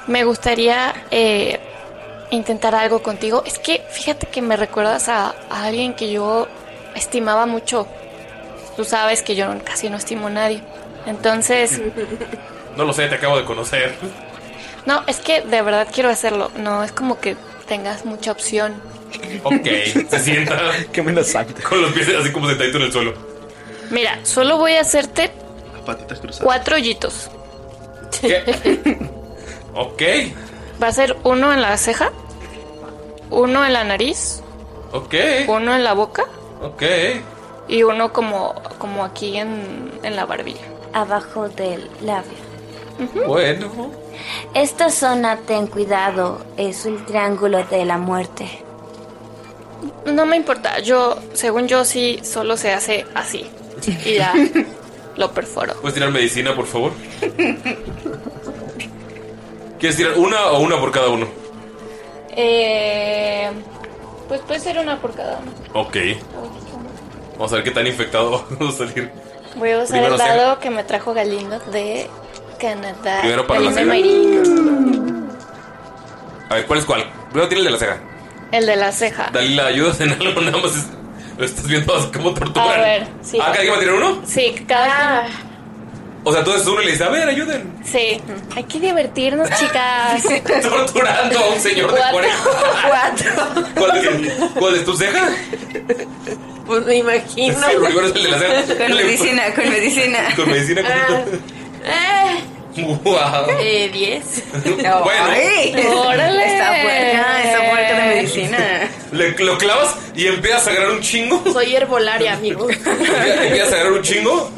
Me gustaría eh, intentar algo contigo. Es que fíjate que me recuerdas a, a alguien que yo estimaba mucho. Tú sabes que yo casi no estimo a nadie. Entonces,
No lo sé, te acabo de conocer.
no, es que de verdad quiero hacerlo. No es como que tengas mucha opción.
Ok,
(laughs)
se sienta.
Qué amenazante.
Con los pies así como sentadito en el suelo.
Mira, solo voy a hacerte
Patitas cruzadas.
cuatro hoyitos.
Ok,
(laughs) Va a ser uno en la ceja, uno en la nariz,
ok,
uno en la boca
ok.
y uno como, como aquí en, en la barbilla.
Abajo del labio.
Bueno.
Esta zona, ten cuidado, es el triángulo de la muerte.
No me importa, yo, según yo, sí, solo se hace así. Y (laughs) ya lo perforo.
¿Puedes tirar medicina, por favor? ¿Quieres tirar una o una por cada uno?
Eh, pues puede ser una por cada uno.
Ok. Vamos a ver qué tan infectado (laughs) vamos a salir.
Voy a usar
Primero
el
ceja.
dado que me trajo Galindo de Canadá.
Primero para la
Galindo
ceja.
Marín.
A ver, ¿cuál es cuál? Primero tira el de la ceja.
El de la ceja.
Dalila, ayudas en algo, (laughs) nada más es- lo estás viendo así como
A
tortuga.
ver, sí.
¿Ah, cada quien va a tirar uno?
Sí, cada quien.
O sea, entonces uno le dice, a ver, ayuden.
Sí, hay que divertirnos,
(laughs)
chicas.
Torturando a un señor de
(laughs)
40.
Cuatro.
¿Cuál es, cuál es tu ceja?
Pues me imagino.
Sí, el primero es el de la ceja.
Con medicina, con medicina.
(laughs) Con medicina, con-
Ah.
(laughs) Ah. Guau.
Eh, diez.
Bueno.
¡Órale!
Está puerca, está puerca de medicina.
Le, lo clavas y empiezas a agarrar un chingo.
Soy herbolaria, amigo.
Empiezas (laughs) a agarrar un chingo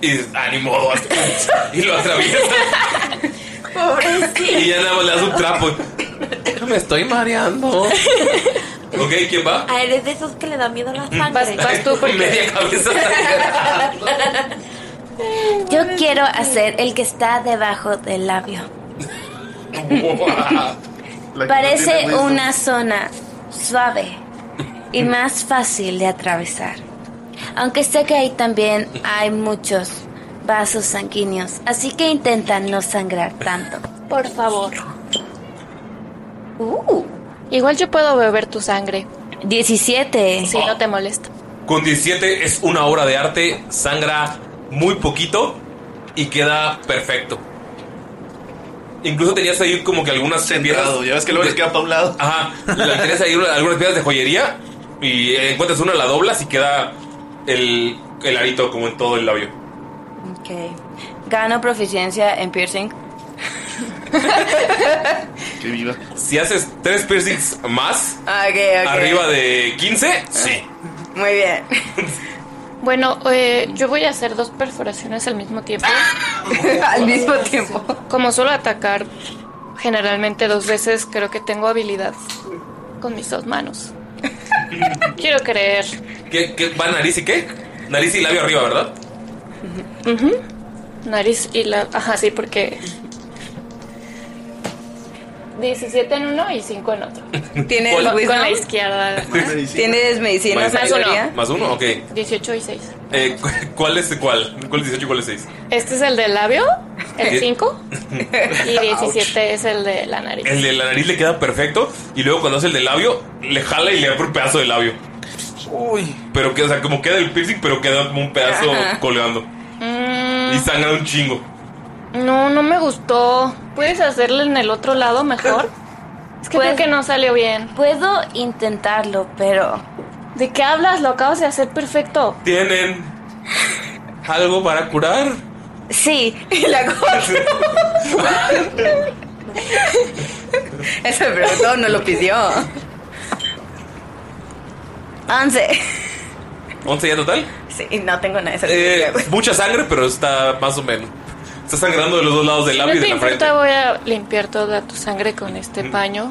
y ah, ni modo. (laughs) hasta- Y lo atraviesas. Y ya nada más le das un trapo. Me estoy mareando. Ok, ¿quién va?
Ah, eres de esos que le da miedo a la sangre.
Media cabeza.
Yo quiero hacer el que está debajo del labio.
Pues
Parece
(laughs)
(laughs)
una zona suave y más fácil de atravesar. Aunque sé que ahí también hay muchos vasos sanguíneos, así que intenta no sangrar tanto.
Por favor. Igual yo puedo beber tu sangre.
17.
Si no te molesta.
Con 17 es una obra de arte, sangra muy poquito y queda perfecto. Incluso tenías ahí como que algunas piezas.
ya ves que luego les queda para un lado.
Ajá. la- Tenías ahí una- algunas piezas de joyería y eh, encuentras una, la doblas y queda el, el arito como en todo el labio.
Ok. Gano proficiencia en piercing.
Que viva.
Si haces tres piercings más,
Ok, ok.
arriba de 15, sí.
Muy bien.
Bueno, eh, yo voy a hacer dos perforaciones al mismo tiempo.
(laughs) Al mismo tiempo.
Como suelo atacar generalmente dos veces, creo que tengo habilidad con mis dos
(laughs)
manos. Quiero creer.
¿Qué, qué, va nariz y qué? Nariz y labio arriba, ¿verdad?
Ujú. Nariz y la... Ajá, sí, porque... 17 en uno y 5 en otro.
¿Tienes
Con-
wisdom?
con la izquierda. además.
¿Tienes medicina?
Más-
sabiduría?
Más uno, ok.
18 y 6.
Eh, (laughs) cu- ¿Cuál es cuál? ¿Cuál es 18 y cuál es 6?
Este es el del labio, el
Die- (laughs)
5. Y 17 es el de la nariz.
El de la nariz le queda perfecto y luego cuando hace el de labio, le jala y le da por un pedazo de labio.
Uy.
Pero que, o sea, como queda el piercing, pero queda como un pedazo
Ajá.
colgando.
Mm,
Y sangra un chingo.
no, no me gustó. ¿Puedes hacerle en el otro lado mejor? Es que creo que no salió bien.
Puedo intentarlo, pero...
¿De qué hablas? Lo acabas de hacer perfecto.
¿Tienen algo para curar?
Sí.
la Ese preguntó, no lo pidió. Once.
11 ya total.
Sí, no tengo nada de
Eh,
sabiduría.
mucha sangre, pero está más o menos. Está sangrando de los dos lados del
No
labio y
te
de la frente. Mm.
importa, voy a limpiar toda tu sangre con este
(laughs)
paño.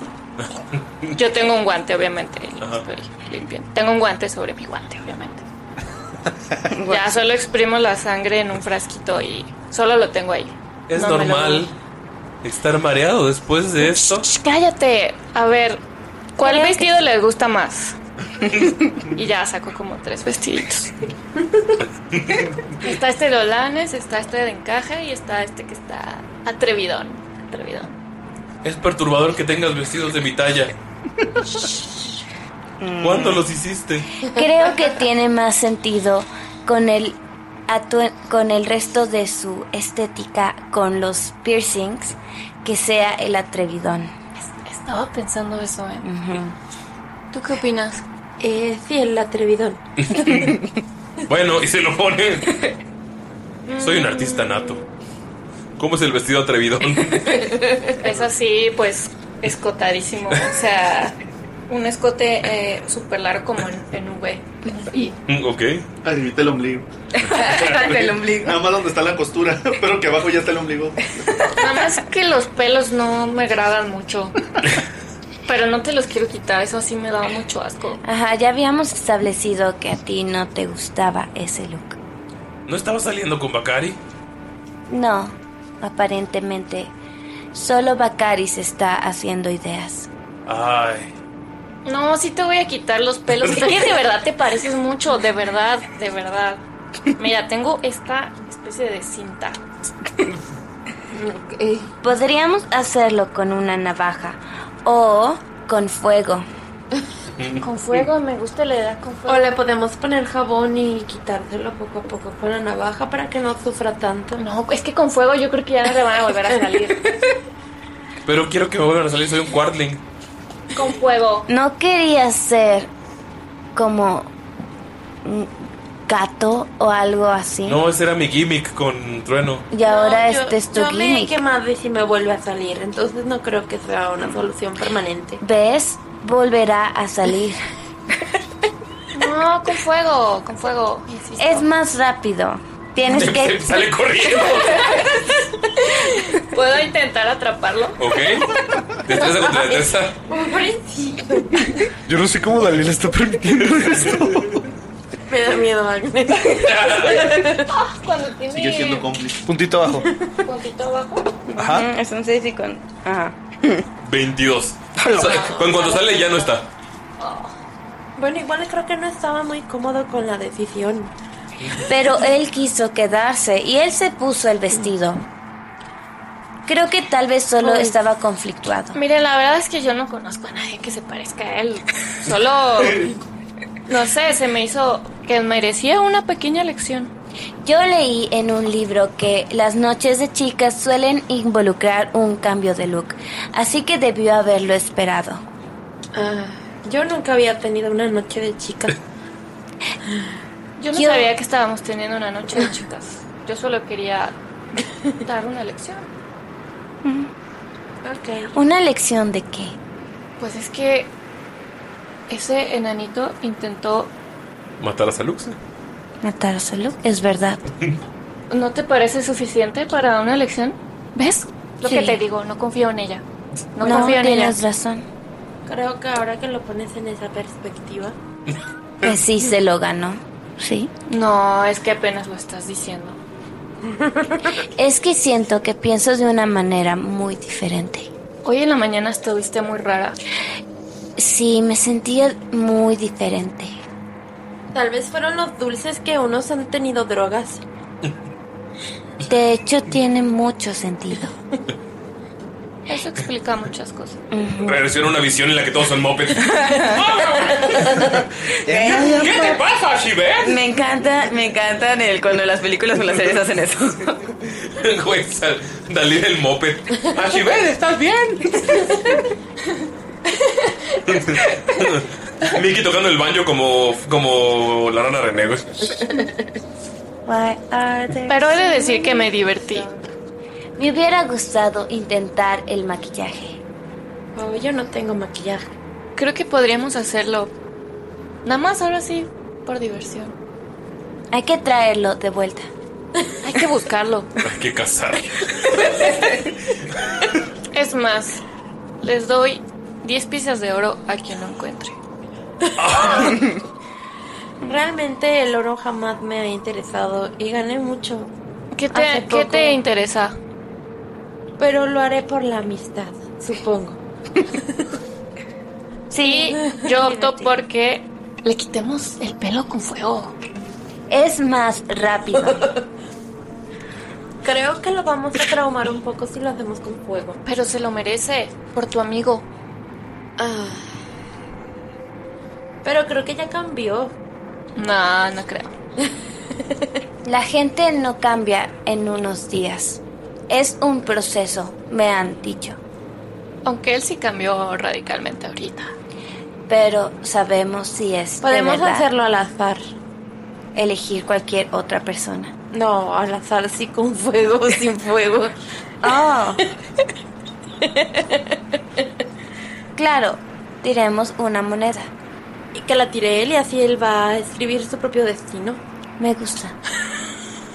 Yo tengo un guante, obviamente. y lo
Ajá.
estoy limpiando. Tengo un guante sobre mi guante,
(laughs)
obviamente. ya solo exprimo la sangre en un frasquito y solo lo tengo ahí.
Es
No me lo-
normal estar mareado después de esto.
Cállate. A ver, ¿cuál vestido les gusta más? (laughs) y ya saco como tres vestiditos. está este de Olanes, está este de encaje y está este que está atrevidón. Atrevidón.
Es perturbador que tengas vestidos de mi talla.
Mm.
¿Cuándo los hiciste?
Creo que tiene más sentido con el atue- con el resto de su estética con los piercings que sea el atrevidón.
Estaba pensando eso, ¿eh?
¿Tú qué opinas? Eh, sí, el atrevidón.
Bueno, y se lo pone.
(laughs)
Soy un artista nato. ¿Cómo es el vestido atrevido?
(laughs)
(laughs)
Es así, pues, escotadísimo. O sea, un escote eh, súper largo como en, en V. Y
Mm,
ok.
Arribita el ombligo.
(laughs) El ombligo.
Nada más donde está la costura, (laughs) pero que abajo ya está el ombligo.
nada más que los pelos no me agradan mucho. Pero no te los quiero quitar, eso sí me daba mucho asco.
Ajá, Ah, ya habíamos establecido que a ti no te gustaba ese look.
¿No estaba saliendo con Bakari?
No, aparentemente solo Bacari se está haciendo ideas.
Ay.
No, sí te voy a quitar los pelos. Es que de verdad te pareces mucho, de verdad, de verdad. Mira, tengo esta especie de cinta.
Podríamos hacerlo con una navaja o con fuego.
(laughs) Con fuego, me gusta la edad con fuego.
O le podemos poner jabón y quitárselo poco a poco con la navaja para que no sufra tanto.
No, es que con fuego yo creo que ya no le van a volver a salir.
Pero quiero que me vuelvan a salir, soy un quartling.
Con fuego.
No quería ser como un gato o algo así.
No, ese era mi gimmick con Trueno.
Y ahora
yo-
este es tu
yo me he
gimmick.
quemado y si me vuelve a salir, entonces no creo que sea una solución permanente.
¿Ves? Volverá a salir.
(laughs) No, con fuego, con fuego.
Es más rápido. Tienes que...
(laughs) Sale corriendo.
¿Puedo intentar atraparlo?
Ok. Destreza contra destreza.
Pobrecito.
Yo no sé cómo Dalila está permitiendo esto.
Me da miedo, (laughs) Agnes.
Cuando tiene
cómplice.
Puntito abajo.
puntito abajo.
Ajá.
Mm, Es un 6 y con. Ajá.
(laughs)
22. Sa- En cuanto sale ya no está.
Bueno, igual creo que no estaba muy cómodo con la decisión.
Pero él quiso quedarse y él se puso el vestido. Creo que tal vez solo
Ay.
estaba conflictuado.
Mire, la verdad es que yo no conozco a nadie que se parezca a él.
Eh,
Solo, no sé, se me hizo que merecía una pequeña lección.
Yo leí en un libro que las noches de chicas suelen involucrar un cambio de look, así que debió haberlo esperado.
Ah, yo nunca había tenido una noche
(laughs)
de chicas.
Yo no
Yo-
sabía que estábamos teniendo una noche de chicas. Yo solo quería dar una lección. Ok.
¿Una lección de qué?
Pues es que ese enanito intentó...
¿Matar a Saluxa?
Matar a Saluk, es verdad.
¿No te parece suficiente para una lección? ¿Ves? Lo que
Sí.
te digo, no confío en ella. No,
No,
confío en ella.
tienes razón.
Creo que ahora que lo pones en esa perspectiva.
Pues sí, se lo ganó.
(laughs)
Sí.
No, es que apenas lo estás diciendo.
Es que siento que pienso de una manera muy diferente.
Hoy en la mañana estuviste muy rara.
Sí, me sentía muy diferente.
Tal vez fueron los dulces que unos han tenido drogas.
De hecho, tiene mucho sentido.
Eso explica muchas cosas.
Regresó en una visión en la que todos son moped.
¿Qué
te pasa, Shiver?
Me encanta, me encantan el, cuando las películas o las series hacen eso.
(laughs) Güey, sal- Dalí del moped. Ashibet, ¿estás bien? Mickey tocando el baño como, como la rana René, güey.
Pero he de decir que me divertí.
Me hubiera gustado intentar el maquillaje.
Oh, yo no tengo maquillaje.
Creo que podríamos hacerlo. Nada más ahora sí, por diversión.
Hay que traerlo de vuelta.
(laughs) Hay que buscarlo.
Hay que cazar.
Es más, les doy 10 piezas de oro a quien lo encuentre.
Realmente el oro jamás me ha interesado y gané mucho.
¿Qué te- qué te interesa?
Pero lo haré por la amistad, supongo.
Sí,
(laughs)
yo opto porque le quitemos el pelo con fuego.
Es más rápido.
(laughs) Creo que lo vamos a traumar un poco si lo hacemos con fuego.
Pero se lo merece, por tu amigo.
Ah. Pero creo que ya cambió.
No, no creo. (laughs)
La gente no cambia en unos días. Es un proceso, me han dicho.
Aunque él sí cambió radicalmente ahorita. (laughs)
Pero sabemos si es.
Podemos hacerlo
al azar. Elegir cualquier otra persona.
No, al azar sí con fuego (laughs) o sin fuego. (laughs)
Oh. claro, tiremos una moneda.
Y que la tire él y así él va a escribir su propio destino.
Me
(laughs)
gusta.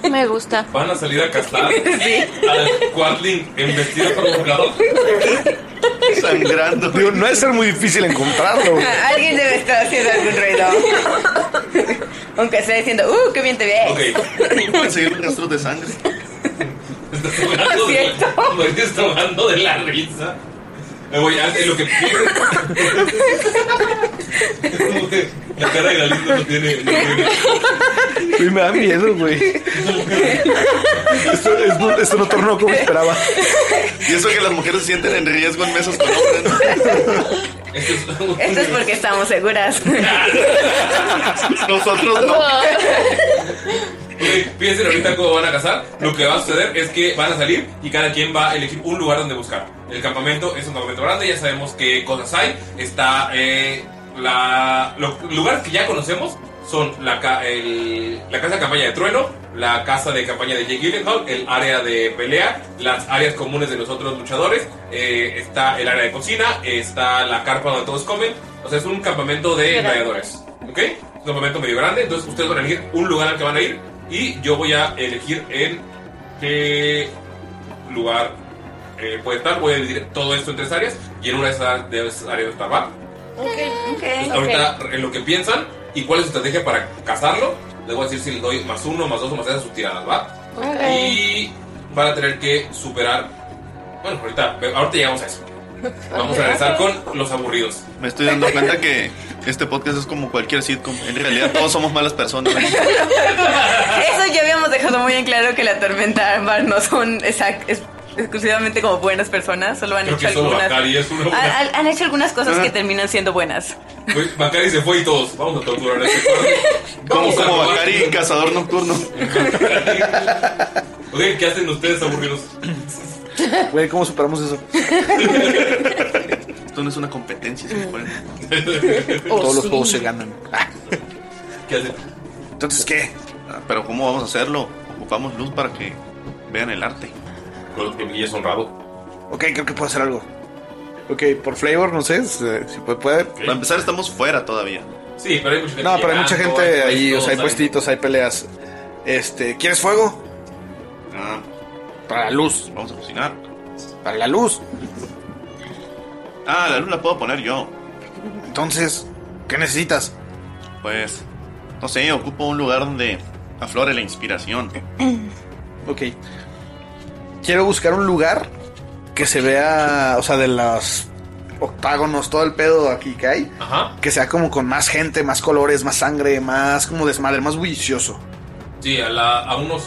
Me gusta.
Van a salir a cazar al Quartling embestido por los lados. (laughs)
Sangrando.
Digo, no debe ser muy difícil
Oh.
encontrarlo.
Alguien debe estar haciendo algún ruido. Aunque esté diciendo, ¡uh, qué bien te ves!
Conseguir rastros de sangre.
Lo estoy estrogando de la risa. Me voy a hacer lo que La cara de Galindo no tiene. no tiene-
Güey, me da miedo, güey. Esto, esto- esto no tornó como esperaba.
Y eso que las mujeres se sienten en riesgo en mesas con hombres.
Esto es porque estamos seguras.
Nosotros
Ok, piensen ahorita cómo van a cazar. Lo que va a suceder es que van a salir y cada quien va a elegir un lugar donde buscar. El campamento es un campamento grande, ya sabemos qué cosas hay. Está eh, la. Los lugares que ya conocemos son la, ca- el- la casa de campaña de Trueno, la casa de campaña de Jake Gyllenhaal, el área de pelea, las áreas comunes de los otros luchadores, eh, está el área de cocina, está la carpa donde todos comen. O sea, es un campamento de
Grande.
gladiadores. ¿Ok? Es un campamento medio grande, entonces ustedes van a elegir un lugar al que van a ir y yo voy a elegir en qué lugar eh, puede estar. Voy a dividir todo esto en tres áreas y en una de esas, de esas áreas está Bar.
Ok, ok.
Ahorita en lo que piensan y cuál es su estrategia para cazarlo, les voy a decir si les doy más uno, más dos o más tres a sus tiradas, ¿va? Y van a tener que superar. Bueno, ahorita, ahorita llegamos a eso. Vamos a regresar con los aburridos.
Me estoy dando cuenta que este podcast es como cualquier sitcom. En realidad todos somos malas
(laughs)
personas.
Eso ya habíamos dejado muy en claro que la tormenta Ámbar no son exac- es- exclusivamente como buenas personas, solo han
Creo que
hecho
eso
algunas.
Bacari es una
Han, han- han hecho algunas cosas
Ajá.
que terminan siendo buenas.
Pues, Bacari se fue y todos. Vamos a torturar a este
(laughs)
Como, como Bacari, cazador nocturno.
Ok, ¿qué hacen ustedes aburridos?
Güey, ¿cómo superamos eso?
Esto no es una competencia, se pueden.
(laughs)
Oh,
Todos los
sí.
juegos se ganan.
¿Qué hacen?
Entonces, ¿qué? Ah, Pero ¿cómo vamos a hacerlo? Ocupamos luz para que vean el arte.
Con los es honrado.
Ok, creo que puedo hacer algo. Ok, por flavor, no sé se- si puede. puede.
Para empezar, estamos fuera todavía.
Sí, pero hay mucha gente.
No, pero hay mucha
llegando,
gente
hay
ahí, o sea, hay
puestos,
puestitos, hay peleas. Este, ¿quieres fuego? Para la luz.
Vamos a cocinar.
Para la luz.
Ah, la luz la puedo poner yo.
Entonces, ¿qué necesitas?
Pues, no sé, ocupo un lugar donde aflore la inspiración.
Ok. Quiero buscar un lugar que se vea, o sea, de los octágonos, todo el pedo aquí que hay.
Ajá.
Que sea como con más gente, más colores, más sangre, más como desmadre, más bullicioso.
Sí, a, la- a unos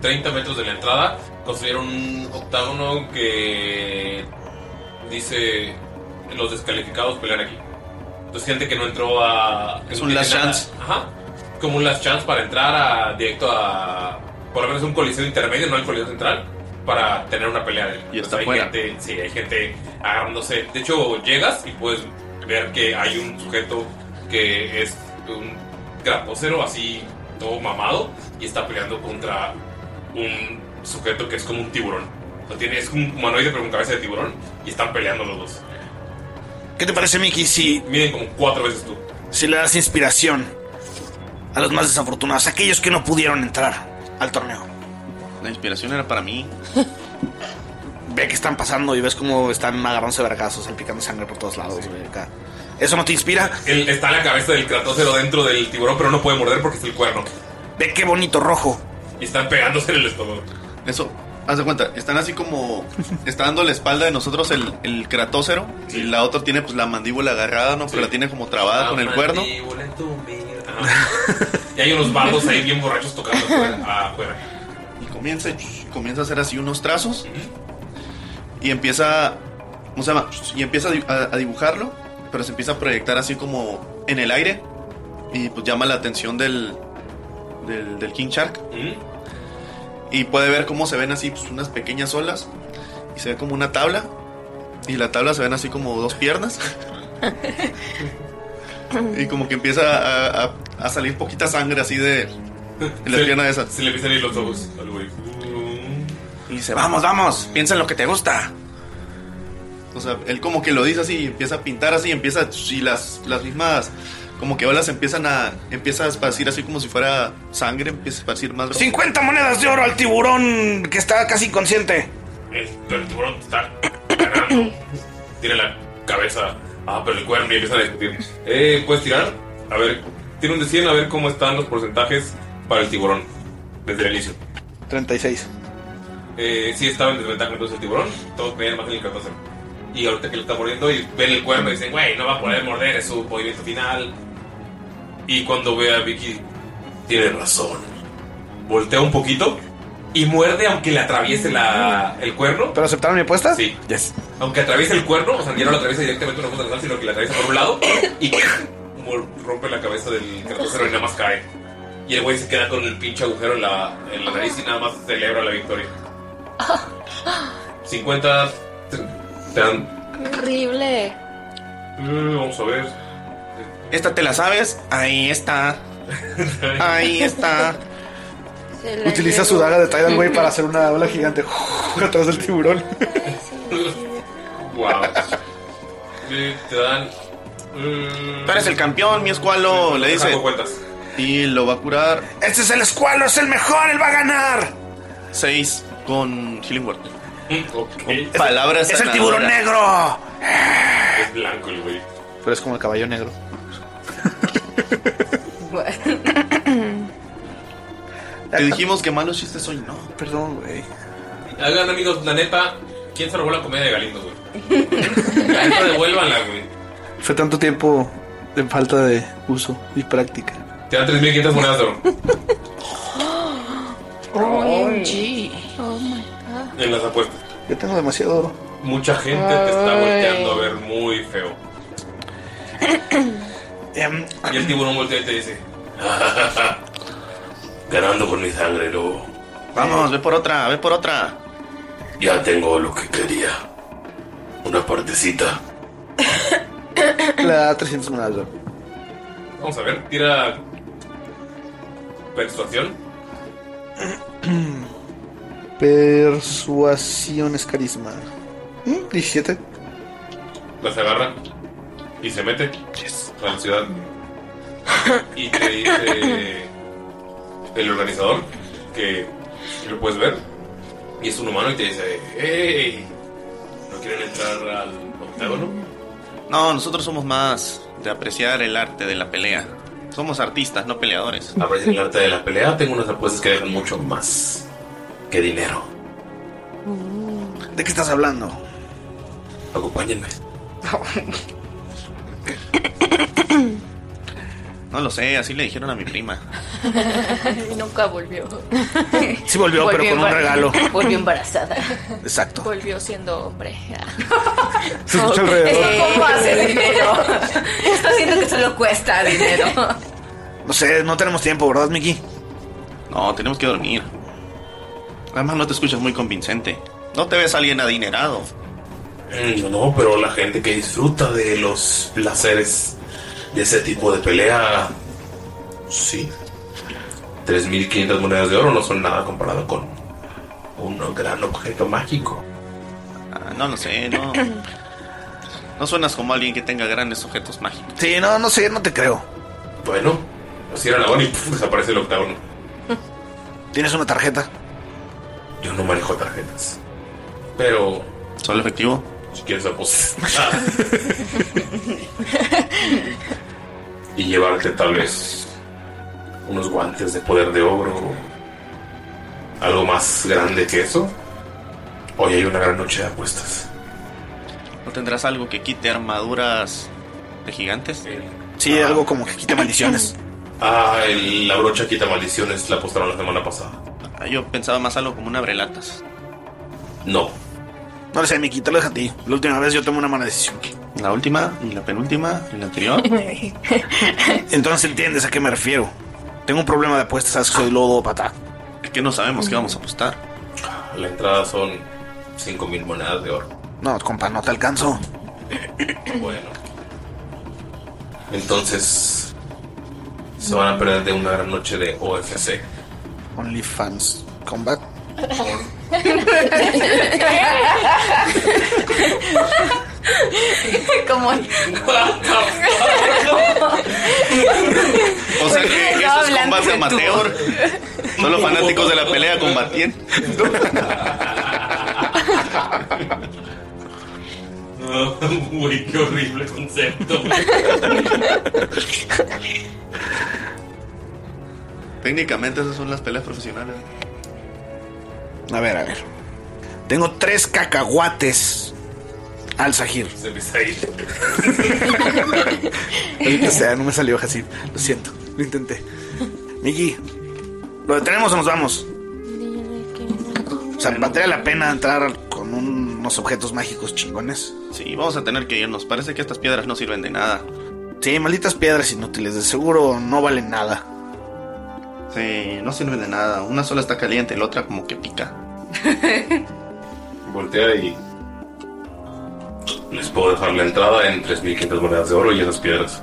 30 metros de la entrada construyeron un octágono que dice los descalificados pelean aquí. Entonces gente que no entró a... que
Es
no
un
tiene
last
nada.
chance.
Ajá. Como un last chance para entrar a, directo a... Por lo menos un coliseo intermedio, no al coliseo central, para tener una pelea. Y
está
hay
fuera.
gente, Sí, hay gente agarrándose. De hecho, llegas y puedes ver que hay un sujeto que es un graposero así, todo mamado, y está peleando contra un sujeto que es como un tiburón. Lo tiene, es un humanoide pero con cabeza de tiburón y están peleando los dos.
¿Qué te parece, Mickey, si...
Miden como cuatro veces tú.
Si le das inspiración a los más desafortunados, a aquellos que no pudieron entrar al torneo.
La inspiración era para mí.
Ve que están pasando y ves cómo están agarrándose vergazos, salpicando sangre por todos lados. güey, acá. ¿Eso no te inspira?
Él está la cabeza del cratócero dentro del tiburón pero no puede morder porque es el cuerno.
Ve qué bonito rojo.
Y están pegándose en el estómago.
Eso, haz de cuenta, están así como. Está dando la espalda de nosotros el, el cratócero. Y la otra tiene pues la mandíbula agarrada, ¿no? Pero la tiene como trabada
Ah,
con el cuerno.
Mandíbula en tu vida. Ajá. Y hay unos bardos ahí bien borrachos
(laughs)
tocando afuera. afuera.
Y comienza, comienza a hacer así unos trazos. Y empieza. ¿Cómo se llama? Y empieza a di- a, a dibujarlo. Pero se empieza a proyectar así como en el aire. Y pues llama la atención del. del, del King Shark. Y puede ver cómo se ven así pues, unas pequeñas olas. Y se ve como una tabla. Y la tabla se ven así como dos piernas. y como que empieza a, a- a salir poquita sangre así de, de la pierna esa.
Se le empiezan a ir los ojos al güey.
Y dice, vamos, vamos, piensa en lo que te gusta. O sea, él como que lo dice así, y empieza a pintar así, empieza, y las, las mismas, como que olas empiezan a, empieza a esparcir así como si fuera sangre, empieza a esparcir más.
50 monedas de oro al tiburón que está casi inconsciente.
El, el tiburón está ganando. Tiene la cabeza. Ah, pero el cuerno y empiezan a discutir. Eh, ¿Puedes tirar? A ver, tiene un de 100 a ver cómo están los porcentajes para el tiburón desde el inicio.
36.
Eh, sí estaba en desventaja entonces el tiburón, todos venían más en el 14. Y ahorita que lo está mordiendo y ven el cuerno y dicen, güey, no va a poder morder, es su movimiento final. Y cuando ve a Vicky, tiene razón. Voltea un poquito y muerde aunque le atraviese la, el cuerno.
¿Pero aceptaron mi apuesta?
Sí. Aunque atraviese el cuerno, o sea, ya no lo atraviesa directamente una cosa nasal, sino que la atraviesa por un lado y mor- rompe la cabeza del cartocero y nada más cae. Y el güey se queda con el pinche agujero en la, en la nariz y nada más celebra la victoria. 50. te- te dan-
Horrible.
Mm, vamos a ver.
Esta te la sabes, ahí está. Ahí está.
Utiliza su daga de Tidal Way para hacer una ola gigante (laughs) atrás del tiburón. (laughs)
Wow. te dan. Tú
eres el campeón, mi escualo, le dice.
Saco cuentas.
Y lo va a curar
Este es el escualo, es el mejor, él va a ganar.
6 con Healing Word. Con
Es-
palabras
Es el tiburón
sanadoras.
negro.
Es blanco el güey.
Pero es como el caballo negro.
Te dijimos que malos chistes hoy, no.
Perdón, güey.
Hagan amigos, la neta, ¿quién se robó la comida de Galindo, güey? La neta, devuélvanla, güey.
Fue tanto tiempo en falta de uso y práctica.
Te dan 3.500 monedas de oro.
OMG. Oh my god.
En las apuestas.
Yo tengo demasiado oro.
Mucha gente te está
Ay.
volteando a ver muy feo. Y el tiburón voltea y te dice: (laughs) Ganando con mi sangre, lobo.
Vamos, ve por otra, ve por otra.
Ya tengo lo que quería. Una partecita.
Le da 300 monedas de oro.
Vamos a ver, tira. Persuasión.
(clears throat) Persuasión es carisma. Mm, 17.
Las agarra y se mete a
(laughs)
la ciudad. Y te dice el organizador que que lo puedes ver. Y es un humano y te dice: ¡Hey! ¿No quieren entrar al octágono?
No, nosotros somos más de apreciar el arte de la pelea. Somos artistas, no peleadores.
Aprecian el arte de la pelea. Tengo unas apuestas que dejan mucho más que dinero.
¿De qué estás hablando?
Acompáñenme.
No lo sé, así le dijeron a mi prima.
y nunca volvió.
Sí volvió, pero con un
embar-
regalo. (laughs)
Volvió embarazada.
Exacto.
Volvió siendo hombre.
Se escucha
Eh,
alrededor.
¿Cómo
Ah,
hace dinero?
Está haciendo que solo cuesta dinero.
No sé, no tenemos tiempo, ¿verdad, Mickey?
No, tenemos que dormir. Además, no te escuchas muy convincente. No te ves alguien adinerado.
Mm, No, pero la gente que disfruta de los placeres de ese tipo de pelea, sí. 3.500 monedas de oro no son nada comparado con un gran objeto mágico.
Ah, no lo sé, no. No suenas como alguien que tenga grandes objetos mágicos.
Sí, no, no sé, no te creo.
Bueno, así era la hora y (laughs) puf, desaparece el octágono.
¿Tienes una tarjeta?
Yo no manejo tarjetas. Pero...
¿Solo efectivo?
Si quieres pues, apostas. (laughs) y llevarte tal vez unos guantes de poder de ogro o algo más grande que eso. Hoy hay una gran noche de apuestas.
¿No tendrás algo que quite armaduras de gigantes?
Eh,
Ah.
Sí, algo como que quite maldiciones.
(clears throat) Ah, el- la brocha quita maldiciones, pues la apostaron la semana pasada.
Ah, Yo pensaba más algo como una brelatas.
No.
No le sé, Mickey, te lo dejo a ti. La última vez yo tomé una mala decisión.
La última, y la penúltima, y la anterior.
(laughs) Entonces entiendes a qué me refiero. Tengo un problema de apuestas, sabes que soy lodo pata.
Es que no sabemos qué vamos a apostar.
La entrada son 5000 monedas
(clears throat)
de oro.
No, compa, no te alcanzo.
Bueno. Entonces se van a perder de una gran noche de OFC.
OnlyFans Combat.
(laughs) Como.
O sea que eso es
Estaba hablando
combate
de tu-
amateur. Solo fanáticos de la pelea combatían.
(laughs) Uy, qué horrible concepto.
Técnicamente esas son las peleas profesionales.
A ver, a ver. Tengo tres cacahuates al Sahir.
Se empieza a ir.
(laughs) Ahorita sea, no me salió así. Lo siento, lo intenté. Miki, ¿lo detenemos o nos vamos? O sea, ¿valdría la pena entrar con un- unos objetos mágicos chingones?
Sí, vamos a tener que irnos. Parece que estas piedras no sirven de nada.
Sí, malditas piedras inútiles, de seguro no valen nada.
Sí, no sirven de nada. Una sola está caliente, la otra como que pica.
Voltea y. Les puedo dejar la entrada en 3.500 monedas de oro y esas piedras.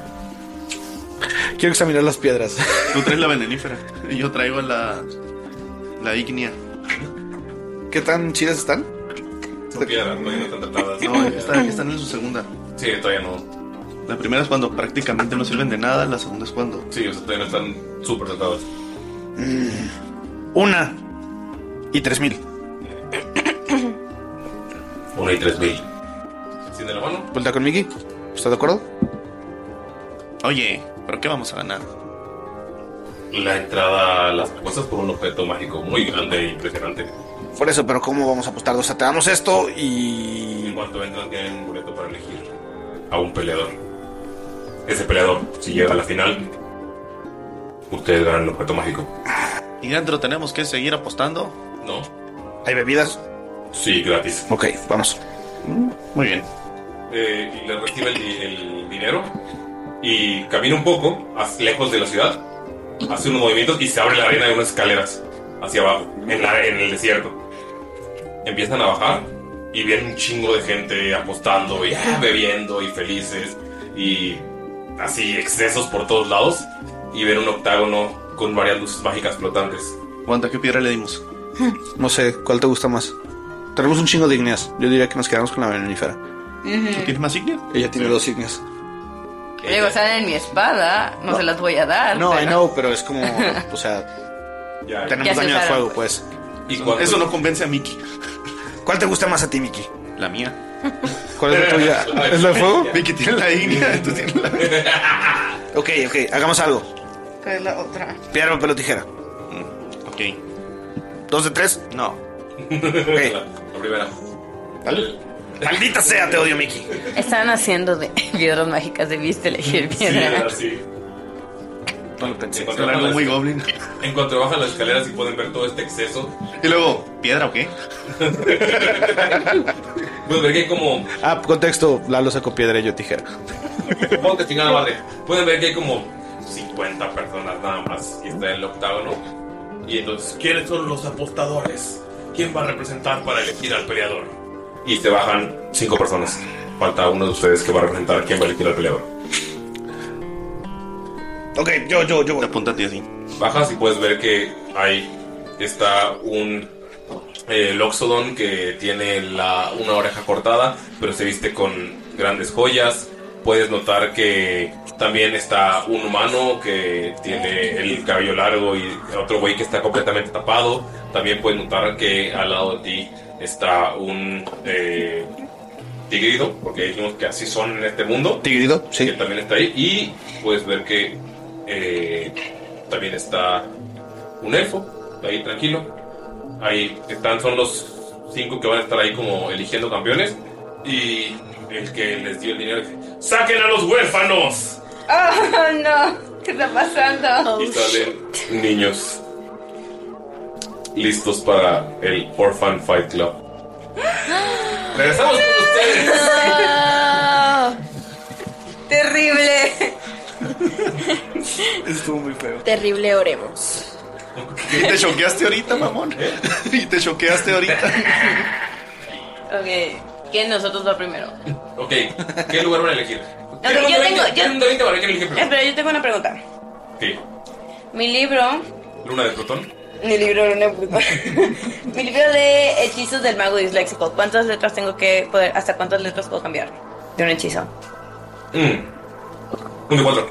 Quiero examinar las piedras.
Tú traes la venenífera y yo traigo la. la ignia.
¿Qué tan chidas están?
Son piedras, no hay tantas tratadas.
No, esta- están en su segunda.
Sí, todavía no.
La primera es cuando prácticamente no sirven de nada, la segunda es cuando.
Sí, o sea, todavía no están súper tratadas.
Una y tres mil.
Una y 3.000. ¿Siente la mano?
¿Vuelta con Miki? ¿Estás de acuerdo?
Oye, ¿pero qué vamos a ganar?
La entrada a las apuestas por un objeto mágico muy grande e impresionante.
Por eso, pero ¿cómo vamos a apostar? O sea, te damos esto y.
Y en cuanto entran, tienen un boleto para elegir a un peleador. Ese peleador, si llega a la final, ustedes ganan el objeto mágico.
¿Y dentro tenemos que seguir apostando?
No.
¿Hay bebidas?
Sí, gratis.
Ok, vamos.
Muy bien.
Eh, y le recibe el, di- el dinero y camina un poco, hacia- lejos de la ciudad, hace unos movimientos y se abre la arena de unas escaleras hacia abajo, en, la- en el desierto. Empiezan a bajar y viene un chingo de gente apostando y ah, bebiendo y felices y así excesos por todos lados y ven un octágono con varias luces mágicas flotantes.
¿Cuánta qué piedra le dimos?
Hmm. No sé, ¿cuál te gusta más? Tenemos un chingo de igneas. Yo diría que nos quedamos con la venenífera.
¿Tienes más igneas?
Ella tiene dos igneas.
Luego salen en mi espada, no, se las voy a dar.
No, I
pero-
know, pero es
(laughs)
como, o sea,
Ya
tenemos
se
daño de
usaron,
fuego, pues.
cuánto-
Eso no convence a Mickey.
¿Cuál te gusta más a ti, Mickey?
La mía.
(laughs) ¿Cuál
(laughs)
es la tuya?
¿Es la de fuego?
Mickey tiene la ignea, tú tienes la... (laughs) ok, ok, hagamos algo.
¿Cuál es la otra?
Piedra, papel o tijera.
Ok.
¿Dos de tres? Mm, No. Ok.
La primera.
Maldita sea, te odio, Mickey.
Estaban haciendo
(laughs)
de piedras mágicas, debiste elegir piedra.
No lo pensé.
Era algo muy goblin. En cuanto bajan las escaleras y pueden ver todo este exceso.
Y luego, ¿piedra o qué?
(laughs) Pueden ver que hay como.
Ah, contexto, Lalo sacó piedra y yo tijera.
Ponte chingada madre. Pueden ver que hay como 50 personas nada más. Y está el octágono. Y entonces, ¿quiénes son los apostadores? ¿Quién va a representar para elegir al peleador? Y te bajan cinco personas. Falta uno de ustedes que va a representar quién va a elegir al peleador.
Ok, yo, yo, yo.
Apunta a ti así.
Bajas y puedes ver que ahí está un eh, Loxodon que tiene la, una oreja cortada, pero se viste con grandes joyas. Puedes notar que también está un humano que tiene el cabello largo y otro güey que está completamente tapado. También puedes notar que al lado de ti está un eh, tigrido, porque dijimos que así son en este mundo.
Tigrido, sí.
Que también está ahí. Y puedes ver que eh, también está un elfo, ahí tranquilo. Ahí están, son los cinco que van a estar ahí como eligiendo campeones. Y el que les dio el dinero dice, ¡Saquen a los huérfanos!
Oh, no. ¿Qué está pasando?
Y
(laughs)
salen niños listos para el Orphan
(gasps)
Fight Club. Regresamos con ustedes.
(laughs)
(laughs)
Terrible.
Estuvo muy feo.
Terrible, oremos.
¿Y te choqueaste ahorita, mamón? ¿Y te choqueaste ahorita?
Ok, ¿quién de nosotros va primero?
Ok, ¿qué lugar van a elegir?
Ok, yo tengo.
¿Quién de 20 para ver quién elige primero?
Espera, Eh, yo tengo una pregunta.
Sí,
Mi libro.
Luna de Plutón.
Mi libro, no, no. (laughs) mi libro de hechizos del mago disléxico. ¿Cuántas letras tengo que poder, hasta cuántas letras puedo cambiar? De un hechizo.
Mm. Un de cuatro.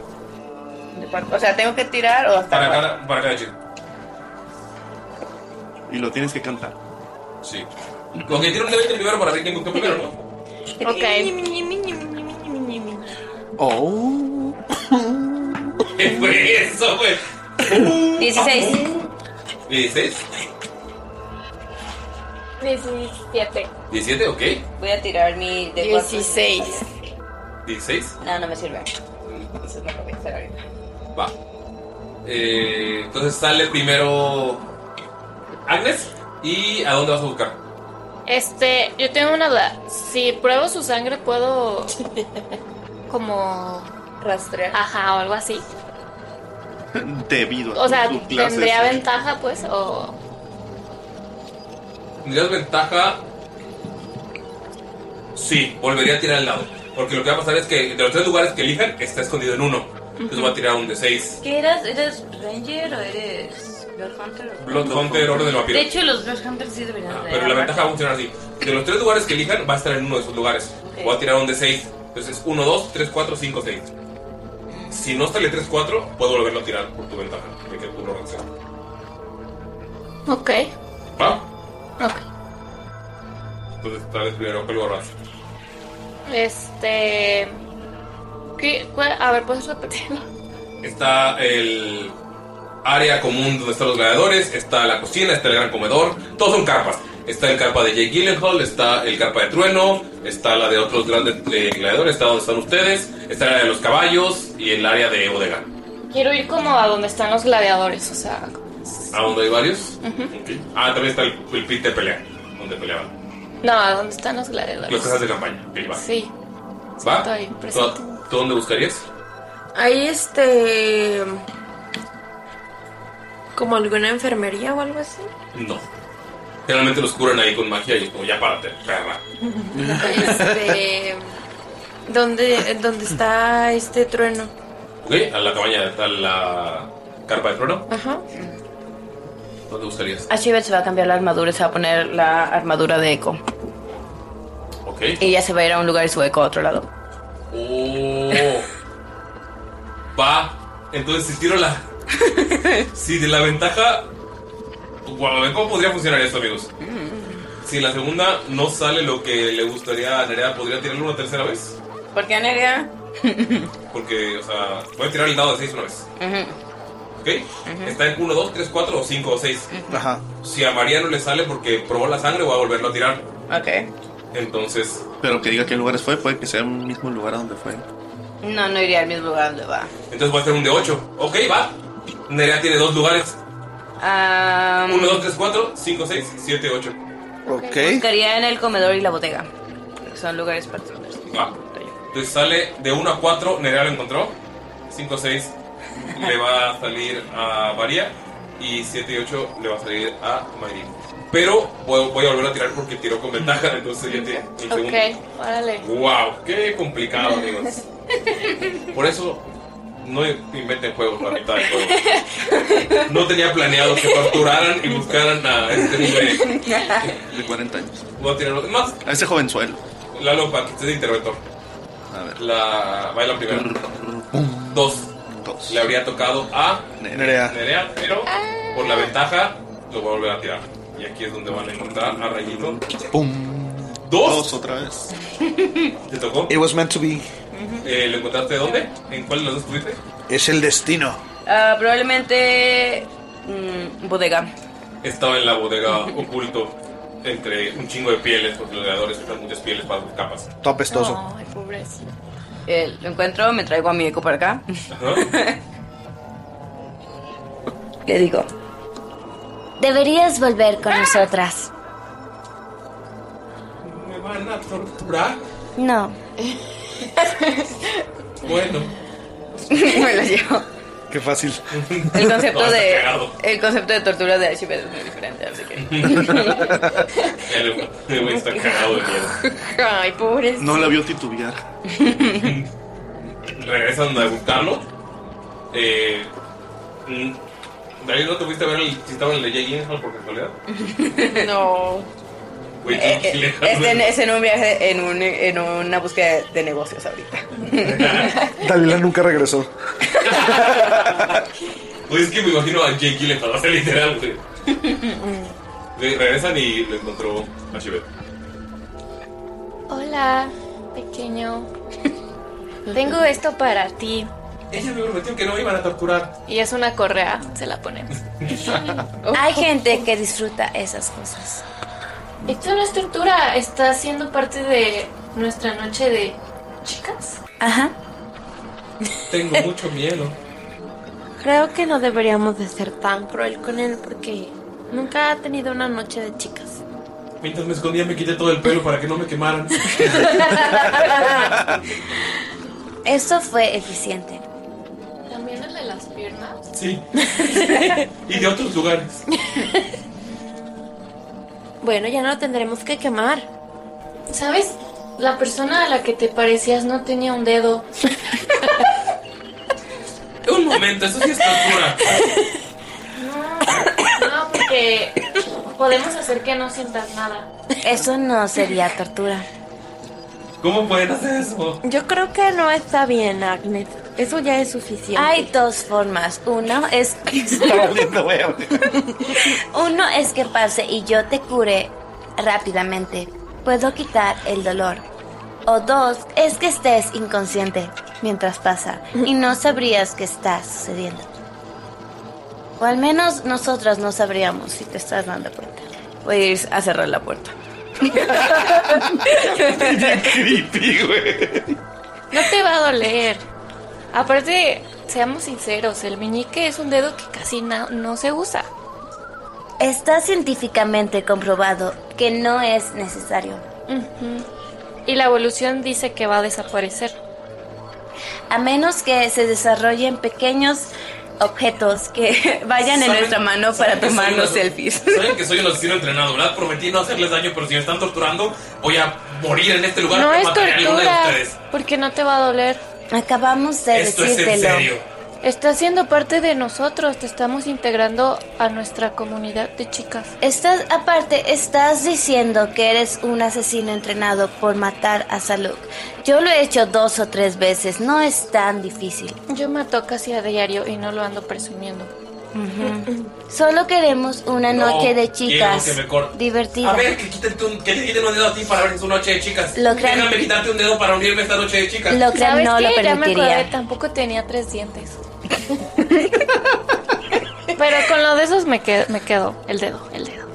De cuatro. O sea, tengo que tirar o hasta
Para
cuatro?
cada, para cada chico.
Y lo tienes que cantar.
Sí. Los que tienen un de 20 primero para ver quién cogió primero, ¿no?
Oh.
¿Qué fue eso, pues? güey?
16.
16,
17.
17, ok.
Voy a tirar mi de 16.
16,
No, no me sirve. Entonces no lo voy a hacer ahorita.
va. Eh, entonces sale primero Agnes. ¿Y a dónde vas a buscar?
Este, yo tengo una duda. Si pruebo su sangre, puedo. como.
rastrear.
Ajá, o algo así.
Debido a
O sea,
tu clase
¿tendría
de-
ventaja, pues? O.
¿Tendrías ventaja? Sí, volvería a tirar al lado. Porque lo que va a pasar es que de los tres lugares que elijan, está escondido en uno. Entonces voy a tirar un de 6.
¿Qué eras? ¿Eres Ranger o eres Blood Hunter? o-
Blood Hunter, orden del vampiro.
De hecho, los Blood Hunters sí deberían de
Pero la
armar.
ventaja va a funcionar así. De los tres lugares que elijan, va a estar en uno de esos lugares.
Ok.
Voy a tirar un de 6. Entonces, 1, 2, 3, 4, 5, 6. Si no sale 3, 4, puedo volverlo a tirar por tu ventaja. De que tú lo reacciones.
Ok.
¿Va?
Ok.
Entonces, tal vez primero que lo borras.
Este. ¿qué- cuál- A ver, ¿puedes repetirlo?
Está el área común donde están los gladiadores, está la cocina, está el gran comedor, todos son carpas. Está el carpa de Jake Gyllenhaal, está el carpa de Trueno, está la de otros grandes eh, gladiadores, está donde están ustedes, está el área de los caballos y el área de bodega.
Quiero ir como a donde están los gladiadores, o sea.
¿A donde hay varios?
ujú.
Ok. Ah, también está el, el pit de pelea, donde peleaban.
No, a donde están los
Las
gladiadores.
casas de campaña. Ok, va.
Sí.
¿Va?
Estoy
¿Tú,
presente.
tú dónde buscarías?
¿Hay este. como alguna enfermería o algo
(laughs)
así?
No. Generalmente los curan ahí con magia y es como ya párate, perra.
Este. ¿Dónde, dónde está este trueno?
Ok, a la cabaña, a la carpa de trono.
Ajá.
¿Dónde buscarías?
Ah,
Ashibet se va a cambiar la armadura, se va a poner la armadura de eco.
Ok.
Y ya se va a ir a un lugar y su eco a otro lado.
Oh. Va. Entonces, si tiro la. Si de la ventaja. Guau, ¿Cómo podría funcionar esto, amigos? Si la segunda no sale lo que le gustaría a Nerea, ¿podría tirarlo una tercera vez?
¿Por qué, Nerea?
Porque, o sea, voy a tirar el dado de 6 una vez. ¿Ok?
Ujú.
Está en 1, 2, 3, 4 o 5 o 6.
Ujú.
Ajá. Si a María no le sale porque probó la sangre, voy a volverlo a tirar.
Ok.
Entonces.
Pero que diga qué lugares fue, puede que sea el mismo lugar a donde fue.
No, no iría al mismo lugar donde va.
Entonces voy a hacer un de 8. Ok, va. Nerea tiene dos lugares.
Ah,
1, 2, 3, 4, 5, 6, 7, 8. Ok.
Buscaría en el comedor y la bodega. Son lugares particulares.
Va. Entonces sale de 1 a 4, Nerea lo encontró. 5, 6 le va a salir a María. Y 7 y 8 le va a salir a Mayrin. Pero voy, voy a volver a tirar porque tiró con ventaja. Entonces ya tiene el segundo. Ah,
Ok, órale.
¡Wow! ¡Qué complicado, amigos!
(laughs)
Por eso no inventen juegos la mitad del juego. No tenía planeado que torturaran y buscaran a este hombre de 40 años. Voy a tirar otro- más.
A ese jovenzuelo.
Lalo, para que estés de interventor.
A ver.
La baila primero. Dos. Le habría tocado a
Nerea.
Nerea, pero por la ventaja lo voy a volver a tirar. Y aquí es donde van a encontrar a Rayito. Dos.
Dos otra
(laughs)
vez.
¿Te tocó?
It was meant to be.
Eh, ¿Lo encontraste dónde? ¿En cuál de los dos tuviste?
Es el destino.
Ah, probablemente. mm, bodega.
Estaba en la bodega oculto entre un chingo de pieles, porque los gladiadores usan muchas pieles para sus capas.
Top estoso.
Ay, pobrecito. Eh, lo encuentro, me traigo a mi eco para acá. (laughs) Le digo,
Deberías volver con nosotras.
¿Me van a torturar?
(laughs)
No.
Bueno.
me lo llevo.
Qué fácil. (laughs)
El concepto de el concepto de tortura de Archibald es muy diferente, así que.
El el güey está cagado de miedo.
(laughs) Ay, pobrecito.
No (laughs) la vio titubear.
Regresan a buscarlo. Eh, mm, David, ¿no te fuiste a ver el, si estaba en el de Jay Gyllenhaal por casualidad?
No.
Güey,
Eh,
Jay
eh,
Gyllenhaal.
es, en, es en un viaje, en, un, en una búsqueda de negocios ahorita.
Dalila nunca regresó.
Güey, es que me imagino a Jay Gyllenhaal, (laughs) va a ser literal,
(laughs)
güey. Güey, Regresan y lo encontró a Shivet.
Hola, pequeño. Tengo esto para ti.
Ella me prometió que no me iban a torturar.
(laughs)
Y es una correa, se la ponemos.
(laughs) Hay gente que disfruta esas cosas.
Esto no es tortura, está siendo parte de nuestra noche de chicas.
Ajá.
Tengo mucho miedo.
Creo que no deberíamos de ser tan cruel con él porque nunca ha tenido una noche de chicas.
Mientras me escondía me quité todo el pelo para que no me quemaran.
Eso fue eficiente.
También el de las piernas.
Sí. y de otros lugares.
Bueno, ya no lo tendremos que quemar.
¿Sabes? La persona a la que te parecías no tenía un dedo.
Un momento, eso sí es tortura.
No, porque podemos hacer que no sientas nada.
Eso no sería tortura.
¿Cómo pueden hacer eso?
Yo creo que no está bien, Agnes. Eso ya es suficiente.
Hay dos formas. Uno
(laughs)
es Uno es que pase y yo te cure rápidamente. Puedo quitar el dolor. O dos, es que estés inconsciente mientras pasa y no sabrías que está sucediendo. O al menos nosotras no sabríamos si te estás dando cuenta.
Voy a ir
Pues,
a cerrar la puerta.
creepy, güey.
No te va a doler. Aparte, seamos sinceros, el meñique es un dedo que casi na- no se usa.
Está científicamente comprobado que no es necesario.
Ujú. Y la evolución dice que va a desaparecer.
a menos que se desarrollen pequeños objetos que (laughs) vayan en
¿Saben-
nuestra mano para
saben que soy
tomarnos
una-
selfies.
Saben que soy un asesino entrenado, ¿verdad? Prometí no hacerles daño, pero si me están torturando, voy a morir en este lugar.
No
y
es
mataré a alguno de
tortura,
ustedes.
porque no te va a doler.
Acabamos de
Esto es en serio.
Estás siendo parte de nosotros, te estamos integrando a nuestra comunidad de chicas.
Estás, aparte, estás diciendo que eres un asesino entrenado por matar a Saluk. Yo lo he hecho dos o tres veces, no es tan difícil.
Yo mato casi a diario y no lo ando presumiendo.
Solo queremos una
No,
noche de
quiero
chicas
que me cor-
divertida.
A ver, que, quiten tu- que le quiten un dedo a ti para ver su noche de chicas.
Lo crean-
Déjame quitarte un dedo para unirme a esta noche de chicas.
Lo crean,
¿Sabes
no
qué?
lo
Ya me acordé,
permitiría.
tampoco tenía tres dientes. Pero con lo de esos me quedo, me quedo el dedo, el dedo.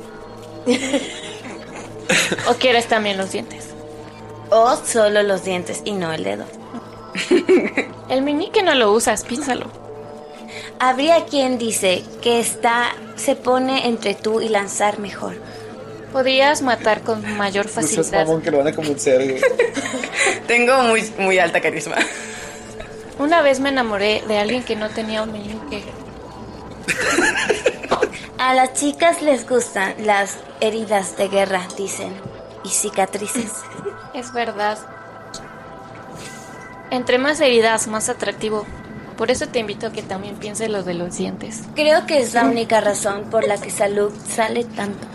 ¿O quieres también los dientes?
O solo los dientes y no el dedo.
El mini que no lo usas, piénsalo.
Habría quien dice que está se pone entre tú y lanzar mejor.
Podrías matar con mayor
No seas mamón que lo van a convencer, güey.
Tengo muy, muy alta carisma. (laughs)
Una vez me enamoré de alguien que no tenía un meñique.
A las chicas les gustan las heridas de guerra, dicen, y cicatrices.
Es verdad. Entre más heridas, más atractivo. Por eso te invito a que también pienses lo de los dientes.
(laughs) Creo que es la única razón por la que Salud sale tanto.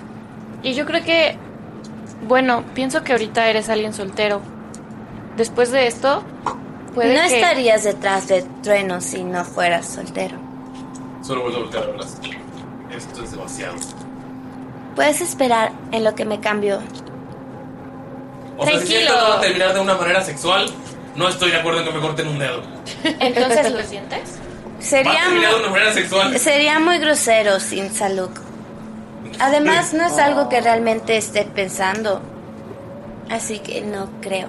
Y yo creo que, bueno, pienso que ahorita eres alguien soltero. Después de esto, puede
no
que-
estarías detrás de Trueno si no fueras soltero.
Solo vuelvo a voltear a verlas. Esto es demasiado.
Puedes esperar en lo que me (laughs) cambio.
O sea, si esto no va a terminar de una manera sexual, no estoy de acuerdo en que me corten un dedo.
Entonces, ¿los dientes?
Va a
Sería,
terminar de una manera
mu-
sexual.
sería muy grosero sin Salud. Además, no
Oh.
es algo que realmente esté pensando. Así que no creo.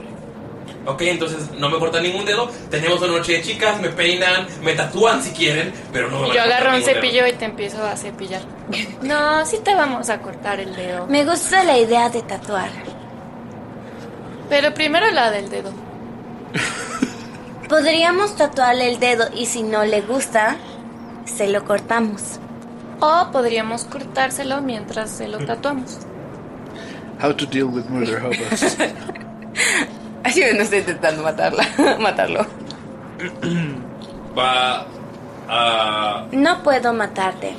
Ok, entonces no me cortan ningún dedo. Tenemos una noche de chicas, me peinan, me tatúan si quieren, pero no me van
Y
a
yo
cortar
agarro un
ningún dedo.
cepillo y te empiezo a
(laughs)
cepillar. No, sí te vamos a cortar el dedo.
Me gusta la idea de tatuar.
Pero primero la del dedo.
Podríamos tatuarle el dedo y si no le gusta, se lo cortamos.
O podríamos cortárselo mientras se lo tatuamos.
How to deal with murder
(laughs)
hobos.
Así no estoy intentando matarla, (laughs) matarlo.
Va a.
No puedo matarte.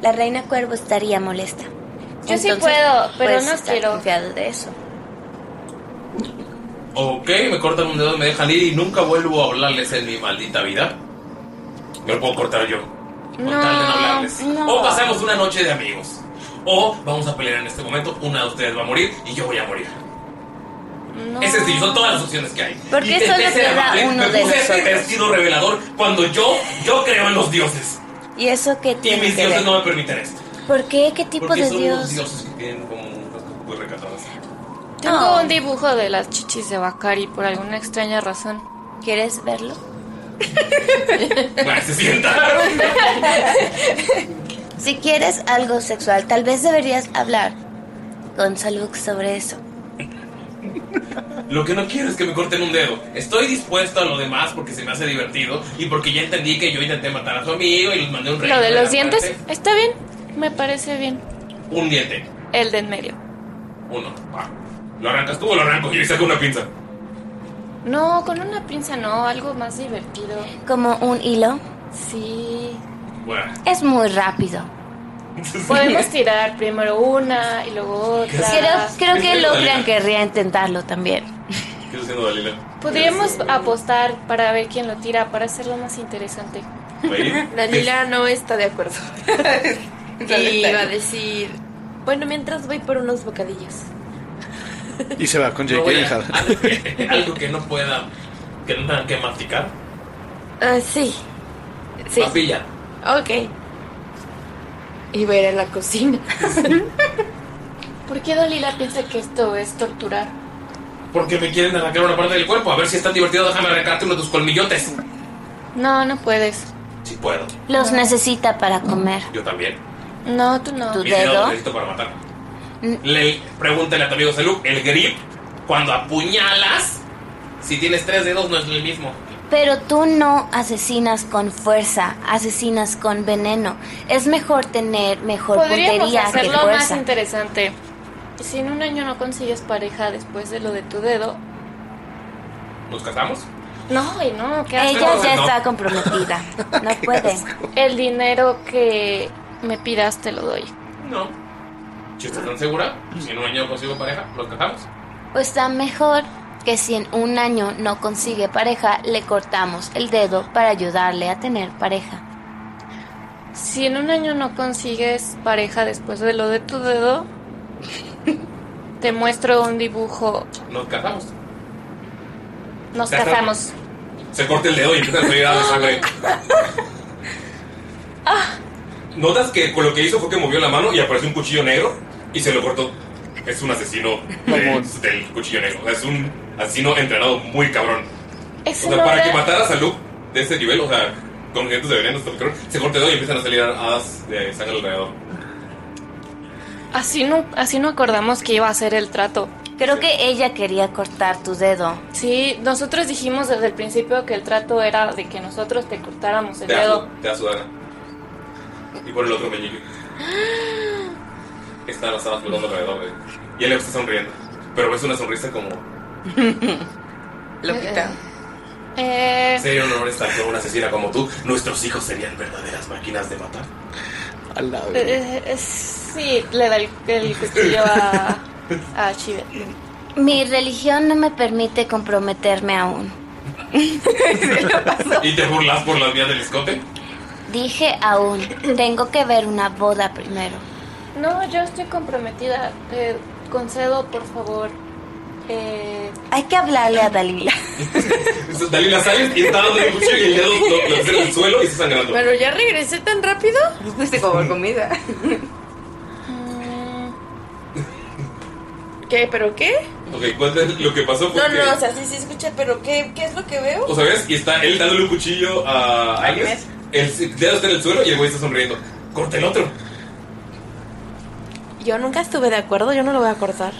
La reina cuervo estaría molesta.
Yo sí puedo, pero
puedes
no
estar
quiero.
confiado de eso.
Ok, me cortan un dedo, me dejan ir y nunca vuelvo a hablarles en mi maldita vida. Me lo puedo cortar yo.
No,
O pasamos una noche de amigos. O vamos a pelear en este momento, una de ustedes va a morir y yo voy a morir.
no.
Es
(laughs)
sencillo, son todas las opciones que hay.
¿Por qué
Intenté
solo
ser
queda
amable,
uno
me
de
puse este
nosotros?
vestido revelador cuando yo, yo creo en los dioses.
¿Y eso qué
Y
tiene
mis
que
dioses
ver?
no me permiten esto.
¿Por qué? ¿Qué tipo
Porque
de
son unos
dios?
dioses que tienen como unas cosas muy recatadas.
Tengo un dibujo de las chichis de Bakari por alguna extraña razón.
¿Quieres verlo?
Bueno, se sienta.
Si quieres algo sexual, tal vez deberías hablar con Saluk sobre eso.
Lo que no quiero es que me corten un dedo. Estoy dispuesto a lo demás porque se me hace divertido y porque ya entendí que yo intenté matar a su amigo y les mandé un rey.
Lo de los dientes está bien, me parece bien.
Un diente.
El de en medio.
Uno. Va. ¿Lo arrancas tú o lo arranco? Yo y saco una pinza.
No, con una pinza no, algo más divertido.
Como un hilo.
Sí.
Bueno.
Es muy rápido.
Podemos tirar primero una y luego otra.
Creo, creo
Este,
que Logran querría intentarlo también.
¿Qué está haciendo Dalila?
Podríamos apostar para ver quién lo tira, para hacerlo más interesante.
Güey.
Ah, Dalila no está de
(laughs)
acuerdo. y va a decir, bueno, mientras voy por unos bocadillos.
(laughs) Y se va con Jake
voy a-
Gyllenhaal.
Algo que no pueda. Que no tengan que masticar.
Ah, sí. Sí.
Papilla.
Ok. Y voy a ir a la
(laughs)
cocina.
¿Por qué Dalila piensa que esto es torturar?
Porque me quieren arrancar una parte del cuerpo. A ver si es tan divertido. Déjame arrancarte uno de tus colmillotes.
No, no puedes.
Si puedo.
Los necesita para comer.
Yo también.
No, tú no.
Mis dedos los necesito para matar. Le, pregúntale a tu amigo Seluk, el grip, cuando apuñalas, si tienes tres dedos no es el mismo.
Pero tú no asesinas con fuerza, asesinas con veneno. Es mejor tener mejor
Podríamos
puntería que
hacerlo más
fuerza.
interesante. Si en un año no consigues pareja después de lo de tu dedo,
¿Nos casamos?
no, y no, ¿qué
Ella
asco.
ya está comprometida. No puede.
El dinero que me pidas te lo doy.
No. Si estás tan segura, pues, si en un año consigo pareja, ¿nos casamos?
Pues está mejor que si en un año no consigue pareja, le cortamos el dedo para ayudarle a tener pareja.
Si en un año no consigues pareja después de lo de tu dedo, te muestro un dibujo.
Nos casamos.
Nos casamos.
Se corta el dedo y empieza a salir algo de sangre. Notas que con lo que hizo fue que movió la mano y apareció un cuchillo negro y se lo cortó. Es un asesino de- del cuchillo negro. O sea, es un asesino entrenado muy cabrón.
Ese
O sea,
no
para
era-
que mataras a Luke de ese nivel, o sea, con gente de veneno, está muy cabrón. se corta el dedo y empiezan a salir hadas de sangre alrededor.
Así no, así no acordamos que iba a ser el trato.
Creo que ella quería cortar tu dedo.
Sí, nosotros dijimos desde el principio que el trato era de que nosotros te cortáramos el
Te da,
dedo.
su- te da sudana. Y por el otro meñique. Están las hadas flotando alrededor de él. Y él está sonriendo. Pero ves una sonrisa como...
Loquita.
Eh,
Sería un honor estar con una asesina como tú. Nuestros hijos serían verdaderas máquinas de matar.
eh, eh, sí, le da el, el cuchillo a, a Chivet.
Mi religión no me permite comprometerme aún.
(laughs)
¿Y te burlas por las vías del escote?
Dije aún, tengo que ver una boda primero.
No, yo estoy comprometida. Eh, concedo, por favor. Eh,
Hay que hablarle a Dalila.
Entonces, Dalila sale y está dando el cuchillo y el dedo lo, lo hace en el suelo y está sangrando.
Pero ya regresé tan (laughs) rápido. Fuiste como comida.
Mm. ¿Qué? ¿Pero qué?
Ok, cuéntale lo que pasó
No,
porque...
no, o sea, sí, sí, escuché, pero ¿qué, qué es lo que veo?
O sea, ves, y está él dándole un cuchillo a Agnes. El dedo está en el suelo y el güey está sonriendo. Corta el otro.
Yo nunca estuve de acuerdo, yo no lo voy a cortar.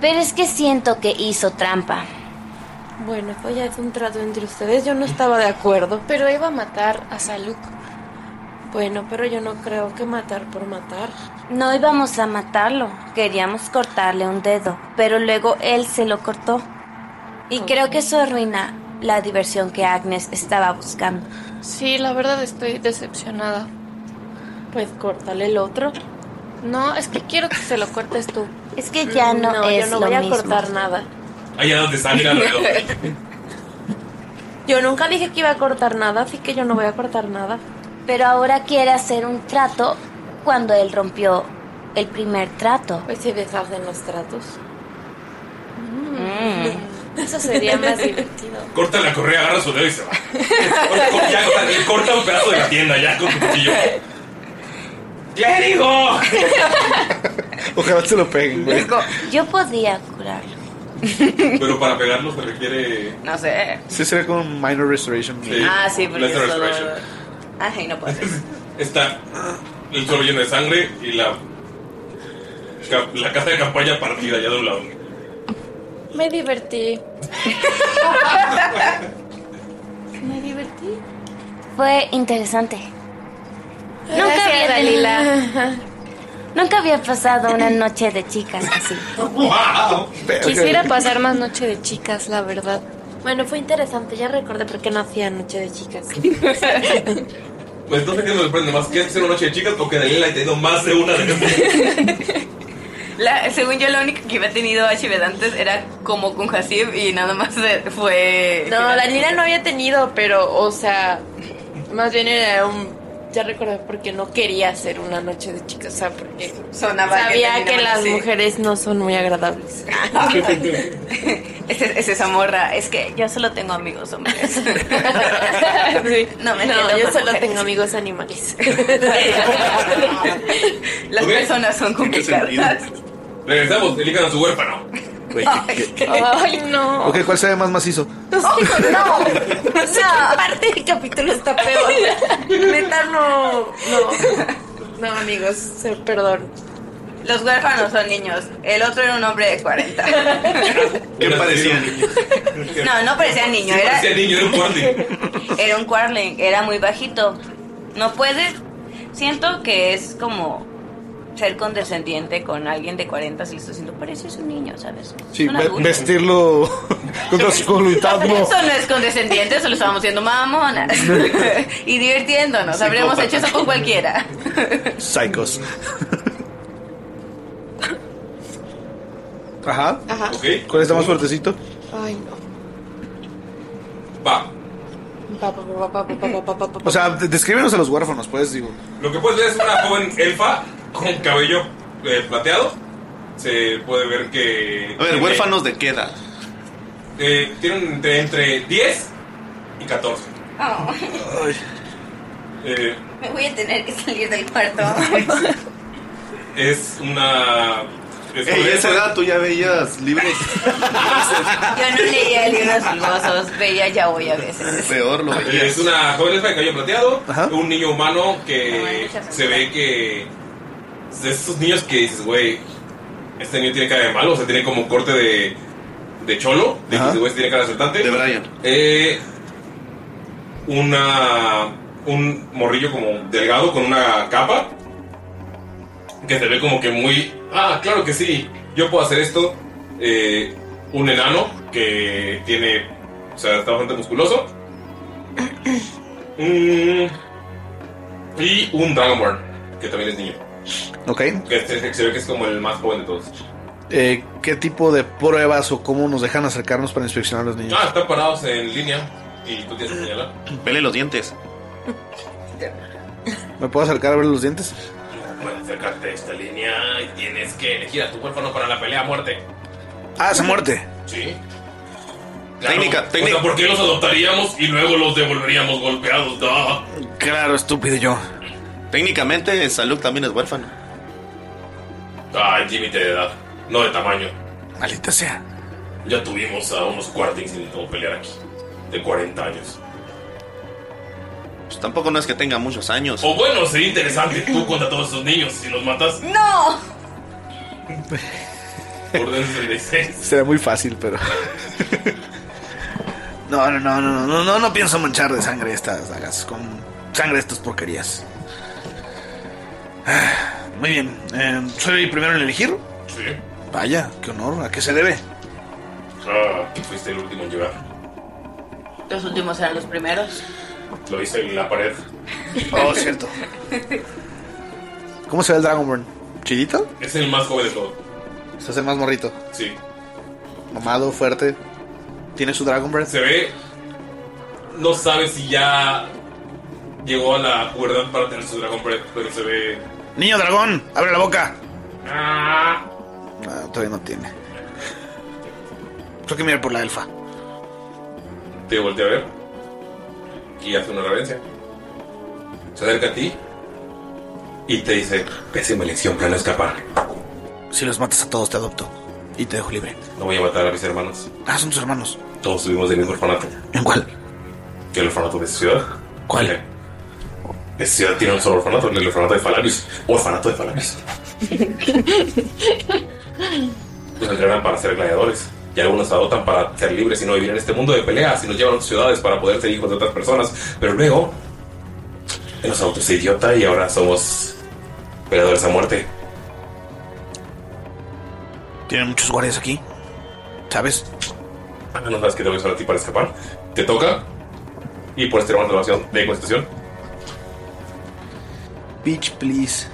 Pero es que siento que hizo trampa.
Bueno, pues ya es un trato entre ustedes, yo no estaba de acuerdo.
Pero iba a matar a Saluk.
Bueno, pero yo no creo que matar por matar.
No íbamos a matarlo, queríamos cortarle un dedo, pero luego él se lo cortó. Y creo que eso arruina la diversión que Agnes estaba buscando.
sí, la verdad estoy decepcionada.
Pues córtale el otro.
No, es que quiero que se lo cortes tú. Mm,
Es que ya no es
yo no
lo
voy
mismo.
a cortar nada.
Allá donde sangre alrededor.
Yo nunca dije que iba a cortar nada, así que yo no voy a cortar nada.
Pero ahora quiere hacer un trato cuando él rompió el primer trato.
Pues se deshacen los tratos.
Mm. Eso sería más divertido.
(laughs) Corta la correa, agarra su dedo y se va. Corta, corta, ya, corta, corta un pedazo de la tienda ya con tu cuchillo. ¡Clérigo!
Ojalá se lo peguen, güey.
Yo podía curarlo.
Pero para pegarlo se requiere.
No sé.
Sí, sería con Minor Restoration.
ah, sí, porque
Lesser
solo...
Restoration.
Ah,
Ay, no (laughs) puedo.
Está el suelo lleno de sangre y la. ca- La casa de campaña partida ya de un lado.
Me divertí. Me divertí.
Fue interesante.
Gracias,
Dalila. Nunca había pasado una noche de chicas así.
Quisiera pasar más noche de chicas, la verdad.
Bueno, fue interesante, ya recordé por qué no hacía noche de chicas. (laughs)
Pues no sé qué me sorprende más. ¿Quieres hacer una noche de chicas? Porque Daniela ha tenido más de una de
La, según yo, la única que había tenido Ashibet antes era como con Hasib y nada más eh, fue.
No, Daniela no había tenido, pero, o sea, más bien era un. Ya recordé porque no quería hacer una noche de chicas, o sea, porque
Sonaba que
sabía que
terminaba
las
así.
mujeres no son muy (laughs) agradables.
Es, es esa morra. Es que yo solo tengo
(laughs)
amigos hombres.
No,
me entiendo
yo
con
solo
mujeres.
tengo amigos animales.
Las personas son complicadas.
Regresamos, elijan a su huérfano.
Ay, no.
Ok, ¿cuál se ve más macizo?
(laughs)
no, (laughs) no sé qué parte del capítulo está peor. Neta, no, no, no, amigos, se- perdón.
Los huérfanos son niños. El otro era un hombre de 40. (laughs)
¿Qué parecía?
No, no parecía niño. Era,
Ese niño era un guardia.
era un quarling. Era muy bajito. No puedes. Siento que es como ser condescendiente con alguien de 40 si le estás diciendo, pareces un niño, ¿sabes?
Sí,
Un
ve-
adulto".
vestirlo con su coluntasmo.
Eso no es condescendiente, eso lo estábamos haciendo mamonas. (laughs) y divirtiéndonos. Habríamos
Psicópata.
hecho eso con cualquiera.
Psychos. (laughs) Ajá.
Ajá.
Ok.
¿Cuál está más fuertecito?
Ay, no.
Va.
Pa, pa, pa, pa, pa, pa, pa, pa, pa, pa.
O sea, de- descríbenos a los huérfanos, pues, digo.
Lo que puedes ver es una joven elfa con cabello eh, plateado. Se puede ver que.
A ver,
tiene-
huérfanos de qué edad?
eh, tienen de entre 10 y 14.
Oh,
Eh,
me voy a tener que salir del
(laughs)
cuarto.
es una. Es
Ey,
una
esa edad tú ya veías libros.
Yo no leía libros filosos, veía ya hoy a veces.
(laughs) Peor lo veías.
Es una joven elfa de cabello plateado. Un niño humano que
muchas
se ve que. Es de esos niños que dices, güey, este niño tiene cara de malo, o sea, tiene como corte de. de cholo. De que, güey, tiene cara de asaltante. De Brian. Eh, una. un morrillo como delgado con una capa. Que se ve como que muy. Ah, claro que sí, yo puedo hacer esto. Eh, un enano que tiene. O sea, está bastante musculoso. Mm. y un Dragonborn, que también es niño.
Ok.
Que este se, se ve que es como el más joven de todos.
Eh, ¿Qué tipo de pruebas o cómo nos dejan acercarnos para inspeccionar a los niños?
Ah, están parados en línea. Y tú tienes que señalar.
Pele los dientes.
¿Me puedo acercar a ver los dientes?
Puedes acercarte a esta línea y tienes que elegir a tu huérfano para la pelea a muerte.
Ah, se muerte.
Sí. técnica, técnica. ¿Por qué los adoptaríamos y luego los devolveríamos golpeados? No.
Claro, estúpido yo.
Técnicamente, Salud también es huérfano.
Ah, límite de edad, no de tamaño.
Maldita sea.
Ya tuvimos a unos cuartings intentando pelear aquí. De 40 años.
Pues tampoco no es que tenga muchos años.
O bueno, sería interesante tú contra todos esos niños si los matas.
¡No!
Orden 66.
Será muy fácil, pero. No, no, no, no, no, no, no, no pienso manchar de sangre estas dagas. Con sangre estas porquerías. (sighs) Ah, Muy bien. eh, ¿Soy el primero en elegir?
Sí.
Vaya, qué honor. ¿A qué se debe?
Ah, fuiste el último en llegar.
Los últimos eran los (laughs) primeros.
Lo hice en la pared.
Oh, cierto. ¿Cómo se ve el Dragonborn? ¿Chidito?
Es el más joven de todos.
Se hace más morrito.
Sí.
Mamado, fuerte. ¿Tiene su Dragonborn?
Se ve. No sabe si ya llegó a la cuerda para tener su Dragon Breath, pero se ve.
Niño dragón, abre la boca.
Ah.
No, todavía no tiene. Creo que mirar por la elfa.
Te voltea a ver. Y hace una reverencia. Se acerca a ti. Y te dice: Pésima elección para no escapar.
Si los matas a todos, te adopto. Y te dejo libre.
No voy a matar a mis hermanos.
Ah, son tus hermanos.
Todos subimos del mismo orfanato.
¿En cuál?
¿El orfanato de esa ciudad? ¿Cuál? Esa ciudad tiene un solo orfanato, el orfanato de Falarius. Orfanato de Falarius. Los entrenan para ser gladiadores. Y algunos adoptan para ser libres y no vivir en este mundo de peleas y los llevan a otras ciudades para poder ser hijos de otras personas. Pero luego, él nos adoptó ese idiota y ahora somos peleadores a muerte.
Tienen muchos guardias aquí. ¿Sabes?
Ah, No sabes que tengo que usar a ti para escapar. Te toca. Y puedes tirar una salvación de constitución.
Bitch, please.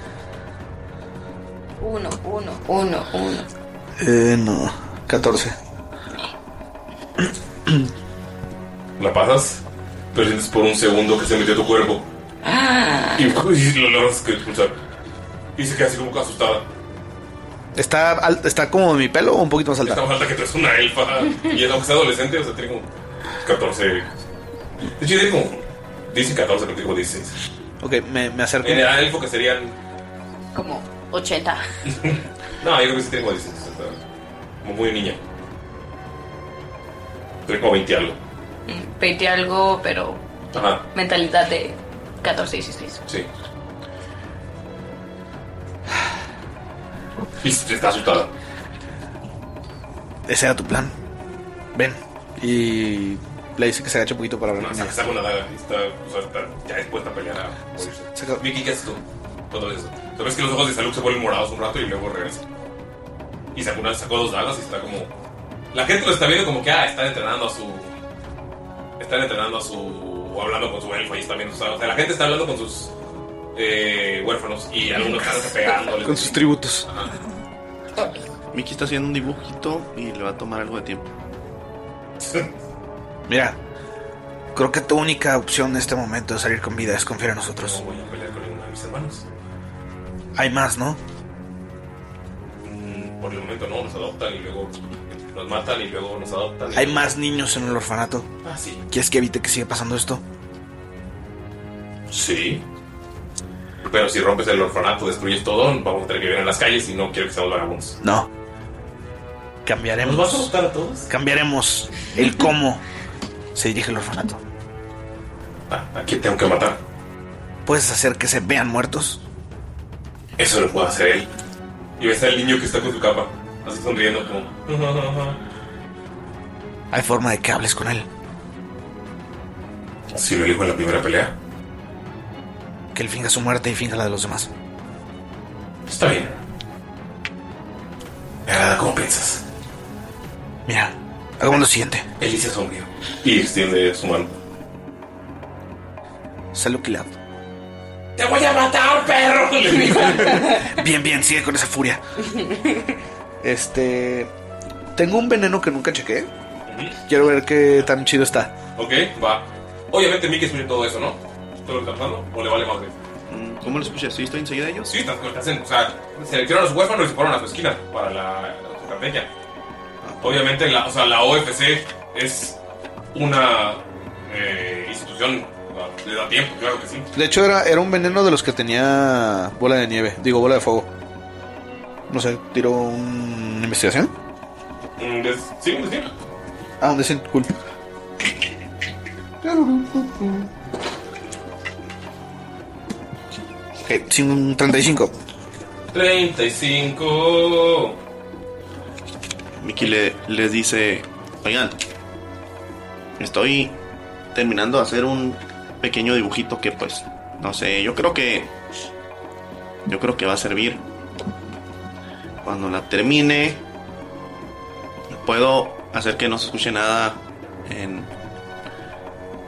Uno, uno, uno, uno.
Eh, no. 14.
La pasas, pero sientes por un segundo que se metió a tu cuerpo.
Ah.
Y, y lo logras que expulsar. Y se queda así como que asustada.
¿Está, al- ¿Está como mi pelo o un poquito más
Está
alta?
más alta que tú, es una elfa. Y es aunque sea adolescente, o sea, tiene como 14. De hecho, tiene como 10 y 14, pero tengo 16.
Ok, me, me acerco.
En el elfo que serían.
Como 80.
No, yo creo que sí tiene como 16. o sea, Como muy niña. Tiene como 20 algo.
Peite algo, pero
Ajá,
mentalidad de 14, 16.
sí. Y se- está asustada.
Ese era tu plan. Ven. Y le dice que se agache un poquito para hablar
No,
con
saca,
ella.
saca una daga. y Está, o sea, está ya dispuesta a pelear a morirse. Vicky, ¿qué haces tú? Cuando ves eso. Tú ves que los ojos de Saluk se vuelven morados un rato y luego regresa. Y sacó, una, sacó dos dagas y está como. La gente lo está viendo como que, ah, están entrenando a su. Están entrenando a su. O hablando con su elfo y están viendo. O sea, la gente está hablando con sus. Eh, huérfanos y algunos están pegándoles.
Con sus tributos.
Miki está haciendo un dibujito y le va a tomar algo de tiempo.
Mira, creo que tu única opción en este momento de salir con vida es confiar en nosotros.
No voy a pelear con ninguno de mis hermanos.
Hay más, ¿no?
Mm, Por el momento no, nos adoptan y luego nos matan y luego nos adoptan.
Hay más niños en el orfanato.
Ah, sí.
¿Quieres que evite que siga pasando esto?
Sí. Pero si rompes el orfanato, destruyes todo, vamos a tener que vivir en las calles y no quiero que seamos vagabundos.
No. Cambiaremos.
¿Nos vas a adoptar a todos?
Cambiaremos el cómo se dirige el orfanato.
¿A quién Ah, tengo que matar?
¿Puedes hacer que se vean muertos?
Eso lo puede hacer él. Y ves al niño que está con su capa, así sonriendo como...
Hay forma de que hables con él.
Si lo elijo en la primera pelea.
Que él finja su muerte y finja la de los demás.
Está bien. Me agrada como piensas.
Mira, hagamos lo siguiente.
Él dice sombrío. Y extiende su mano.
Salud, Kilab.
¡Te voy a matar, perro! Le dijo.
Bien, bien, sigue con esa furia. Este. Tengo un veneno que nunca chequé. Quiero ver qué tan chido está.
ok, va. Obviamente Mickey escucha todo eso, ¿no? ¿Todo lo que está pasando? ¿O le vale más bien?
Mm, ¿Cómo lo escuchas? ¿Sí estoy enseguida de ellos?
Sí, están, están- o sea, se metieron a los huérfanos y se fueron a su esquina para la, la estrategia.
Ah.
Obviamente, la, o sea, la OFC es una eh, institución, ah, le da tiempo, claro que sí.
De hecho, era, era un veneno de los que tenía bola de nieve. Digo, bola de fuego. No sé, tiro un- una investigación.
Mm, es- Sí, es bien.
Ah, un decent, cool. Ok, sí, un 35.
35.
Miki le, les dice, oigan, estoy terminando de hacer un pequeño dibujito que pues, no sé, yo creo que, yo creo que va a servir. Cuando la termine, puedo hacer que no se escuche nada en,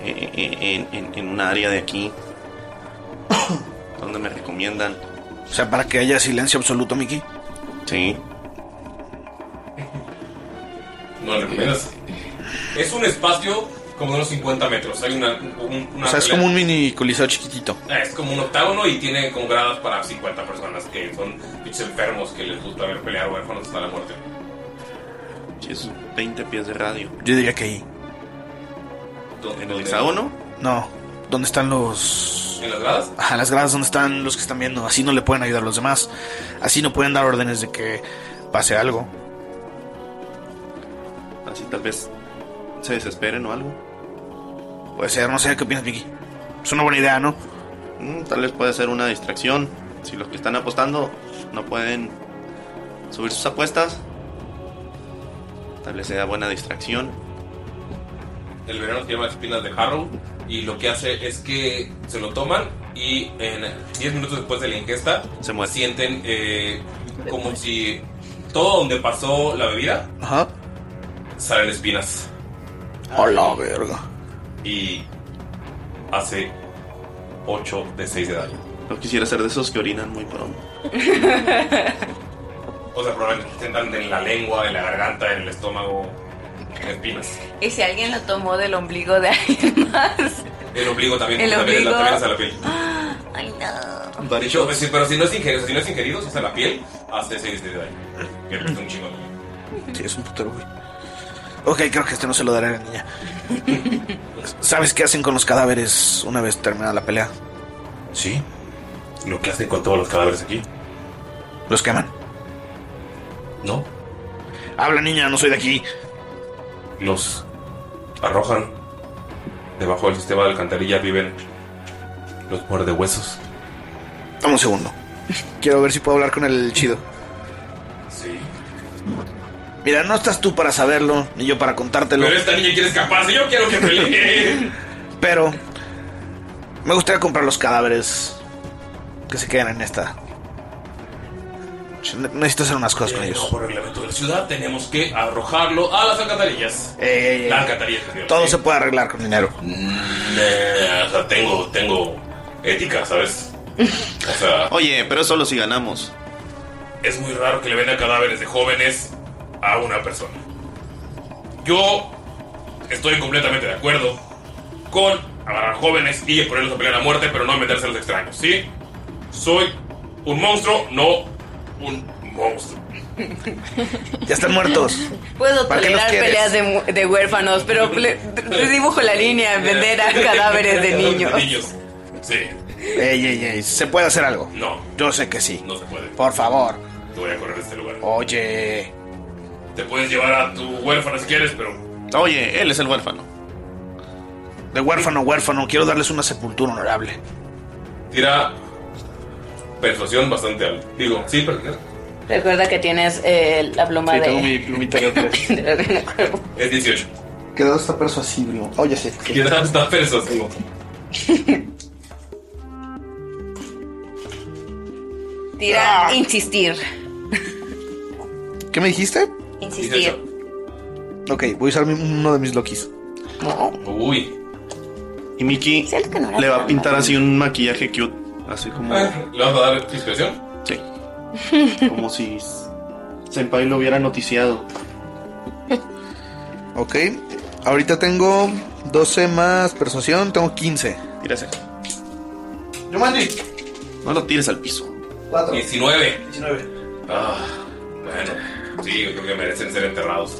en, en- en un área de aquí, (coughs) donde me recomiendan.
O sea, para que haya silencio absoluto, Miki.
Sí.
No le recomiendas. Es un espacio como de unos 50 metros. Hay una. un- una
O sea, es
pelea-
como un mini coliseo chiquitito.
Ah, Es como un octágono y tiene como gradas para 50 personas que son bichos enfermos que les gusta ver pelear huérfanos hasta la muerte.
Sí, es 20 pies de radio.
Yo diría que ahí.
¿En
el hexágono?
No, ¿dónde están los...?
¿En las gradas?
Ajá, las gradas donde están los que están viendo. Así no le pueden ayudar a los demás. Así no pueden dar órdenes de que pase algo.
Así tal vez se desesperen o algo.
Puede ser, no sé, ¿qué opinas, Vicky? Es una buena idea, ¿no?
Mm, tal vez puede ser una distracción. Si los que están apostando no pueden subir sus apuestas, tal vez sea buena distracción.
El veneno se llama espinas de Harrow y lo que hace es que se lo toman y en 10 minutos después de la ingesta se sienten eh, como si todo donde pasó la bebida
Ajá.
salen espinas
A la verga.
y hace 8 de 6 de daño.
No quisiera ser de esos que orinan muy pronto.
O sea, probablemente tengan en la lengua, en la garganta, en el estómago espinas.
Y si alguien lo tomó del ombligo de alguien más.
El ombligo también,
El
también es
ombligo.
la- también es a la piel.
(gasps) Ay, no.
De hecho, pues, sí, pero si no es ingerido, si no es ingerido, o sea, la piel hace 6 de daño. Que es un chingo.
Sí, es un putero, güey. Ok, creo que este no se lo daré a la
(laughs)
niña. ¿Sabes qué hacen con los cadáveres una vez terminada la pelea? Sí.
¿Lo que hacen con todos los cadáveres aquí?
Los queman.
No.
Habla, niña, no soy de aquí.
Los arrojan debajo del sistema de alcantarilla, viven los muerdehuesos.
Dame un segundo. Quiero ver si puedo hablar con el chido. Mira, no estás tú para saberlo, ni yo para contártelo.
Pero este- esta niña quiere escaparse, yo quiero
(laughs)
que pelee.
Pero me gustaría comprar los cadáveres que se quedan en esta. Ne- Necesito hacer unas cosas con ellos.
Por reglamento de la ciudad tenemos que arrojarlo a las alcantarillas.
Eh,
La alcantarilla. señor.
Todo se puede arreglar con dinero.
Eh, o sea, tengo, tengo ética, ¿sabes? O sea,
Oye, pero solo si ganamos.
es muy raro que le venda cadáveres de jóvenes a una persona. Yo estoy completamente de acuerdo con agarrar jóvenes y ponerlos a pelear a muerte, pero no meterse a los extraños, ¿sí? Soy un monstruo, no un monstruo.
(laughs) Ya están muertos.
Puedo
¿Para qué los
tolerar
quieres?
peleas de, mu- de huérfanos, pero le- te dibujo la línea en vender
(laughs)
a cadáveres de niños.
Sí.
Ey, ey, ey, ¿se puede hacer algo?
No.
Yo sé que sí.
No se puede.
Por favor.
Te voy a correr de este lugar.
Oye.
Te puedes llevar a tu huérfana si quieres, pero
Oye, él es el huérfano.
De huérfano, huérfano, quiero darles una sepultura honorable.
tira persuasión bastante alta. Digo, sí, persuasión.
Recuerda que tienes eh, la pluma de...
plumita de
(laughs) Es 18.
Quedado está persuasivo. Oye, sí.
Queda hasta persuasivo.
Tira
Ah.
insistir.
¿Qué me dijiste?
Insistir.
Ok, voy a usar mi- uno de mis Lokis.
Uy.
Y Mickey
que no era
le va a
tan
pintar
malo.
así un maquillaje cute. Así como.
¿Le vas a dar inspiración?
Sí. Como si Senpai lo hubiera noticiado.
Ok. Ahorita tengo 12 más persuasión, tengo 15.
Tírase.
Yo mandé.
No lo tires al piso.
19. 19. Ah, bueno, sí, yo creo que merecen ser enterrados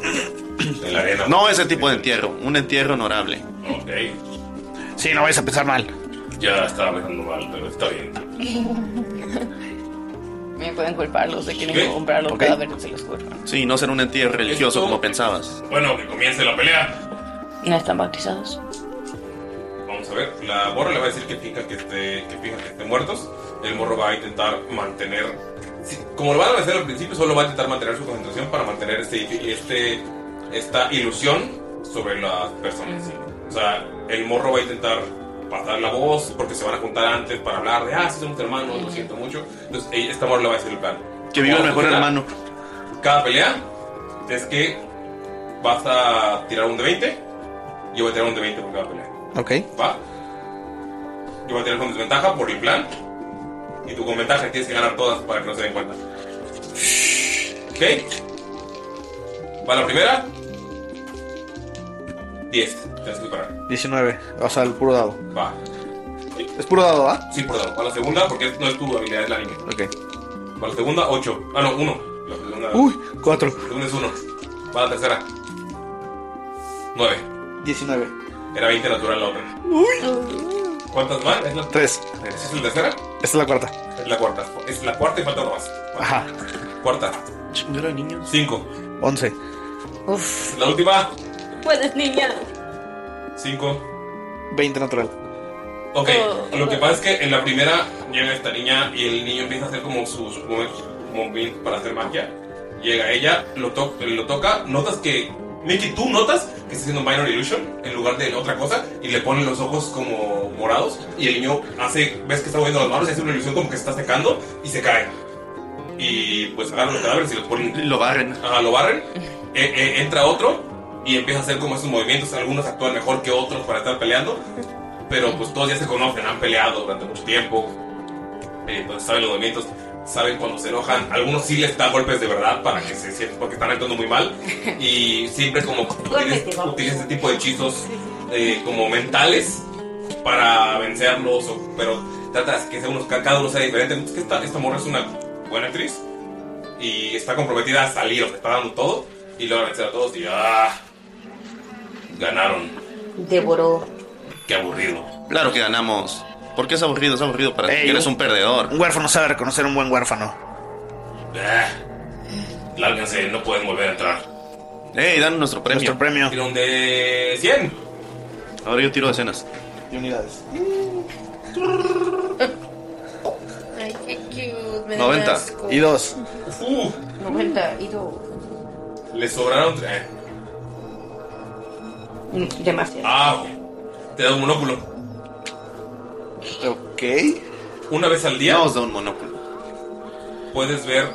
en la arena.
No ese tipo de entierro, un entierro honorable.
Ok,
Sí, no vayas a pensar mal.
ya estaba pensando mal, pero está bien.
(laughs) Me pueden culparlos de que
¿Qué?
no comprar los
Ok.
cadáveres de los cuerpos.
Sí, no ser un entierro religioso como pensabas.
Bueno, que comience la pelea.
No están bautizados.
Vamos a ver, la morra le va a decir que finja que, esté, que, finja que estén muertos. El morro va a intentar mantener. sí, como lo van a hacer al principio, solo va a intentar mantener su concentración para mantener este, este, esta ilusión sobre las personas. O sea, el morro va a intentar pasar la voz porque se van a juntar antes para hablar de, ah, sí, somos hermanos, lo siento mucho. Entonces, ella- esta morra le va a decir el plan.
Que viva el
Vamos
mejor
a funcionar.
hermano.
Cada pelea es que vas a tirar un de 20. Yo voy a tirar un de 20 por cada pelea.
Ok.
Va. Yo voy a tirar con desventaja por el plan. Y tú con ventaja tienes que ganar todas para que no se den cuenta. Ok. Va la primera. 10. Tienes que parar.
19. O sea, el puro dado.
Va.
Es puro dado, ¿ah? ¿va?
Sí, por dado. Va la segunda porque no es tu habilidad, es la anime.
Ok.
Va la segunda, 8. Ah, no, 1. La segunda.
Uy, 4.
La segunda es 1. Va la tercera. 9.
19.
Era 20 natural la otra. ¿Cuántas más? Es la...
Tres.
¿Es la tercera?
Esta es la cuarta.
Es la cuarta. Es la cuarta y falta otra más.
Ajá.
Cuarta.
Chingada niños.
5.
11.
Uf. La última.
Puedes, niña.
5.
20 natural.
Ok. Lo que pasa es que en la primera llega esta niña y el niño empieza a hacer como sus móvil para hacer magia. Llega ella, lo, to- lo toca. Notas que. Mickey, tú notas que está haciendo Minor Illusion en lugar de otra cosa y le ponen los ojos como morados. Y el niño hace. Ves que está moviendo las manos y hace una ilusión como que se está secando y se cae. Y pues agarran los cadáveres y los ponen.
Lo barren.
Ajá, lo barren. Eh, eh, entra otro y empieza a hacer como esos movimientos. Algunos actúan mejor que otros para estar peleando. Pero pues todos ya se conocen, han peleado durante mucho tiempo. Eh, entonces saben los movimientos, saben cuando se enojan. Algunos sí les dan golpes de verdad para que se sientan porque están actuando muy mal. Y siempre como utilizan utilizan este tipo de hechizos eh, como mentales para vencerlos. o- pero tratas que sea uno- ca- cada uno sea diferente. Es que esta, esta morra es una buena actriz y está comprometida a salir, o sea, está dando todo y lo van a vencer a todos y ¡ah! Ganaron.
Devoró.
Qué aburrido.
Claro que ganamos. ¿Por qué es aburrido? Es aburrido para ti.
Ey,
que Eres
un-
un perdedor.
Un huérfano sabe reconocer un buen huérfano.
Ah, Lárguense, Ah, no pueden volver a entrar.
¡Ey, dan nuestro premio! Nuestro
premio.
Tira un de 100.
Ahora yo tiro decenas.
Y unidades.
Ay, qué cute. Me da
90.
asco.
Y 2.
90 y dos.
Le sobraron tres.
Demasiado.
Ah, te da un monóculo.
Ok.
Una vez al día.
Nos da un monóculo.
Puedes ver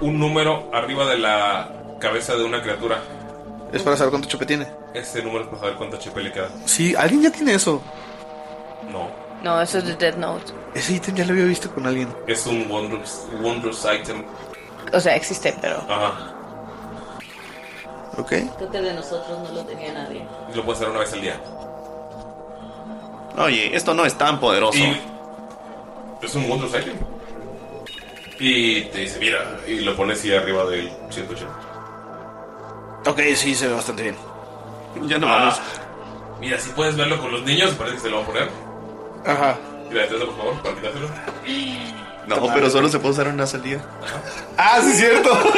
un número arriba de la cabeza de una criatura.
Es para saber cuánto chupe tiene.
Ese número es para saber cuánto HP le queda.
Sí, alguien ya tiene eso.
No.
No, eso es de Dead Note.
Ese ítem ya lo había visto con alguien.
Es un wondrous, wondrous item.
O sea, existe, pero.
Ajá.
Ok.
Creo que de nosotros no lo tenía nadie.
Y Lo puedes hacer una vez al día.
Oye, esto no es tan poderoso.
Es un wondrous item. Y te dice, mira, y lo pones ahí arriba del 180.
Ok, sí, se ve bastante bien.
Ya no
Ah, Mira, si puedes verlo con los niños, parece que se lo va a poner.
Ajá.
Mira, deténlo, por favor, para quitárselo.
No, pero solo se puede usar una salida.
Ah, sí, es cierto.
(laughs)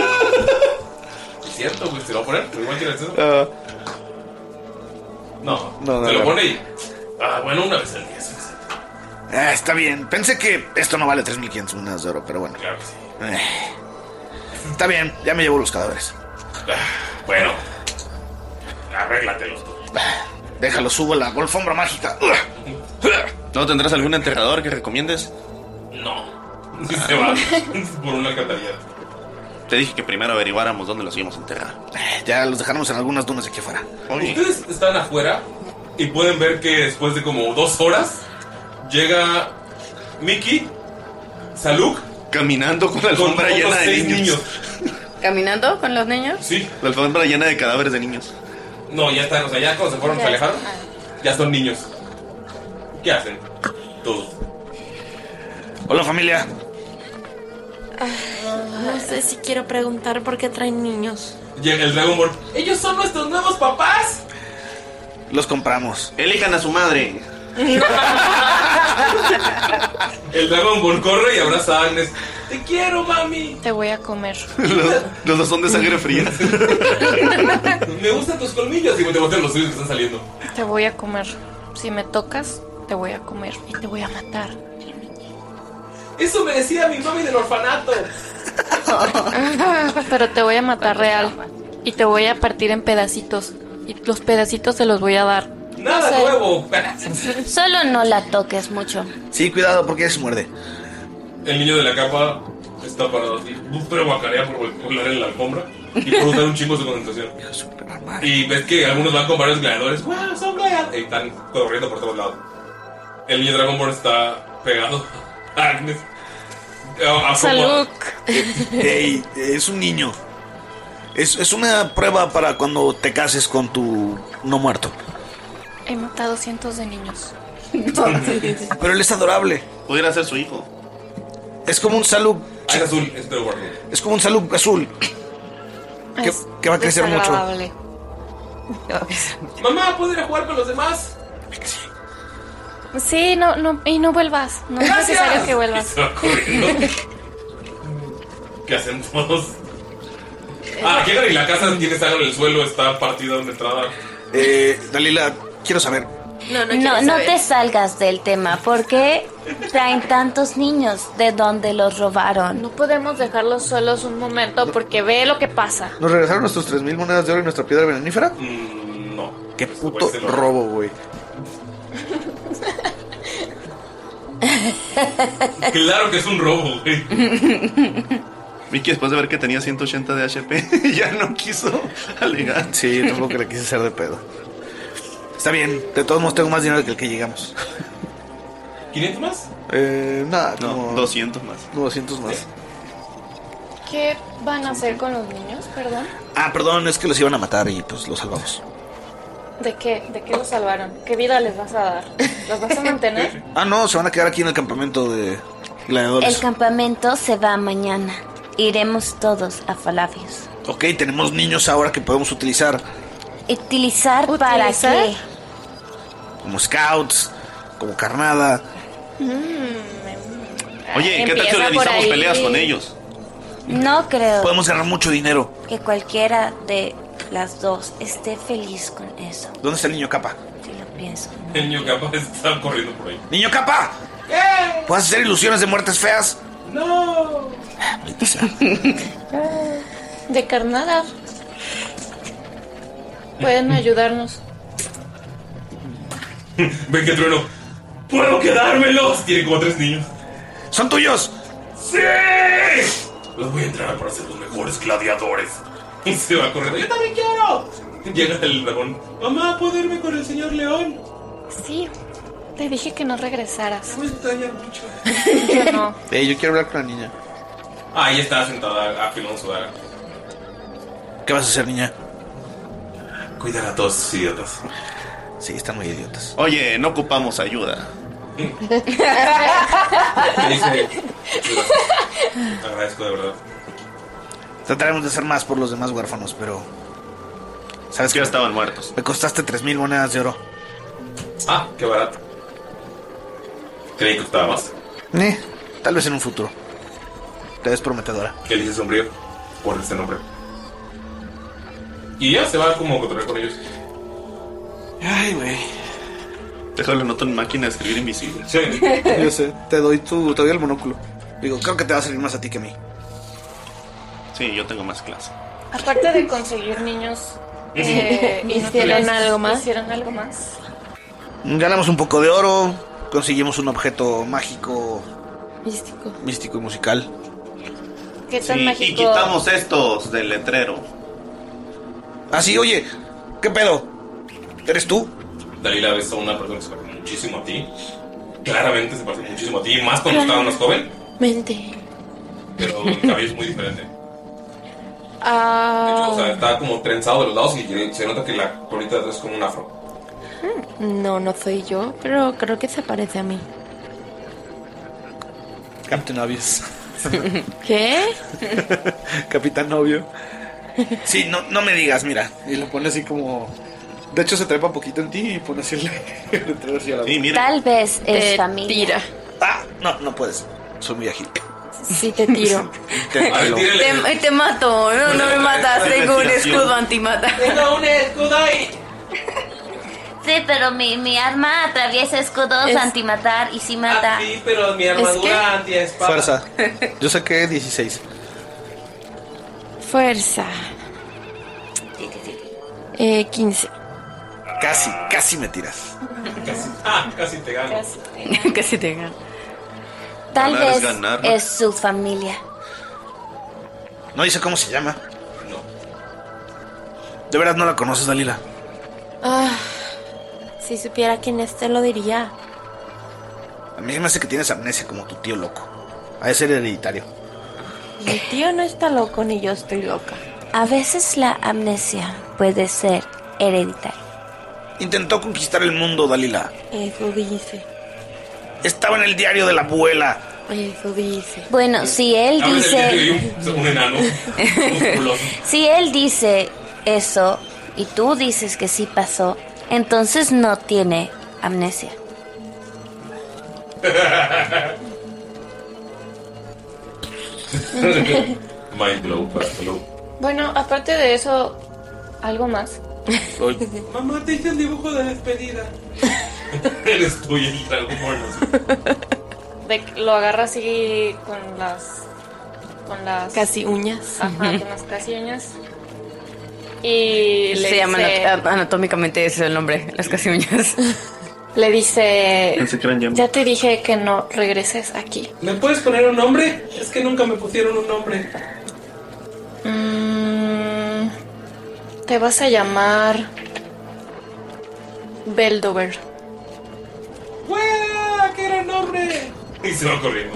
Es cierto, güey, se lo va a poner. pero Igual que deténlo.
Ah,
No,
No, no,
se lo
no.
pone y. Ah, bueno, una vez al día. sí, sí.
ah, está bien. Pensé que esto no vale 3.500 monedas de oro, pero bueno.
Claro que sí.
Eh. Está bien, ya me llevo los cadáveres.
Ah, Bueno, arréglatelos tú.
Déjalo, subo a la alfombra mágica.
¿No tendrás algún enterrador que recomiendes?
No. Se va (laughs) por una alcantarilla.
Te dije que primero averiguáramos dónde los íbamos a enterrar.
Eh, Ya los dejaremos en algunas dunas de aquí afuera.
Ustedes están afuera y pueden ver que después de como dos horas llega Mickey, Saluk.
Caminando con la alfombra
otros
llena de
seis
niños.
¿Caminando con los niños?
Sí.
La alfombra llena de cadáveres de niños.
No, ya están, o sea, ya cuando se fueron, se alejaron. Ya son niños. ¿Qué hacen? Todos.
Hola, familia.
No sé si quiero preguntar por qué traen niños.
Llega el Dragonborn. Ellos son nuestros nuevos papás.
Los compramos.
Elijan a su madre.
(laughs) El Dragonborn corre y abraza a Agnes. Te quiero, mami.
Te voy
(laughs)
a comer.
Los, los dos son de sangre fría.
Me gustan tus colmillos. Y te botan los suyos que están saliendo.
Te voy a comer. Si me tocas, te voy a comer y te voy a matar.
Eso me decía mi mami del orfanato.
(laughs) Pero te voy a matar real. Y te voy a partir en pedacitos. Y los pedacitos te los voy a dar.
Nada nuevo.
Solo no la toques mucho.
Sí, cuidado porque se muerde.
El niño de la capa está parado así, pero guacarea por volar en la alfombra y por usar un chingo su concentración. Y ves que algunos van con varios gladiadores ¡Wow, son gladiadores! y están corriendo por todos lados. El niño Dragonborn está pegado a Agnes. A- a su-
Salud.
Ey, es un niño. Es, es una prueba para cuando te cases con tu no muerto.
He matado cientos de niños.
Pero él es adorable.
Pudiera ser su hijo.
Es como un salud.
Ah, es azul, es de guardia.
Es como un salud azul. Que, que va a crecer mucho.
Desagradable.
Mamá, ¿puedo ir a jugar con los demás?
Sí, no, no, y no vuelvas. No es
Gracias.
necesario que vuelvas.
Se va corriendo. ¿Qué hacen todos? Ah, llegan y la casa tiene sangre en el suelo, está partida una entrada.
Eh, Dalila, quiero saber.
No, no, te salgas del tema. ¿Por qué traen tantos niños? ¿De dónde los robaron?
No podemos dejarlos solos un momento porque ve lo que pasa.
¿Nos regresaron nuestros 3.000 monedas de oro y nuestra piedra veranífera?
Mm,
no.
Qué puto
Pues se lo-
robo, güey.
Claro que es un robo, güey.
Vicky, después de ver que tenía 180 de HP, (laughs) ya no quiso alegar.
Sí, tampoco le quise hacer de pedo. Está bien, de todos modos tengo más dinero que el que llegamos.
¿500 más?
Eh, nada,
No,
como
200 más.
200 más.
¿Qué van a hacer con los niños? Perdón.
Ah, perdón, es que los iban a matar y pues los salvamos.
¿De qué? ¿De qué los salvaron? ¿Qué vida les vas a dar? ¿Los vas a
(laughs)
mantener?
Ah, no, se van a quedar aquí en el campamento de
El
gladiadores.
campamento se va mañana. Iremos todos a Falafius.
ok, tenemos niños ahora que podemos utilizar
¿Utilizar, para
¿Utilizar?
qué?
como scouts, como carnada.
Oye, ¿qué tal si organizamos peleas con ellos?
No creo
Podemos ganar mucho dinero.
que cualquiera de las dos esté feliz con eso.
¿Dónde está el niño capa?
Pienso.
El niño capaz está corriendo por ahí.
¡Niño capa! ¿Puedes hacer ilusiones de muertes feas?
¡Eh! ¡No!
De carnada.
Pueden ayudarnos.
(laughs) Ven que trueno. ¡Puedo quedármelos! Tiene como tres niños.
¡Son tuyos!
¡Sí! Los voy a entrenar para ser los mejores gladiadores. (laughs) Y se va corriendo. ¡Yo también quiero! Llega el dragón. Mamá, ¿puedo irme con el señor León?
Sí, te dije que no regresaras.
mucho.
Yo no.
Eh, yo quiero hablar con la niña.
Ahí está sentada afilando su daga.
¿Qué vas a hacer, niña?
Cuidar a todos esos idiotas.
Sí, están muy idiotas.
Oye, no ocupamos ayuda.
Me dice, "Te agradezco de verdad.
Trataremos de hacer más por los demás huérfanos, pero. ¿Sabes que ya
estaban muertos?
Me costaste 3.000 monedas de oro.
Ah, qué barato. Creí que costaba más.
Eh, tal vez en un futuro. Te ves prometedora.
¿Qué le dice sombrío? Por este nombre. Y ya se va como a cotorrear con ellos.
Ay, güey.
Déjalo anoto en máquina de escribir invisible. (laughs)
(laughs)
Sí.
Yo sé, te doy tu, te doy el monóculo. Digo, creo que te va a servir más a ti que a mí.
Sí, yo tengo más clase.
Aparte de conseguir niños. eh, y no
¿Hicieron
tuvieron-
algo más?
¿Hicieron algo más?
Ganamos un poco de oro, conseguimos un objeto mágico,
Místico.
místico y musical.
¿Qué tan mágico?
y quitamos estos del letrero.
Así, Ah, oye, ¿qué pedo? ¿Eres tú?
Dalila ves a una persona que se parece muchísimo a ti. Claramente se parece muchísimo a ti, más cuando estaba más joven,
Mente.
pero el cabello es muy diferente.
Ah.
O sea, está como trenzado de los lados y se nota que la colita de atrás es como un afro.
No, no soy yo, pero creo que se parece a mí.
Capitán
(laughs)
Obvious.
¿Qué?
(laughs) Capitán Obvio. Sí, no, no me digas, mira. Y lo pone así como. De hecho, se trepa poquito en ti y pone así el, (laughs) el letrero hacia la Sí,
Tal vez es
Te
familia.
tira.
No, no puedes. Soy muy ágil.
Sí, te tiro.
(laughs) Te jalo.
te, te mato. No, no me matas. Tengo un
Respiración.
escudo antimata.
Tengo un escudo ahí.
(laughs)
Sí, pero mi, mi arma atraviesa escudos
Es-
antimatar y sí mata.
Sí, pero mi
armadura
antiespada.
Fuerza. (laughs) Yo saqué 16.
Fuerza. Eh,
(laughs)
15.
Casi, casi me tiras.
Casi, ah, casi te gano.
Casi te gano.
Tal
Ganar es
vez
ganar, ¿no?
es su familia.
No dice cómo se llama. De verdad no la conoces, Dalila.
Ah, si supiera quién es, te lo diría.
A mí se me hace que tienes amnesia como tu tío loco. A ese hereditario.
Mi tío no está loco ni yo estoy loca.
A veces la amnesia puede ser hereditaria.
Intentó conquistar el mundo, Dalila.
Eso dice.
Estaba en el diario de la abuela.
Eso dice.
Bueno, si él
Ah,
Habla del
dice,
Un enano.
si él dice eso y tú dices que sí pasó, entonces no tiene amnesia.
(laughs) Mind blow, para blow.
Bueno, aparte de eso, algo más.
(laughs) Mamá, te hice el dibujo de despedida. Eres tú y el dragón. bueno,
De que lo agarra así con las. Con las.
Casi uñas.
Ajá, con las casi uñas. Y le
Se llama
dice.
anat- anatómicamente ese es el nombre, las casi uñas.
Le dice.
Pensé que eran llamas.
Ya te dije que no regreses aquí.
¿Me puedes poner un nombre? Es que nunca me pusieron un nombre.
Mm, te vas a llamar. Beldover.
¡Fuera! ¡Qué gran nombre! Y se va corriendo.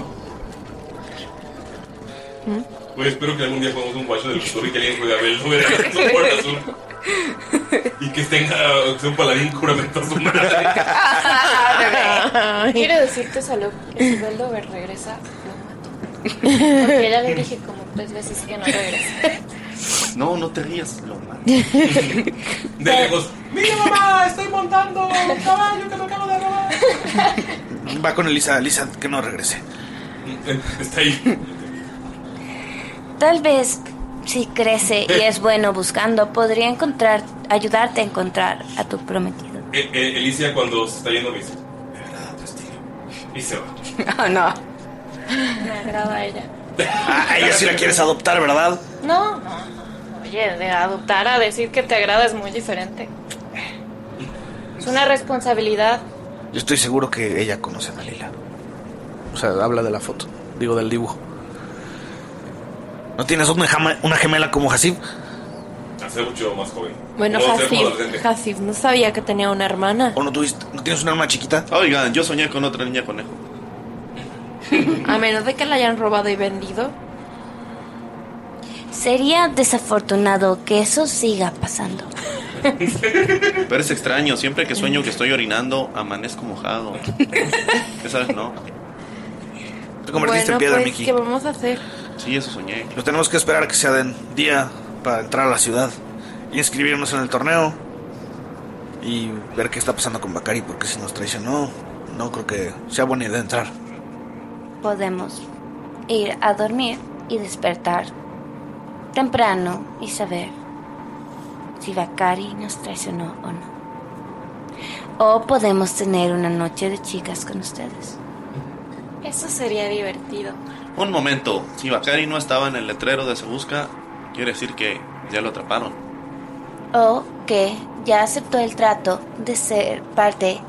Güey, espero que algún día pongamos un guacho del futuro y que alguien juegue a Belduera (laughs) por azul. Y que tenga que sea un paladín juramento a su madre.
Quiero decirte, Salud, que si Beldover regresa, lo mato. Porque ya le dije como tres veces que no regresa.
No, no te rías, lo (laughs) mato.
De lejos. ¡Mira, mamá! ¡Estoy montando un caballo que me acabo de robar!
Va con Elisa, Elisa, que no regrese.
Eh, Está ahí.
Tal vez si crece y es bueno buscando, podría encontrar, ayudarte a encontrar a tu prometido.
Eh, eh, Elicia, cuando se está yendo, me dice: Me agrada tu estilo. Y se va.
Ah, no.
Me agrada ella.
Ah, ella sí la quieres adoptar, ¿verdad?
No, no, no, Oye, de adoptar a decir que te agrada es muy diferente. Es una responsabilidad.
Yo estoy seguro que ella conoce a Malila. O sea, habla de la foto. Digo, del dibujo. ¿No tienes una, jama- una gemela como Hasib?
Hace mucho más joven.
Bueno,
No sé,
Hasib,
adolescente.
Hasib no sabía que tenía una hermana.
¿O no, tuviste, no tienes una hermana chiquita?
Oigan, yo soñé con otra niña conejo.
A menos de que la hayan robado y vendido.
Sería desafortunado que eso siga pasando.
Pero es extraño, siempre que sueño que estoy orinando, amanezco
(laughs)
mojado. Esa vez no.
Te convertiste en piedra,
pues,
Mickey.
¿qué vamos a hacer?
Sí, eso soñé.
Nos tenemos que esperar a que sea de día para entrar a la ciudad. Y inscribirnos en el torneo. Y ver qué está pasando con Bakari, porque si nos traicionó, no creo que sea buena idea entrar.
Podemos ir a dormir y despertar temprano y saber si Bakari nos traicionó o no. O podemos tener una noche de chicas con ustedes.
Eso sería divertido.
Un momento, si Bakari no estaba en el letrero de Se Busca, quiere decir que ya lo atraparon.
O que ya aceptó el trato de ser parte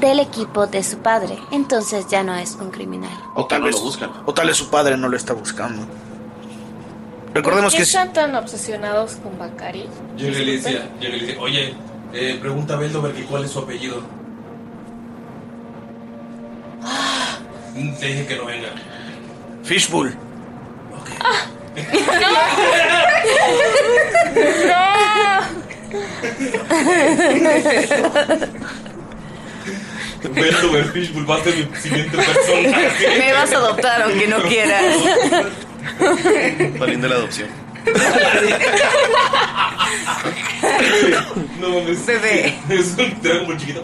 del equipo de su padre. Entonces ya no es un criminal.
O tal, vez, o tal vez su padre no lo está buscando.
¿Por
Recordemos
qué
que...
están tan obsesionados con Bacari?
Llega y le dice, llega y le dice, oye, eh, pregunta a Beldover que cuál es su apellido. Ah. Le dije que no venga.
Fishbull.
Beldover Fishbull va a ser mi
(laughs)
siguiente personaje.
Me vas a adoptar aunque no quieras.
Valiendo la adopción.
(laughs) No mames.
Bebé.
(laughs) Es un dragón muy chiquito.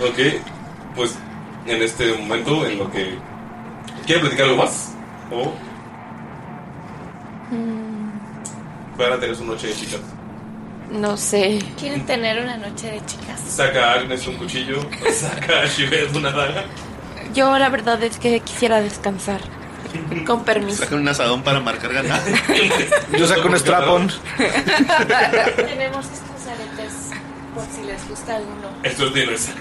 Ok, pues en este momento, en lo que. ¿Quiere platicar algo más? ¿O
Mm,
van a tener su noche de chicas?
No sé.
¿Quieren tener una (laughs) noche de chicas?
Saca a Agnes un cuchillo, saca a Shivet una daga.
Yo la verdad es que quisiera descansar. Con permiso.
Saca un asadón para marcar ganado.
Yo saco un strapón.
Tenemos estos aretes por si les gusta (laughs) alguno.
Esto es de nuestra.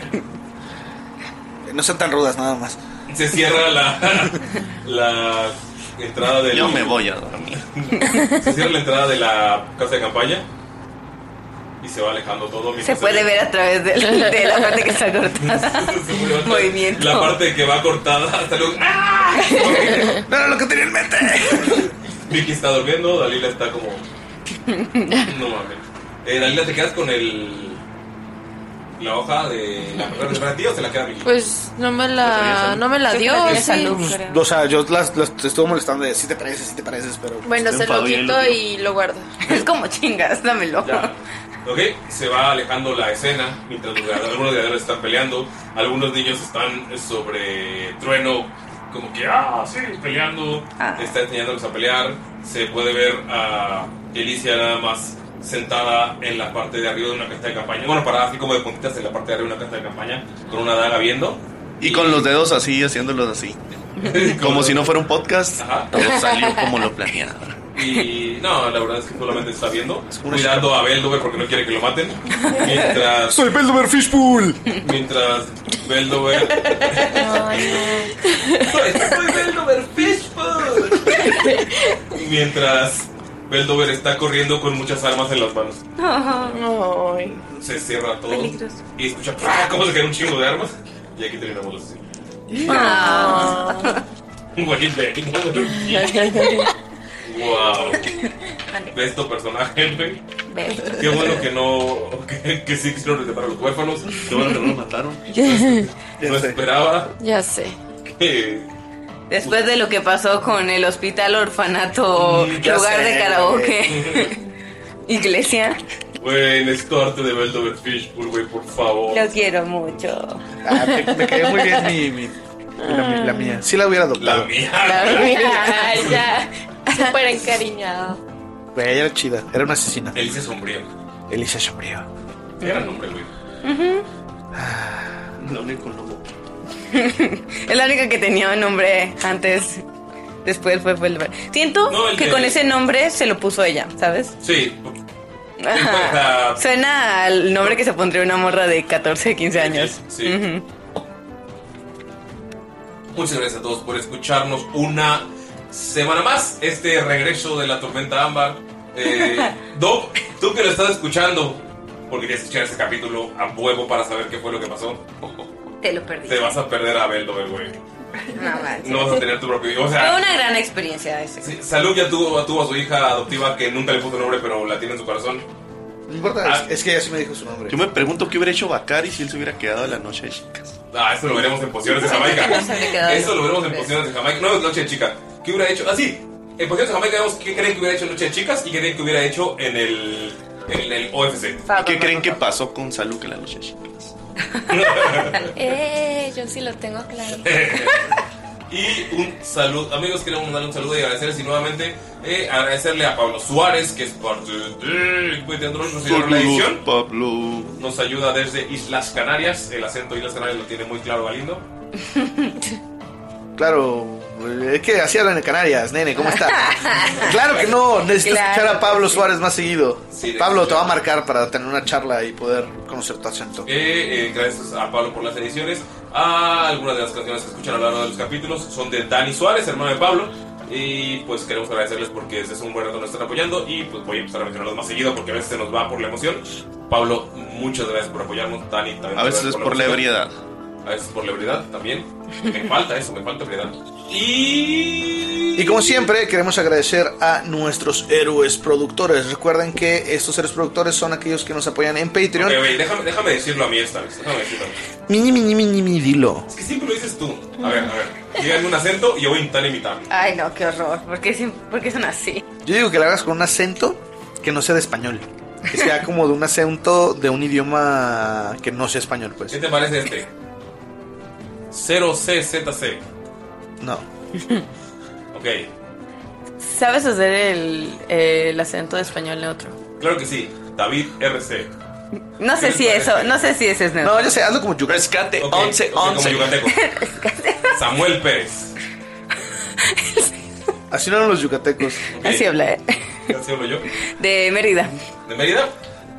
No sean tan rudas nada más.
Se cierra la, (laughs) la entrada de. Yo me voy a dormir. Se cierra la entrada de la casa de campaña y se va alejando todo.
Se
mientras
puede ver a través del- de, la parte que está cortada. Movimiento.
La parte que va cortada
(laughs)
hasta luego. ¡Ah!
¡No era lo que tenía en mente!
Vicky está durmiendo, Dalila está como. (coughs) No mames. Eh, Dalila, ¿te quedas con el. la hoja de la persona que te ti o se la queda Vicky?
Pues no me la, no me la dio. sí.
Pues, O sea, yo las, las te estuve molestando de si te pareces, si te pareces, pero. pues,
Bueno, se lo quito
y.
y lo
(laughs)
guardo. Es como chingas, dámelo. (laughs)
Ok, se va alejando la escena mientras los gladiadores- algunos gladiadores están peleando, algunos niños están sobre trueno, como que, ah, sí, peleando, está enseñándolos a pelear, se puede ver a Elicia nada más sentada en la parte de arriba de una cesta de campaña, bueno, parada así como de puntitas en la parte de arriba de una cesta de campaña, con una daga viendo,
Y con los dedos así, haciéndolos así. Como si no fuera un podcast, todo salió como lo planeado.
y no, la verdad es que solamente está viendo, cuidando a Beldover porque no quiere que lo maten, mientras,
¡Soy Beldover Fishpool!
mientras Beldover Mientras Beldover está corriendo con muchas armas en las manos.
Ay,
Se cierra todo.
Peligroso.
Y escucha ¡pra! cómo se caen un chingo de armas. Y aquí terminamos la (laughs) sesión. Güey, ve, no, Wow. ¿Ves tu personaje, güey? Qué bueno que no. Que, que sí quisieron rescatar a los huérfanos. Qué bueno que no los mataron. No esperaba
Ya sé.
que.
Después de lo que pasó con el hospital, orfanato,
ya
lugar
sé,
de karaoke, iglesia,
Güey, necesito arte de Beldover Fishpool, güey, por favor.
lo quiero mucho.
me, me cayó muy bien mi. mi- la,
Ah.
la mía. Sí la hubiera adoptado. La
mía.
Ay, ya. Súper encariñado.
Ella era chida, era una asesina.
Elisa Sombrío.
Elisa Sombrío.
Era el nombre, güey.
La única con lobo.
Es la única que tenía un nombre antes.
Después fue, fue el... Siento
No, el
que
de-
con ese nombre se lo puso ella, ¿sabes?
Sí. pues,
Ajá.
Ajá.
Suena al nombre que se pondría una morra de 14, 15 años.
Sí.
Ujú.
Muchas gracias a todos por escucharnos una semana más. Este regreso de la tormenta ámbar. Eh, Doc, tú que lo estás escuchando, porque querías escuchar este capítulo a huevo para saber qué fue lo que pasó.
Te lo perdí.
Te vas a perder a Abel, Dover, güey.
No manches.
No vas a tener tu propio. O
Fue
sea,
una gran experiencia ese.
Salud ya tuvo, tuvo a su hija adoptiva que nunca le puso nombre, pero la tiene en su corazón.
No importa, es, es que ella sí me dijo su nombre.
Yo me pregunto qué hubiera hecho Bakari si él se hubiera quedado la noche, chicas.
Ah, eso lo veremos en Pociones de Jamaica. Eso lo veremos en Pociones de Jamaica. No, es Noche de Chica. ¿Qué hubiera hecho? Ah, sí. En Pociones de Jamaica vemos qué creen que hubiera hecho en Noche de Chicas y qué creen que hubiera hecho en el, en el OFC.
¿Y qué creen que pasó con Saluk en la noche, chicas?
Eh, yo sí lo tengo claro.
y un saludo, amigos, queremos mandarle un saludo y agradecerles y nuevamente eh, agradecerle a Pablo Suárez, que es parte de pues, de Andrés, nos ayudó en la edición.
Pablo.
Nos ayuda desde Islas Canarias, el acento Islas Canarias lo tiene muy claro Galindo.
Claro, es que así hablan en Canarias, nene,
(laughs)
¿cómo está? claro que no, necesito
Claro
escuchar a Pablo Suárez más seguido.
Sí, de-
Pablo te va a marcar para tener una charla y poder conocer tu acento.
Eh, eh, gracias a Pablo por las ediciones. Ah, algunas de las canciones que escuchan a lo largo de los capítulos son de Dani Suárez, hermano de Pablo. Y pues queremos agradecerles porque desde hace un buen rato nos están apoyando. Y pues voy a empezar a mencionarlos más seguido porque a veces se nos va por la emoción. Pablo, muchas gracias por apoyarnos. Dani también.
A veces
gracias
es por la
emoción.
ebriedad.
A veces por la ebriedad también. Me falta eso, me falta ebriedad. Y.
Y como siempre, queremos agradecer a nuestros héroes productores. Recuerden que estos héroes productores son aquellos que nos apoyan en Patreon.
Ok, güey, déjame, déjame decirlo a mí esta vez. Déjame decirlo.
Mini, mini, mini, mini, dilo.
Es que siempre lo dices tú. A ver, a ver. Díganme un acento y yo voy a intentar imitarlo.
Ay, no, qué horror. ¿Por qué, sim- por qué son así?
Yo digo que la hagas con un acento que no sea de español. Que
(laughs)
sea como de un acento de un idioma que no sea español, pues.
¿Qué te parece este? 0CZC.
No.
Ok,
¿Sabes hacer el, eh, el acento de español neutro?
claro que sí. David RC.
No sé si eso, no sé si ese es neutro.
No, yo sé, hazlo como yucateco.
Rescate 11, 11. Como yucateco. (laughs) Samuel Pérez.
Así no eran los yucatecos.
Así habla, ¿eh?
¿Qué hablo yo?
De Mérida.
¿De Mérida?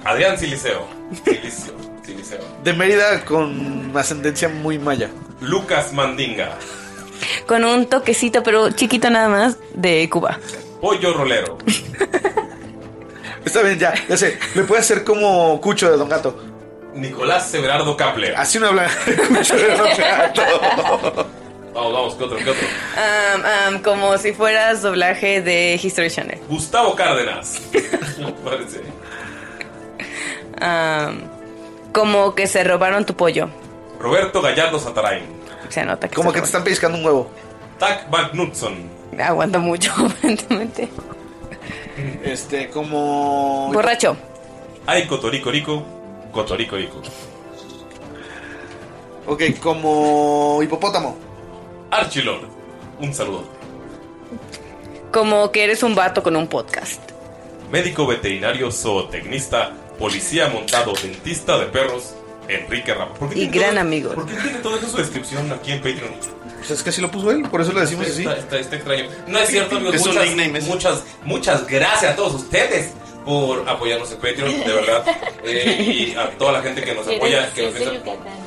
Adrián Siliceo. Siliceo. Siliceo.
De Mérida con ascendencia muy maya.
Lucas Mandinga.
Con un toquecito, pero chiquito nada más, de Cuba.
Pollo Rolero.
Está bien, ya, ya sé. Me puede hacer como Cucho de Don Gato.
Nicolás Severardo Capler.
Así no habla (laughs) Cucho de Don Gato.
Vamos, vamos, ¿qué otro? ¿Qué otro?
Um, um, como si fueras doblaje de History Channel.
Gustavo Cárdenas. (laughs) Parece.
Um, como que se robaron tu pollo.
Roberto Gallardo Satarain.
Se nota que.
Como que te están pescando un huevo.
Tac Magnutson.
Aguanta mucho, (laughs) aparentemente.
Este, como.
Borracho.
Ay, Cotorico Rico. Cotorico Rico.
Ok, como hipopótamo.
Archilor. Un saludo.
Como que eres un vato con un podcast.
Médico veterinario, zootecnista, policía montado, dentista de perros, Enrique Ramos. ¿Por qué
Y
tiene
gran
todo-
amigo.
¿Por qué tiene todo eso su descripción aquí en Patreon?
Pues es que así lo puso él, por eso lo decimos
está,
así.
Está, está extraño. No es cierto, amigos.
Es un
muchas, muchas, muchas gracias a todos ustedes por apoyarnos en Patreon, de
(laughs)
verdad. Eh, y a toda la gente que nos apoya, que nos piensa,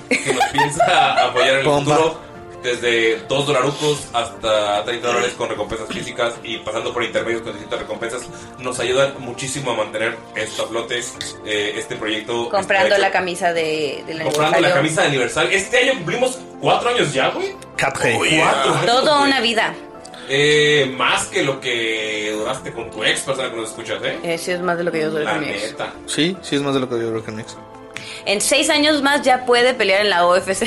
que nos piensa (laughs) apoyar en el futuro. Desde 2 dolarucos hasta 30 dólares con recompensas físicas y pasando por intermedios con distintas recompensas, nos ayudan muchísimo a mantener esta flote, eh, este proyecto.
Comprando
está
la
hecho-
camisa de, del
comprando la
aniversario.
camisa de aniversario. Este año cumplimos 4 años ya, güey.
Oye.
Cuatro años,
Toda
güey.
una vida.
Eh, más que lo que duraste con tu ex, persona que nos escuchas, ¿eh?
Eso es más de lo que yo soy
La
con mi ex.
neta.
Sí, sí es más de lo que yo creo
(laughs)
que Nex.
En seis años más ya puede pelear en la
(laughs)
OFC.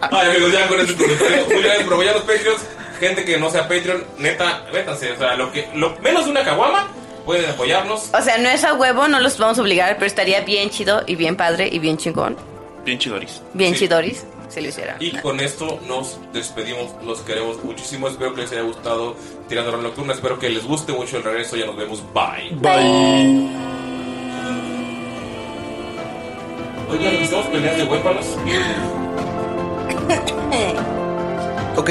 Ay, amigos, ya con este comentario. Muy bien, pero ya los Patreons, gente que no sea Patreon, neta, métanse. O sea, lo que, lo, menos de una caguama, pueden apoyarnos.
O sea, no es a huevo, no los vamos a obligar, pero estaría bien chido y bien padre y bien chingón.
Bien chidoris.
Bien
Sí.
chidoris, si lo hicieran.
Y con esto nos despedimos, los queremos muchísimo. Espero que les haya gustado Tirando la Nocturna. Espero que les guste mucho el regreso. Ya nos vemos. Bye.
Bye.
Oigan, ¿estamos peleando de huérfanos?
Ok.